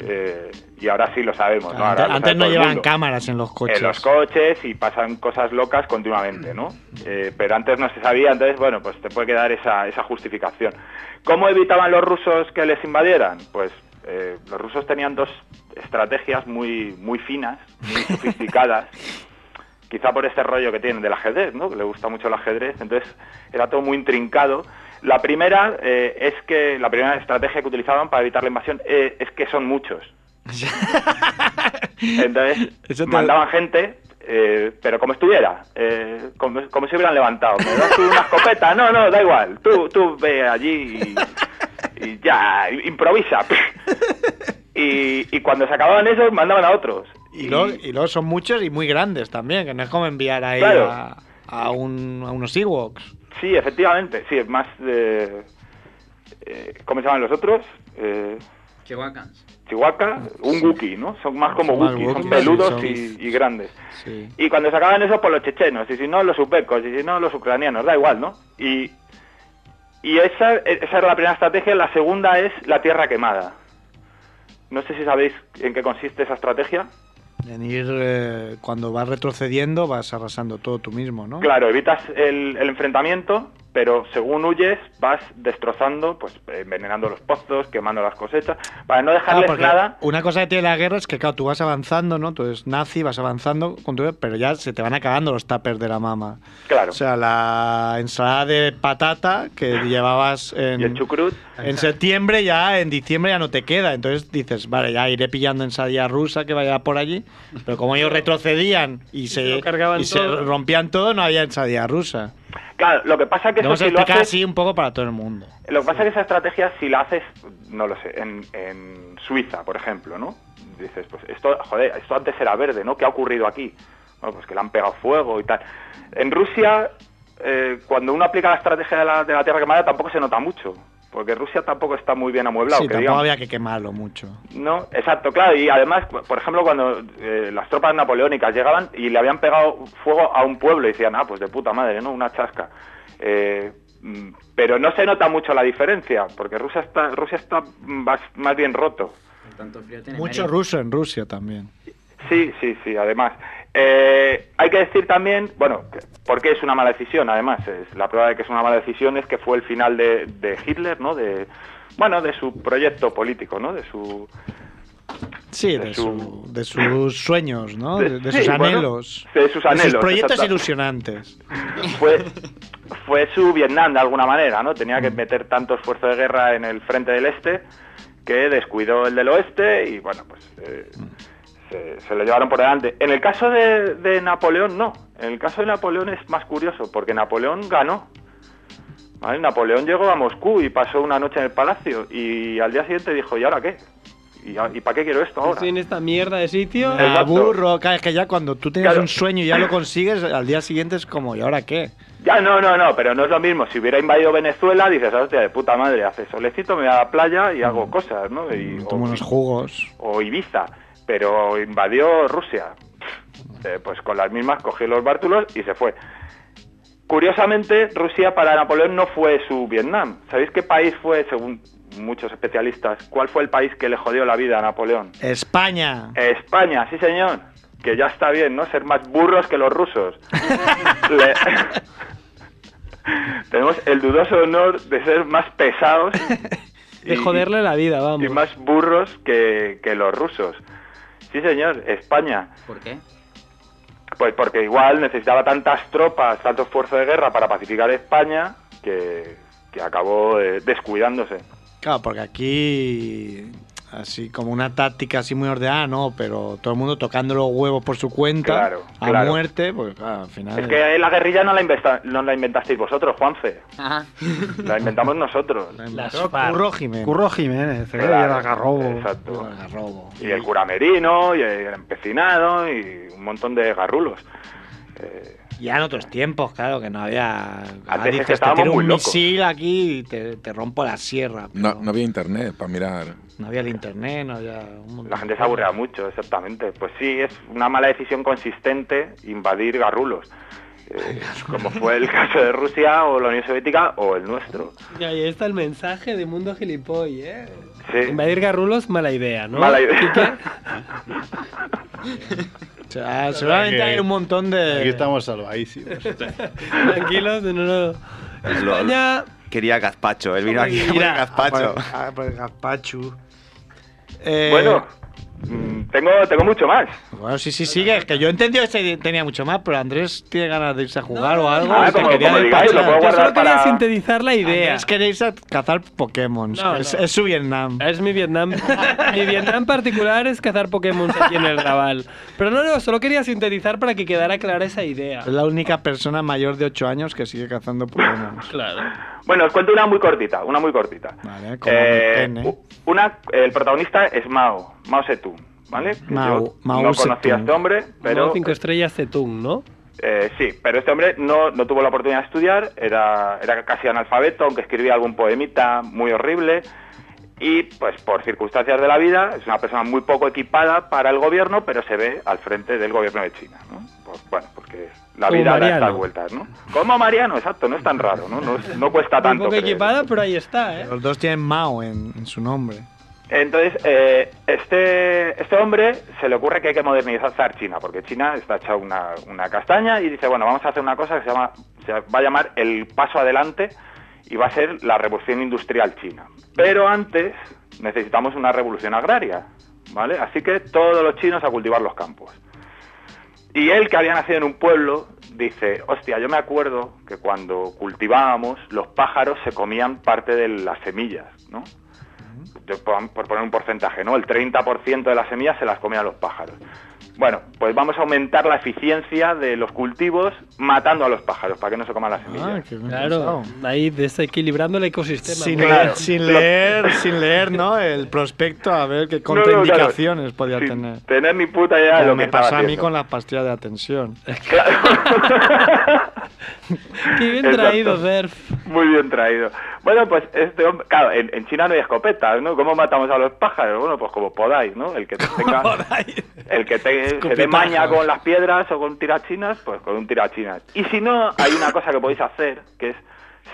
[SPEAKER 9] eh, y ahora sí lo sabemos. ¿no? Pues Ahora
[SPEAKER 5] antes
[SPEAKER 9] lo
[SPEAKER 5] antes
[SPEAKER 9] sabe
[SPEAKER 5] no
[SPEAKER 9] todo el
[SPEAKER 5] llevaban
[SPEAKER 9] mundo.
[SPEAKER 5] cámaras en los coches.
[SPEAKER 9] en los coches y pasan cosas locas continuamente, ¿no? Eh, pero antes no se sabía, entonces, bueno, pues te puede quedar esa, esa justificación. ¿Cómo evitaban los rusos que les invadieran? Pues eh, los rusos tenían dos estrategias muy, muy finas, muy sofisticadas, quizá por este rollo que tienen del ajedrez, ¿no? Que le gusta mucho el ajedrez, entonces era todo muy intrincado. La primera eh, es que la primera estrategia que utilizaban para evitar la invasión eh, es que son muchos. Entonces
[SPEAKER 5] Eso te-
[SPEAKER 9] mandaban gente, eh, pero como estuviera, eh, como, como si hubieran levantado. Me das tú una escopeta, no, no, da igual. Tú, tú ve allí y, y ya, i- improvisa. Y, y cuando se acababan esos, mandaban a otros.
[SPEAKER 5] Y, luego, y luego son muchos y muy grandes también, que no es como enviar ahí
[SPEAKER 9] Claro.
[SPEAKER 5] a, a un, a unos Ewoks.
[SPEAKER 9] Sí, efectivamente, sí, es más... eh, eh, ¿Cómo se llaman los otros? Eh,
[SPEAKER 10] Chihuacans.
[SPEAKER 9] Chihuahua, un Wookiee, ¿no? Son más como
[SPEAKER 5] Son más
[SPEAKER 9] Wookiee, son
[SPEAKER 5] Wookiee, sí,
[SPEAKER 9] peludos
[SPEAKER 5] son-
[SPEAKER 9] y- y grandes.
[SPEAKER 5] Sí.
[SPEAKER 9] Y cuando sacaban eso, por los chechenos, y si no, los uzbecos, y si no, los ucranianos, da igual, ¿no? Y, y esa, esa era la primera estrategia. La segunda es la tierra quemada. No sé si sabéis en qué consiste esa estrategia.
[SPEAKER 5] En ir, eh, cuando vas retrocediendo, vas arrasando todo tú mismo, ¿no?
[SPEAKER 9] Claro, evitas el, el enfrentamiento, pero según huyes, vas destrozando, pues envenenando los pozos, quemando las cosechas, para no
[SPEAKER 5] Claro,
[SPEAKER 9] dejarles
[SPEAKER 5] Ah, porque
[SPEAKER 9] nada.
[SPEAKER 5] Una cosa que tiene la guerra es que, claro, tú vas avanzando, ¿no? Tú eres nazi, vas avanzando, con tu- pero ya se te van acabando los tapers de la mama.
[SPEAKER 9] Claro.
[SPEAKER 5] O sea, la ensalada de patata que llevabas
[SPEAKER 9] y el
[SPEAKER 5] en,
[SPEAKER 9] chucrut.
[SPEAKER 5] en septiembre ya, en diciembre ya no te queda. Entonces dices, vale, ya iré pillando ensalada rusa que vaya por allí. Pero como ellos retrocedían y, se,
[SPEAKER 1] lo cargaban
[SPEAKER 5] y se
[SPEAKER 1] todo.
[SPEAKER 5] rompían todo, no había ensalada rusa.
[SPEAKER 9] Claro, lo que pasa es que
[SPEAKER 5] Lo Vamos
[SPEAKER 9] eso
[SPEAKER 5] a
[SPEAKER 9] si lo
[SPEAKER 5] explicar
[SPEAKER 9] haces-
[SPEAKER 5] así un poco para todo el mundo.
[SPEAKER 9] Lo que pasa es que esa estrategia, si la haces, no lo sé, en, en Suiza, por ejemplo, ¿no? Dices, pues esto, joder, esto antes era verde, ¿no? ¿Qué ha ocurrido aquí? Bueno, pues que le han pegado fuego y tal. En Rusia, eh, cuando uno aplica la estrategia de la, de la tierra quemada, tampoco se nota mucho, porque Rusia tampoco está muy bien amueblado.
[SPEAKER 5] sí,
[SPEAKER 9] que
[SPEAKER 5] tampoco
[SPEAKER 9] digamos.
[SPEAKER 5] había que quemarlo mucho.
[SPEAKER 9] No, exacto, claro. Y además, cu- por ejemplo, cuando eh, las tropas napoleónicas llegaban y le habían pegado fuego a un pueblo y decían, ah, pues de puta madre, ¿no? Una chasca. Eh, Mm, Pero no se nota mucho la diferencia, porque Rusia está, Rusia está más, más bien roto.
[SPEAKER 10] Tanto frío tiene
[SPEAKER 5] Mucho
[SPEAKER 10] mérito.
[SPEAKER 5] ruso en Rusia también.
[SPEAKER 9] Sí, sí, sí, además. Eh, hay que decir también, bueno, que- ¿por qué es una mala decisión? Además, es- la prueba de que es una mala decisión es que fue el final de, de Hitler, ¿no? De, bueno, de su proyecto político, ¿no? De su...
[SPEAKER 5] Sí,
[SPEAKER 9] De
[SPEAKER 5] de, su- de sus sueños, ¿no?
[SPEAKER 9] De-
[SPEAKER 5] De, de
[SPEAKER 9] sí,
[SPEAKER 5] sus
[SPEAKER 9] bueno,
[SPEAKER 5] anhelos.
[SPEAKER 9] de sus
[SPEAKER 5] De
[SPEAKER 9] anhelos,
[SPEAKER 5] sus proyectos
[SPEAKER 9] exacto.
[SPEAKER 5] ilusionantes.
[SPEAKER 9] Fue, fue su Vietnam de alguna manera, ¿no? Tenía que meter tanto esfuerzo de guerra en el frente del este que descuidó el del oeste y, bueno, pues eh, se, se lo llevaron por delante. En el caso de, de Napoleón, no. En el caso de Napoleón es más curioso, porque Napoleón ganó. ¿vale? Napoleón llegó a Moscú y pasó una noche en el palacio y al día siguiente dijo, ¿y ahora qué? ¿Y, a- y para qué quiero esto ahora?
[SPEAKER 1] Estoy en esta mierda de sitio.
[SPEAKER 5] Me aburro, claro, Ah, es que ya cuando tú tienes
[SPEAKER 9] Claro.
[SPEAKER 5] un sueño y ya lo consigues, al día siguiente es como, ¿y ahora qué?
[SPEAKER 9] Ya, no, no, no, pero no es lo mismo. Si hubiera invadido Venezuela, dices, hostia, de puta madre, hace solecito, me voy a la playa y hago cosas, ¿no? Y- o,
[SPEAKER 5] Tomo unos jugos.
[SPEAKER 9] o Ibiza. Pero invadió Rusia. Eh, pues con las mismas cogió los bártulos y se fue. Curiosamente, Rusia para Napoleón no fue su Vietnam. ¿Sabéis qué país fue, según muchos especialistas, cuál fue el país que le jodió la vida a Napoleón?
[SPEAKER 5] España.
[SPEAKER 9] España, sí señor. Que ya está bien, ¿no? Ser más burros que los rusos. Le- Tenemos el dudoso honor de ser más pesados.
[SPEAKER 5] De joderle la vida, vamos.
[SPEAKER 9] Y más burros que, que los rusos. Sí señor, España.
[SPEAKER 10] ¿Por qué?
[SPEAKER 9] Pues porque igual necesitaba tantas tropas, tanto esfuerzo de guerra para pacificar España que, que acabó eh, descuidándose.
[SPEAKER 5] Claro, porque aquí, así como una táctica así muy ordenada, no, pero todo el mundo tocando los huevos por su cuenta,
[SPEAKER 9] Claro,
[SPEAKER 5] a
[SPEAKER 9] claro.
[SPEAKER 5] muerte, porque claro, al final...
[SPEAKER 9] Es que la guerrilla no la, inventa- no la inventasteis vosotros, Juanfe.
[SPEAKER 10] Ajá.
[SPEAKER 9] La inventamos nosotros.
[SPEAKER 5] Curro Jiménez.
[SPEAKER 3] Curro Jiménez, eh, y el
[SPEAKER 9] Claro,
[SPEAKER 3] Algarrobo.
[SPEAKER 9] Exacto.
[SPEAKER 5] Algarrobo.
[SPEAKER 9] Y el curamerino, y el empecinado, y un montón de garrulos. Eh,
[SPEAKER 5] Ya en otros tiempos, claro, que no había... Ah,
[SPEAKER 9] es que
[SPEAKER 5] dices, te
[SPEAKER 9] estábamos
[SPEAKER 5] tiro un
[SPEAKER 9] muy locos.
[SPEAKER 5] misil aquí y te, te rompo la sierra.
[SPEAKER 6] No, no había internet para mirar.
[SPEAKER 5] No había el internet, no había... un montón
[SPEAKER 9] la gente
[SPEAKER 5] de
[SPEAKER 9] se aburría mucho, exactamente. Pues sí, es una mala decisión consistente invadir garrulos. Eh, como fue el caso de Rusia o la Unión Soviética o el nuestro.
[SPEAKER 1] Y ahí está el mensaje de mundo gilipoy, ¿eh?
[SPEAKER 9] Sí,
[SPEAKER 1] Invadir garrulos, mala idea, ¿no?
[SPEAKER 9] mala
[SPEAKER 1] ¿Y qué?
[SPEAKER 9] idea.
[SPEAKER 5] cosas. O sea, seguramente
[SPEAKER 2] que-
[SPEAKER 5] hay un montón
[SPEAKER 2] Aquí
[SPEAKER 5] de...
[SPEAKER 2] estamos salvadísimos.
[SPEAKER 1] Tranquilos, no, no.
[SPEAKER 7] Lo-
[SPEAKER 1] España,
[SPEAKER 7] Quería gazpacho, él vino aquí a por el
[SPEAKER 5] Mira, a
[SPEAKER 7] gazpacho.
[SPEAKER 5] Ah, por- a por el gazpacho. Eh,
[SPEAKER 9] Bueno, mm, tengo, tengo mucho más.
[SPEAKER 5] Bueno, sí, sí, sigue. Es que yo he entendido que tenía mucho más, pero Andrés tiene ganas de irse a jugar o algo.
[SPEAKER 9] Ah,
[SPEAKER 5] y te
[SPEAKER 9] como-
[SPEAKER 5] quería
[SPEAKER 9] como digáis,
[SPEAKER 5] despachar.
[SPEAKER 9] lo puedo
[SPEAKER 1] yo solo
[SPEAKER 9] guardar
[SPEAKER 1] quería
[SPEAKER 9] para-
[SPEAKER 1] sintetizar la idea.
[SPEAKER 5] Andrés quería irse a cazar Pokémon.
[SPEAKER 1] No,
[SPEAKER 5] es,
[SPEAKER 1] no.
[SPEAKER 5] es su Vietnam.
[SPEAKER 1] Es mi Vietnam. mi Vietnam particular es cazar Pokémon aquí en el Raval. Pero no, no, solo quería sintetizar para que quedara clara esa idea.
[SPEAKER 5] Es la única persona mayor de 8 años que sigue cazando
[SPEAKER 9] Ah,
[SPEAKER 5] Pokémon.
[SPEAKER 1] Claro.
[SPEAKER 9] Bueno, os cuento una muy cortita, una muy cortita.
[SPEAKER 5] Vale, como
[SPEAKER 9] Eh,
[SPEAKER 5] mi pene.
[SPEAKER 9] u- una, el protagonista es Mao, Mao Zedong, ¿vale?
[SPEAKER 5] Mao-
[SPEAKER 9] Yo
[SPEAKER 5] Mao
[SPEAKER 9] no conocía a
[SPEAKER 5] Zedong.
[SPEAKER 9] este hombre,
[SPEAKER 1] Pero,
[SPEAKER 9] pero
[SPEAKER 1] cinco estrellas Zetung, ¿no?
[SPEAKER 9] eh, sí, pero este hombre no, no tuvo la oportunidad de estudiar, era, era casi analfabeto, aunque escribía algún poemita muy horrible. Y pues por circunstancias de la vida es una persona muy poco equipada para el gobierno, pero se ve al frente del gobierno de China. ¿no? Pues, bueno, porque la
[SPEAKER 1] Como
[SPEAKER 9] vida da
[SPEAKER 1] Mariano.
[SPEAKER 9] estas vueltas, ¿no? Como Mariano, exacto, no es tan raro, ¿no? No, es- no cuesta
[SPEAKER 1] Un
[SPEAKER 9] tanto.
[SPEAKER 1] poco
[SPEAKER 9] creer.
[SPEAKER 1] equipada, pero ahí está, ¿eh?
[SPEAKER 5] Los dos tienen Mao en, en su nombre.
[SPEAKER 9] Entonces, eh, este, este hombre se le ocurre que hay que modernizar China, porque China está hecha una, una castaña y dice, bueno, vamos a hacer una cosa que se, llama, se va a llamar el paso adelante y va a ser la revolución industrial china. Pero antes necesitamos una revolución agraria, ¿vale? Así que todos los chinos a cultivar los campos. Y él, que había nacido en un pueblo, dice, hostia, yo me acuerdo que cuando cultivábamos, los pájaros se comían parte de las semillas, ¿no? Yo, por, por poner un porcentaje, ¿no? El 30% de las semillas se las comían los pájaros. Bueno, pues vamos a aumentar la eficiencia de los cultivos matando a los pájaros para que no se coman las semillas.
[SPEAKER 5] Ah, qué bien
[SPEAKER 1] Claro,
[SPEAKER 5] pensado.
[SPEAKER 1] ahí desequilibrando el ecosistema.
[SPEAKER 5] Sin,
[SPEAKER 1] Muy
[SPEAKER 5] leer-
[SPEAKER 1] bien.
[SPEAKER 5] sin leer, sin leer, ¿no? El prospecto a ver qué contraindicaciones
[SPEAKER 9] No, no, claro,
[SPEAKER 5] podía
[SPEAKER 9] sin
[SPEAKER 5] tener.
[SPEAKER 9] Tener ni puta idea de
[SPEAKER 5] Como
[SPEAKER 9] lo que
[SPEAKER 5] me pasó
[SPEAKER 9] estaba
[SPEAKER 5] a mí
[SPEAKER 9] haciendo.
[SPEAKER 5] con las pastillas de atención.
[SPEAKER 1] Qué bien
[SPEAKER 9] Exacto.
[SPEAKER 1] traído, Derf.
[SPEAKER 9] Muy bien traído. Bueno, pues este hombre, claro, en, en China no hay escopetas, ¿no? ¿Cómo matamos a los pájaros? Bueno, pues como podáis, ¿no? El que tenga, el que te- se dé
[SPEAKER 5] Escupitajos.
[SPEAKER 9] maña con las piedras o con tirachinas, pues con un tirachinas. Y si no, hay una cosa que podéis hacer, que es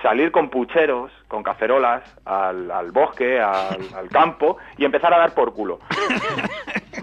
[SPEAKER 9] salir con pucheros, con cacerolas, al, al bosque, al, al campo y empezar a dar por culo.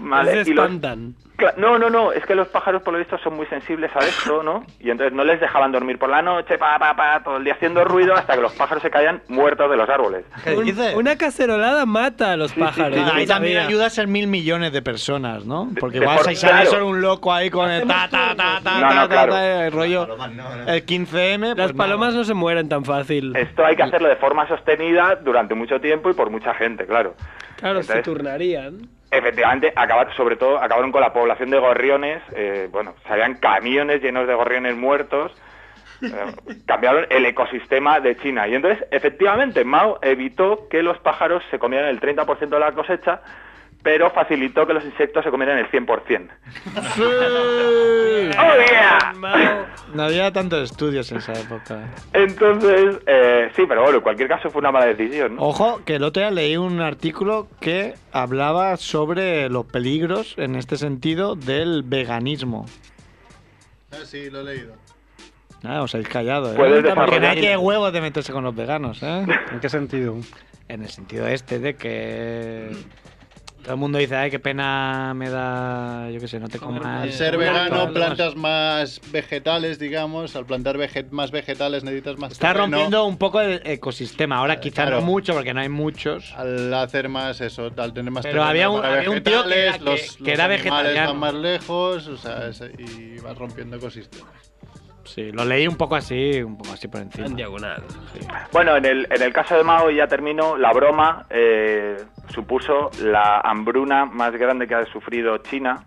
[SPEAKER 9] Vale,
[SPEAKER 1] Se
[SPEAKER 9] y los-
[SPEAKER 1] espantan.
[SPEAKER 9] Cla- No, no, no, es que los pájaros por lo visto son muy sensibles a esto, ¿no? Y entonces no les dejaban dormir por la noche, pa, pa, pa, todo el día haciendo ruido hasta que los pájaros se caían muertos de los árboles.
[SPEAKER 1] Un- una cacerolada mata a los pájaros.
[SPEAKER 5] Ahí
[SPEAKER 1] no
[SPEAKER 5] también
[SPEAKER 1] sabía.
[SPEAKER 5] ayuda a ser mil millones de personas, ¿no? Porque
[SPEAKER 1] de
[SPEAKER 5] igual
[SPEAKER 1] por-
[SPEAKER 5] se sale
[SPEAKER 1] claro.
[SPEAKER 5] solo un loco ahí con el ta, ta, ta, ta,
[SPEAKER 9] No, no,
[SPEAKER 5] ta, ta,
[SPEAKER 9] claro.
[SPEAKER 5] ta, el rollo. El pues 15M.
[SPEAKER 1] Las palomas no se mueren tan fácil.
[SPEAKER 9] Esto hay que hacerlo de forma sostenida durante mucho tiempo y por mucha gente, claro.
[SPEAKER 1] Claro, se
[SPEAKER 9] Entonces-
[SPEAKER 1] turnarían.
[SPEAKER 9] Efectivamente, acabar, sobre todo acabaron con la población de gorriones, eh, bueno, salían camiones llenos de gorriones muertos, eh, cambiaron el ecosistema de China. Y entonces, efectivamente, Mao evitó que los pájaros se comieran el 30% de la cosecha, pero facilitó que los insectos se comieran el 100%. ¡Oh, yeah!
[SPEAKER 5] No había tantos estudios en esa época.
[SPEAKER 9] Entonces, eh, sí, pero bueno, en cualquier caso fue una mala decisión. ¿no?
[SPEAKER 5] Ojo, que el otro día leí un artículo que hablaba sobre los peligros, en este sentido, del veganismo.
[SPEAKER 2] Ah, sí, lo he leído.
[SPEAKER 5] Ah, os habéis callado, ¿eh?
[SPEAKER 2] Puedes
[SPEAKER 5] Porque no
[SPEAKER 2] desarrollar.
[SPEAKER 5] hay que huevos de meterse con los veganos, ¿eh?
[SPEAKER 13] ¿En qué sentido?
[SPEAKER 5] En el sentido este de que... Todo el mundo dice, ay, qué pena me da... Yo qué sé, no te comas...
[SPEAKER 2] Al ser
[SPEAKER 5] todo, todo
[SPEAKER 2] vegano
[SPEAKER 5] lo
[SPEAKER 2] plantas más vegetales, digamos. Al plantar veget- más vegetales necesitas más
[SPEAKER 5] Está
[SPEAKER 2] terreno.
[SPEAKER 5] rompiendo un poco el ecosistema. Ahora quizá
[SPEAKER 2] claro.
[SPEAKER 5] no mucho porque no hay muchos.
[SPEAKER 2] Al hacer más eso, al tener más
[SPEAKER 5] Pero
[SPEAKER 2] terreno
[SPEAKER 5] había un,
[SPEAKER 2] para
[SPEAKER 5] había un tío que era,
[SPEAKER 2] vegetales, los,
[SPEAKER 5] que- que era
[SPEAKER 2] los animales
[SPEAKER 5] vegetariano.
[SPEAKER 2] van más lejos, o sea, es- y vas rompiendo ecosistemas.
[SPEAKER 5] Sí, lo leí un poco así, un poco así por encima. En
[SPEAKER 1] diagonal.
[SPEAKER 9] Bueno, en el, en el caso de Mao, y ya termino, la broma eh, supuso la hambruna más grande que ha sufrido China.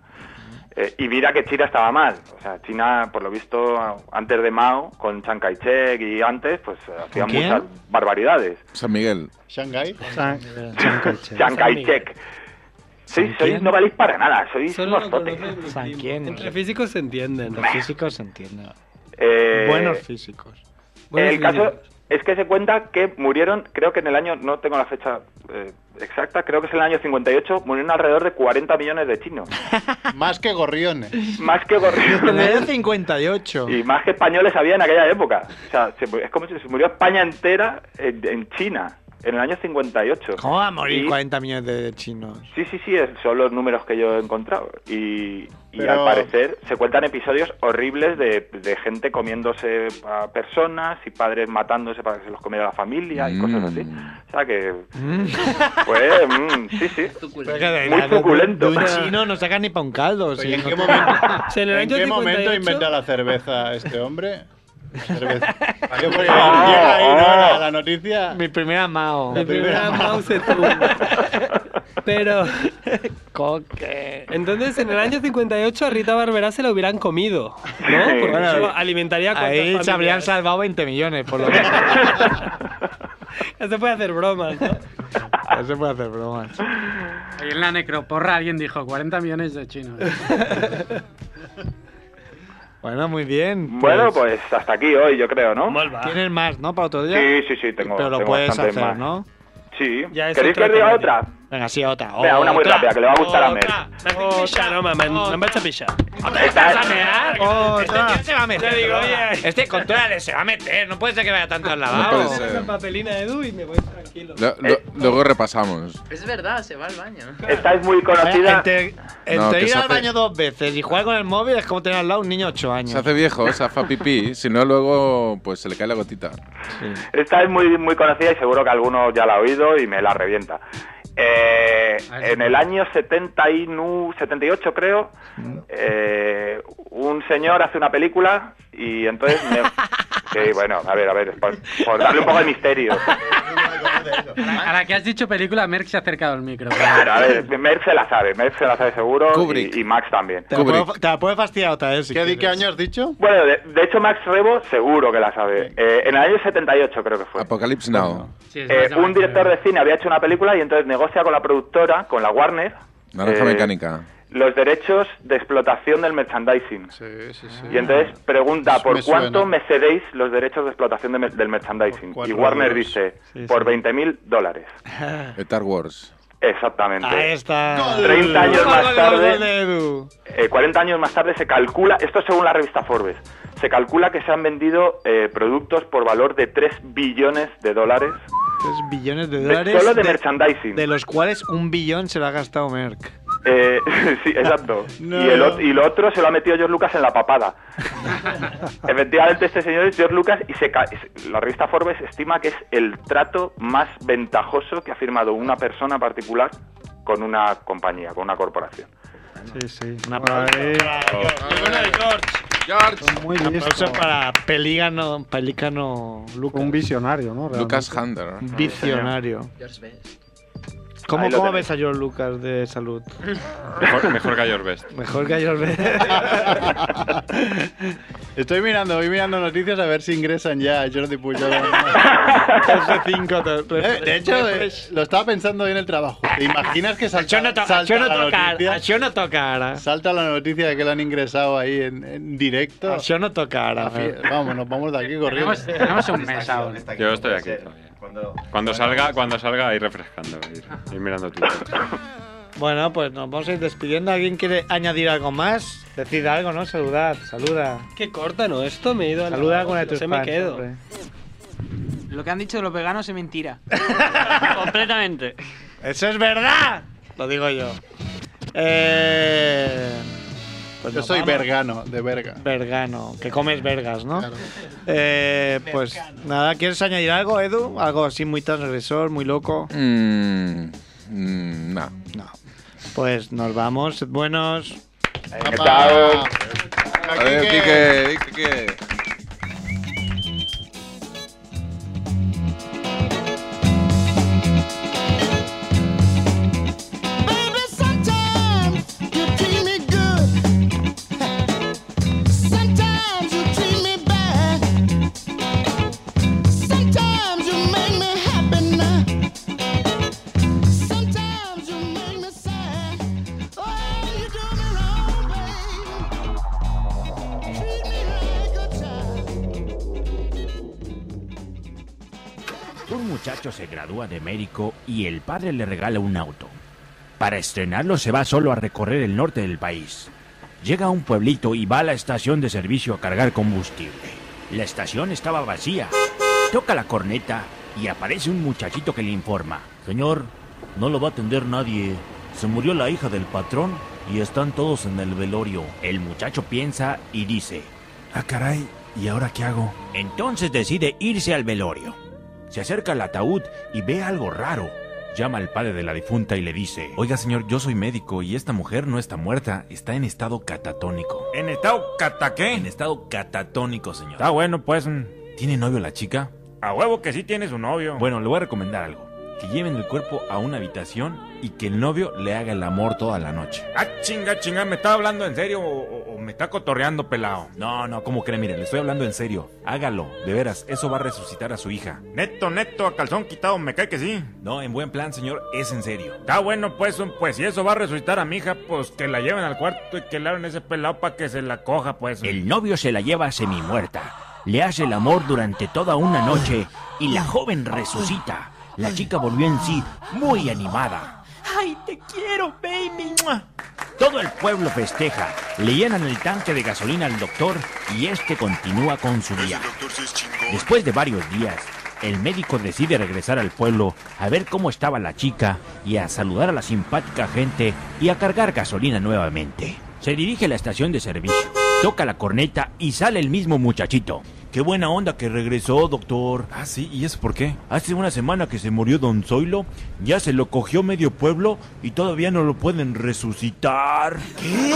[SPEAKER 9] Eh, y mira que China estaba mal. O sea, China, por lo visto, a- antes de Mao, con Chiang Kai-shek y antes, pues eh, hacían
[SPEAKER 6] quién?
[SPEAKER 9] muchas barbaridades.
[SPEAKER 6] San Miguel.
[SPEAKER 2] ¿Shanghái?
[SPEAKER 9] Chiang Kai-shek. Sí, sois, no valéis para nada, sois
[SPEAKER 1] Solo
[SPEAKER 9] unos
[SPEAKER 1] lo
[SPEAKER 9] totes.
[SPEAKER 1] conocen los primos. Entre físicos se entienden.
[SPEAKER 5] Los físicos se entienden.
[SPEAKER 9] Eh,
[SPEAKER 5] Buenos físicos.
[SPEAKER 1] Buenos
[SPEAKER 9] el
[SPEAKER 1] físicos.
[SPEAKER 9] caso es que se cuenta que murieron, creo que en el año, no tengo la fecha eh, exacta, creo que es en el año 58, murieron alrededor de 40 millones de chinos.
[SPEAKER 2] Más que gorriones.
[SPEAKER 9] Más que gorriones.
[SPEAKER 5] En el año 58.
[SPEAKER 9] Y más que españoles había en aquella época. O sea, se mu- es como si se murió España entera en, en China, en el año 58.
[SPEAKER 5] ¿Cómo va a morir
[SPEAKER 9] Y-
[SPEAKER 5] 40 millones de chinos?
[SPEAKER 9] Sí, sí, sí, es- son los números que yo he encontrado. Y, y
[SPEAKER 5] Pero-
[SPEAKER 9] al parecer se cuentan episodios horribles de, de gente comiéndose a personas y padres matándose para que se los comiera la familia y cosas así. O sea que, pues, mm, sí, sí. Muy suculento.
[SPEAKER 5] De un chino no saca ni para un caldo. sí,
[SPEAKER 2] ¿En
[SPEAKER 5] no
[SPEAKER 2] qué
[SPEAKER 5] te-
[SPEAKER 2] momento, ¿en qué momento inventa la cerveza este hombre? La cerveza. Porque
[SPEAKER 9] pues,
[SPEAKER 2] llega ahí, ¿no? La-
[SPEAKER 9] Ah.
[SPEAKER 2] la noticia.
[SPEAKER 5] Mi primera Mao.
[SPEAKER 1] Mi primera Mao Zedong. Pero.
[SPEAKER 5] Coque.
[SPEAKER 1] Entonces, en el año 58 a Rita Barberá se la hubieran comido, ¿no? Porque
[SPEAKER 5] Bueno,
[SPEAKER 1] eso alimentaría a cuantas
[SPEAKER 5] Ahí se
[SPEAKER 1] familias.
[SPEAKER 5] habrían salvado 20 millones, por lo menos.
[SPEAKER 1] Ya se puede hacer bromas, ¿no?
[SPEAKER 5] No se puede hacer bromas.
[SPEAKER 4] Ahí en la necroporra alguien dijo 40 millones de chinos.
[SPEAKER 5] Bueno, muy bien.
[SPEAKER 9] Bueno, pues hasta aquí hoy, yo creo, ¿no?
[SPEAKER 5] Tienes más, ¿no? Para otro día.
[SPEAKER 9] Sí, sí, sí, tengo.
[SPEAKER 5] Pero lo
[SPEAKER 9] tengo
[SPEAKER 5] puedes
[SPEAKER 9] bastante
[SPEAKER 5] hacer,
[SPEAKER 9] más.
[SPEAKER 5] ¿no?
[SPEAKER 9] Sí.
[SPEAKER 1] es
[SPEAKER 9] ¿Queréis que
[SPEAKER 1] otra
[SPEAKER 9] os diga
[SPEAKER 1] temática.
[SPEAKER 9] otra?
[SPEAKER 5] Venga, sí, otra.
[SPEAKER 9] Venga, una muy
[SPEAKER 5] otra,
[SPEAKER 9] rápida, que le va a gustar a Mer.
[SPEAKER 1] Picha, no, mamá, no me vas a pillar.
[SPEAKER 9] Esta es-
[SPEAKER 5] Este tío se va a meter.
[SPEAKER 1] Te digo,
[SPEAKER 5] ¿no?
[SPEAKER 1] oye.
[SPEAKER 5] Este control se va a meter. No puede ser que vaya tanto al
[SPEAKER 6] No
[SPEAKER 5] lavabo.
[SPEAKER 6] puede ser.
[SPEAKER 1] papelina de Edu y me voy tranquilo.
[SPEAKER 6] Lo- lo-
[SPEAKER 9] Eh.
[SPEAKER 6] luego repasamos.
[SPEAKER 14] Es verdad, se va al baño.
[SPEAKER 9] Esta es muy
[SPEAKER 5] Oye, Entre,
[SPEAKER 6] No,
[SPEAKER 5] entre
[SPEAKER 6] que
[SPEAKER 5] ir
[SPEAKER 6] se
[SPEAKER 5] al
[SPEAKER 6] hace-
[SPEAKER 5] baño dos veces y jugar con el móvil es como tener al lado un niño de 8 años.
[SPEAKER 6] Se hace viejo, se hace pipí, si no luego pues se le cae la gotita.
[SPEAKER 9] Esta es muy, muy conocida y seguro que alguno ya la ha oído y me la revienta. Eh, en el año 70 y nu- 78, creo, eh, un señor hace una película y entonces... me- Sí, bueno, a ver, a ver, por, por darle un poco de misterio.
[SPEAKER 4] Ahora ahora que has dicho película, Merck se ha acercado al micro.
[SPEAKER 9] Claro, a ver, Merck se la sabe, Merck se la sabe seguro y, y Max también.
[SPEAKER 5] Te la, puedo, te la puedo fastidiar otra vez. Si
[SPEAKER 9] ¿Qué di-
[SPEAKER 5] quieres.
[SPEAKER 9] qué
[SPEAKER 2] año has dicho?
[SPEAKER 9] Bueno, de, de hecho Max Rebo seguro que la sabe. Eh, en el año 78 creo que fue.
[SPEAKER 6] Apocalypse Now.
[SPEAKER 9] Eh, un director de cine había hecho una película y entonces negocia con la productora, con la Warner,
[SPEAKER 6] Naranja
[SPEAKER 9] Eh,
[SPEAKER 6] mecánica.
[SPEAKER 9] los derechos de explotación del merchandising.
[SPEAKER 2] Sí, sí, sí.
[SPEAKER 9] Y entonces pregunta,
[SPEAKER 2] Eso
[SPEAKER 9] ¿por
[SPEAKER 2] me
[SPEAKER 9] cuánto
[SPEAKER 2] suena.
[SPEAKER 9] me cedéis los derechos de explotación de me- del merchandising?
[SPEAKER 2] Por
[SPEAKER 9] Y
[SPEAKER 2] cuatro
[SPEAKER 9] Warner
[SPEAKER 2] euros.
[SPEAKER 9] dice,
[SPEAKER 2] Sí,
[SPEAKER 9] por
[SPEAKER 2] sí.
[SPEAKER 9] 20.000 dólares.
[SPEAKER 6] Star Wars.
[SPEAKER 9] Exactamente.
[SPEAKER 2] Ah,
[SPEAKER 5] Ahí está.
[SPEAKER 9] 30 años
[SPEAKER 5] Gol,
[SPEAKER 9] más
[SPEAKER 5] gol, gol de
[SPEAKER 9] tarde.
[SPEAKER 5] Edu.
[SPEAKER 9] eh, 40 años más tarde se calcula, esto según la revista Forbes, se calcula que se han vendido eh, productos por valor de 3 billones de dólares.
[SPEAKER 5] 3 billones de
[SPEAKER 9] De-
[SPEAKER 5] dólares.
[SPEAKER 9] solo de merchandising.
[SPEAKER 5] De los cuales un billón se lo ha gastado Merck.
[SPEAKER 9] Eh, sí, exacto.
[SPEAKER 5] No,
[SPEAKER 9] y, el, ot-
[SPEAKER 5] no.
[SPEAKER 9] y lo otro se lo ha metido George Lucas en la papada. Efectivamente, este señor es George Lucas y se ca- la revista Forbes estima que es el trato más ventajoso que ha firmado una persona particular con una compañía, con una corporación.
[SPEAKER 3] Sí, sí.
[SPEAKER 9] George.
[SPEAKER 3] Muy
[SPEAKER 5] Un aplauso
[SPEAKER 3] listo.
[SPEAKER 5] para Pelícano, Pelícano Lucas.
[SPEAKER 3] Un visionario, ¿no? Realmente.
[SPEAKER 5] Lucas Hunter. Visionario.
[SPEAKER 3] Ahí
[SPEAKER 5] ¿Cómo,
[SPEAKER 3] lo
[SPEAKER 5] cómo
[SPEAKER 3] tenéis.
[SPEAKER 5] ves a George Lucas de salud?
[SPEAKER 12] Mejor, mejor que George Best.
[SPEAKER 5] Mejor que a George Best.
[SPEAKER 2] Estoy mirando, voy mirando noticias a ver si ingresan ya a Jordi Pujol.
[SPEAKER 5] F5.
[SPEAKER 2] Eh, de hecho, eh, lo estaba pensando hoy en el trabajo. ¿Te imaginas que salta, salta
[SPEAKER 5] acción a
[SPEAKER 2] la
[SPEAKER 5] tocar,
[SPEAKER 2] noticia?
[SPEAKER 5] acción a tocar.
[SPEAKER 2] Salta la noticia de que lo han ingresado ahí en, en directo.
[SPEAKER 5] Acción a tocar.
[SPEAKER 2] La fie- Vamos, nos vamos de aquí corriendo.
[SPEAKER 5] Tenemos- tenemos un mes aún.
[SPEAKER 12] Yo estoy aquí todavía. Cuando salga, cuando salga, ir refrescando, ir, ir mirando tu.
[SPEAKER 5] Bueno, pues nos vamos a ir despidiendo. ¿Alguien quiere añadir algo más? Decid algo, ¿no? Saludad, saluda.
[SPEAKER 1] Qué corta, ¿no? Esto me he ido a la-
[SPEAKER 5] Saluda con
[SPEAKER 1] no sé, me quedo.
[SPEAKER 4] Lo que han dicho de los veganos es mentira. Completamente.
[SPEAKER 5] ¡Eso es verdad! Lo digo yo. Eh, pues
[SPEAKER 2] Yo
[SPEAKER 5] nos
[SPEAKER 2] soy
[SPEAKER 5] vamos.
[SPEAKER 2] vergano, de verga.
[SPEAKER 5] Vergano, que comes vergas, ¿no? Eh, pues nada, ¿quieres añadir algo, Edu? Algo así muy transgresor, muy loco.
[SPEAKER 6] Mm, mm, nah.
[SPEAKER 5] Pues nos vamos, sed buenos.
[SPEAKER 9] Eh,
[SPEAKER 6] ¿Qué tal? Adiós, Quique, Quique.
[SPEAKER 8] Baby, sometimes you treat me good. Sometimes you treat me bad. Sometimes you make me happy now. Sometimes you make me sad. Oh, you do me wrong, baby. Treat me like a child.
[SPEAKER 15] Un muchacho se gradúa de médico y el padre le regala un auto. Para estrenarlo se va solo a recorrer el norte del país. Llega a un pueblito y va a la estación de servicio a cargar combustible. La estación estaba vacía. Toca la corneta y aparece un muchachito que le informa.
[SPEAKER 16] Señor, no lo va a atender nadie. Se murió la hija del patrón y están todos en el velorio. El muchacho piensa y dice,
[SPEAKER 15] Ah, caray, ¿y ahora qué hago?
[SPEAKER 16] entonces decide irse al velorio.
[SPEAKER 15] Se acerca al ataúd y ve algo raro. Llama al padre de la difunta y le dice... Oiga, señor, yo soy médico y esta mujer no está muerta, está en estado catatónico. ¿En estado cata qué? En estado catatónico, señor. Está bueno, pues. ¿Tiene novio la chica? A huevo que sí tiene su novio. Bueno, le voy a recomendar algo. Que lleven el cuerpo a una habitación y que el novio le haga el amor toda la noche. Ah, chinga, chinga, ¿me está hablando en serio o, me está cotorreando pelado? No, no, ¿cómo cree? Mire, le estoy hablando en serio. Hágalo, de veras, eso va a resucitar a su hija. Neto, neto, a calzón quitado, me cae que sí. No, en buen plan, señor, es en serio. Está bueno, pues, pues si eso va a resucitar a mi hija, pues que la lleven al cuarto y que le hagan ese pelado para que se la coja, pues.
[SPEAKER 16] El novio se la lleva semi-muerta, le hace el amor durante toda una noche y la joven resucita. La chica volvió en sí muy animada.
[SPEAKER 17] ¡Ay, te quiero, baby!
[SPEAKER 16] Todo el pueblo festeja, le llenan el tanque de gasolina al doctor y este continúa con su viaje. Después de varios días, el médico decide regresar al pueblo a ver cómo estaba la chica y a saludar a la simpática gente y a cargar gasolina nuevamente. Se dirige a la estación de servicio, toca la corneta y sale el mismo muchachito. Qué buena onda que regresó, doctor. Ah, sí, ¿y eso por qué? Hace una semana que se murió don Zoilo, ya se lo cogió medio pueblo y todavía no lo pueden resucitar. ¿Qué?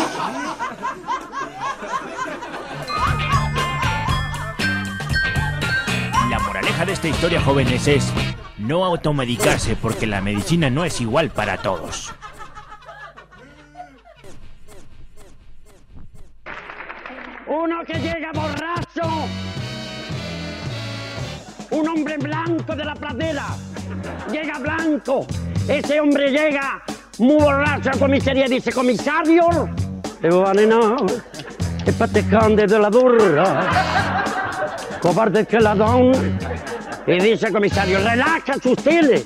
[SPEAKER 16] La moraleja de esta historia, jóvenes, es no automedicarse porque la medicina no es igual para todos.
[SPEAKER 18] Uno que llega borracho. Un hombre blanco de la pradera. Llega blanco. Ese hombre llega muy borracho a la comisaría y dice, comisario, te van es patecante de la dura. Cobarde que la don. Y dice el comisario, relájate ustedes.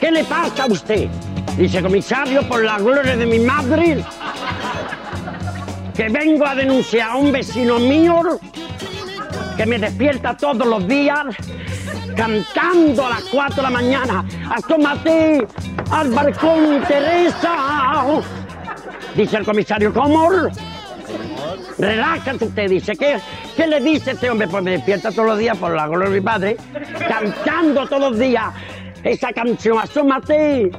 [SPEAKER 18] ¿Qué le pasa a usted? Dice, comisario, por la gloria de mi madre, que vengo a denunciar a un vecino mío que me despierta todos los días cantando a las 4 de la mañana. Asómate al balcón, Teresa. Dice el comisario, ¿cómo? Relájate usted, dice. ¿Qué, ¿Qué le dice este hombre? Pues me despierta todos los días por la gloria de mi padre, cantando todos los días esa canción. Asómate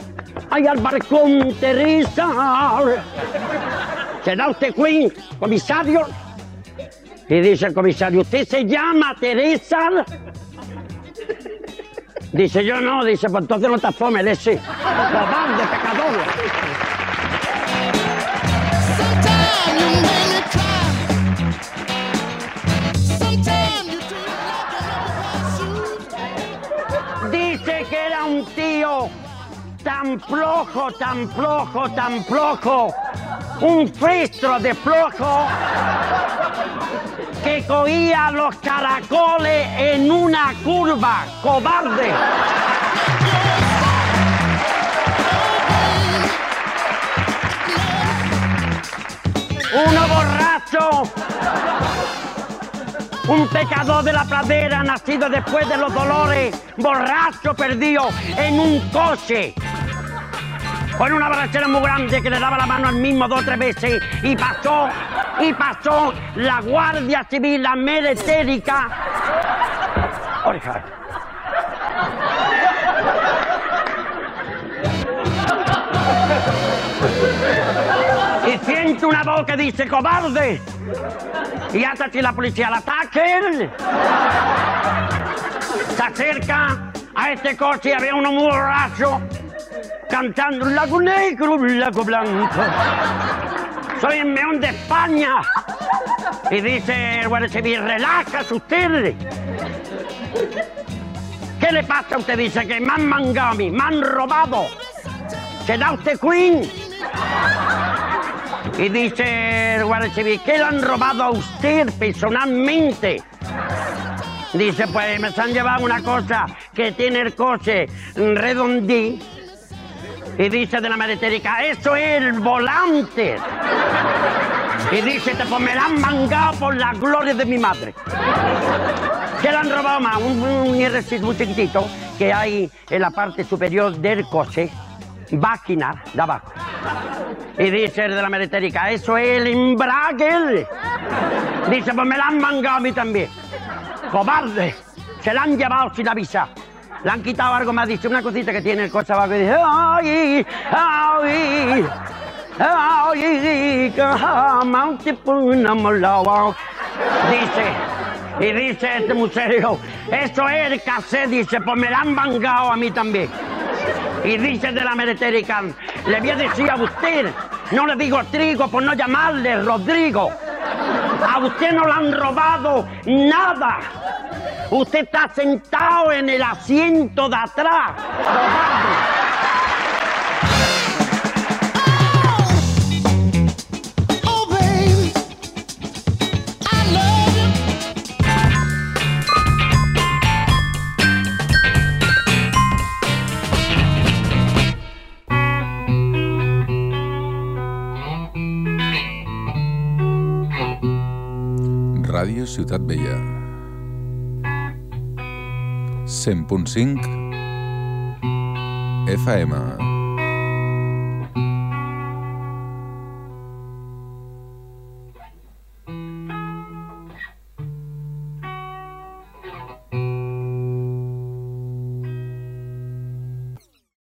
[SPEAKER 18] ahí al balcón, Teresa. ¿Se da usted Queen, comisario? Y dice el comisario, ¿usted se llama Teresa? Dice yo no, dice, pues entonces no te fome, ese cobarde, pecador. Dice que era un tío tan flojo, tan flojo, tan flojo, un festro de flojo, que cogía los caracoles en una curva, cobarde. Uno borracho, un pecador de la pradera nacido después de los dolores, borracho perdido en un coche. Con una borrachera muy grande que le daba la mano al mismo dos o tres veces y pasó, y pasó la Guardia Civil, la meretérica. Oreja. Y siente una voz que dice, cobarde. Y hasta que la policía la ataque, se acerca a este coche y había uno muy borracho cantando un lago negro, un lago blanco. Soy el meón de España. Y dice el guardia civil, relájase usted. ¿Qué le pasa a usted? Dice que me han mangado a mí, me han robado. ¿Se da usted queen? Y dice el guardia civil, ¿qué le han robado a usted personalmente? Dice, pues me han llevado una cosa que tiene el coche redondí. Y dice de la maletérica, eso es el volante. Y dice, te pues me la han mangado por la gloria de mi madre. ¿Qué le han robado más? Un, un IRC muy chiquitito que hay en la parte superior del coche, máquina de abajo. Y dice el de la meretérica, eso es el embrague. Dice, pues me la han mangado a mí también. Cobarde, se la han llevado sin avisar. Le han quitado algo más, dice una cosita que tiene el coche abajo y dice, ay, ay, ay, jamás te ponemos la voz". Dice, y dice este museo, eso es el cassette, dice, pues me la han mangado a mí también. Y dice de la meretérica, le voy a decir a usted, no le digo trigo por no llamarle Rodrigo. A usted no le han robado nada. Usted está sentado en el asiento de atrás.
[SPEAKER 6] Ràdio Ciutat Vella. 100.5 FM.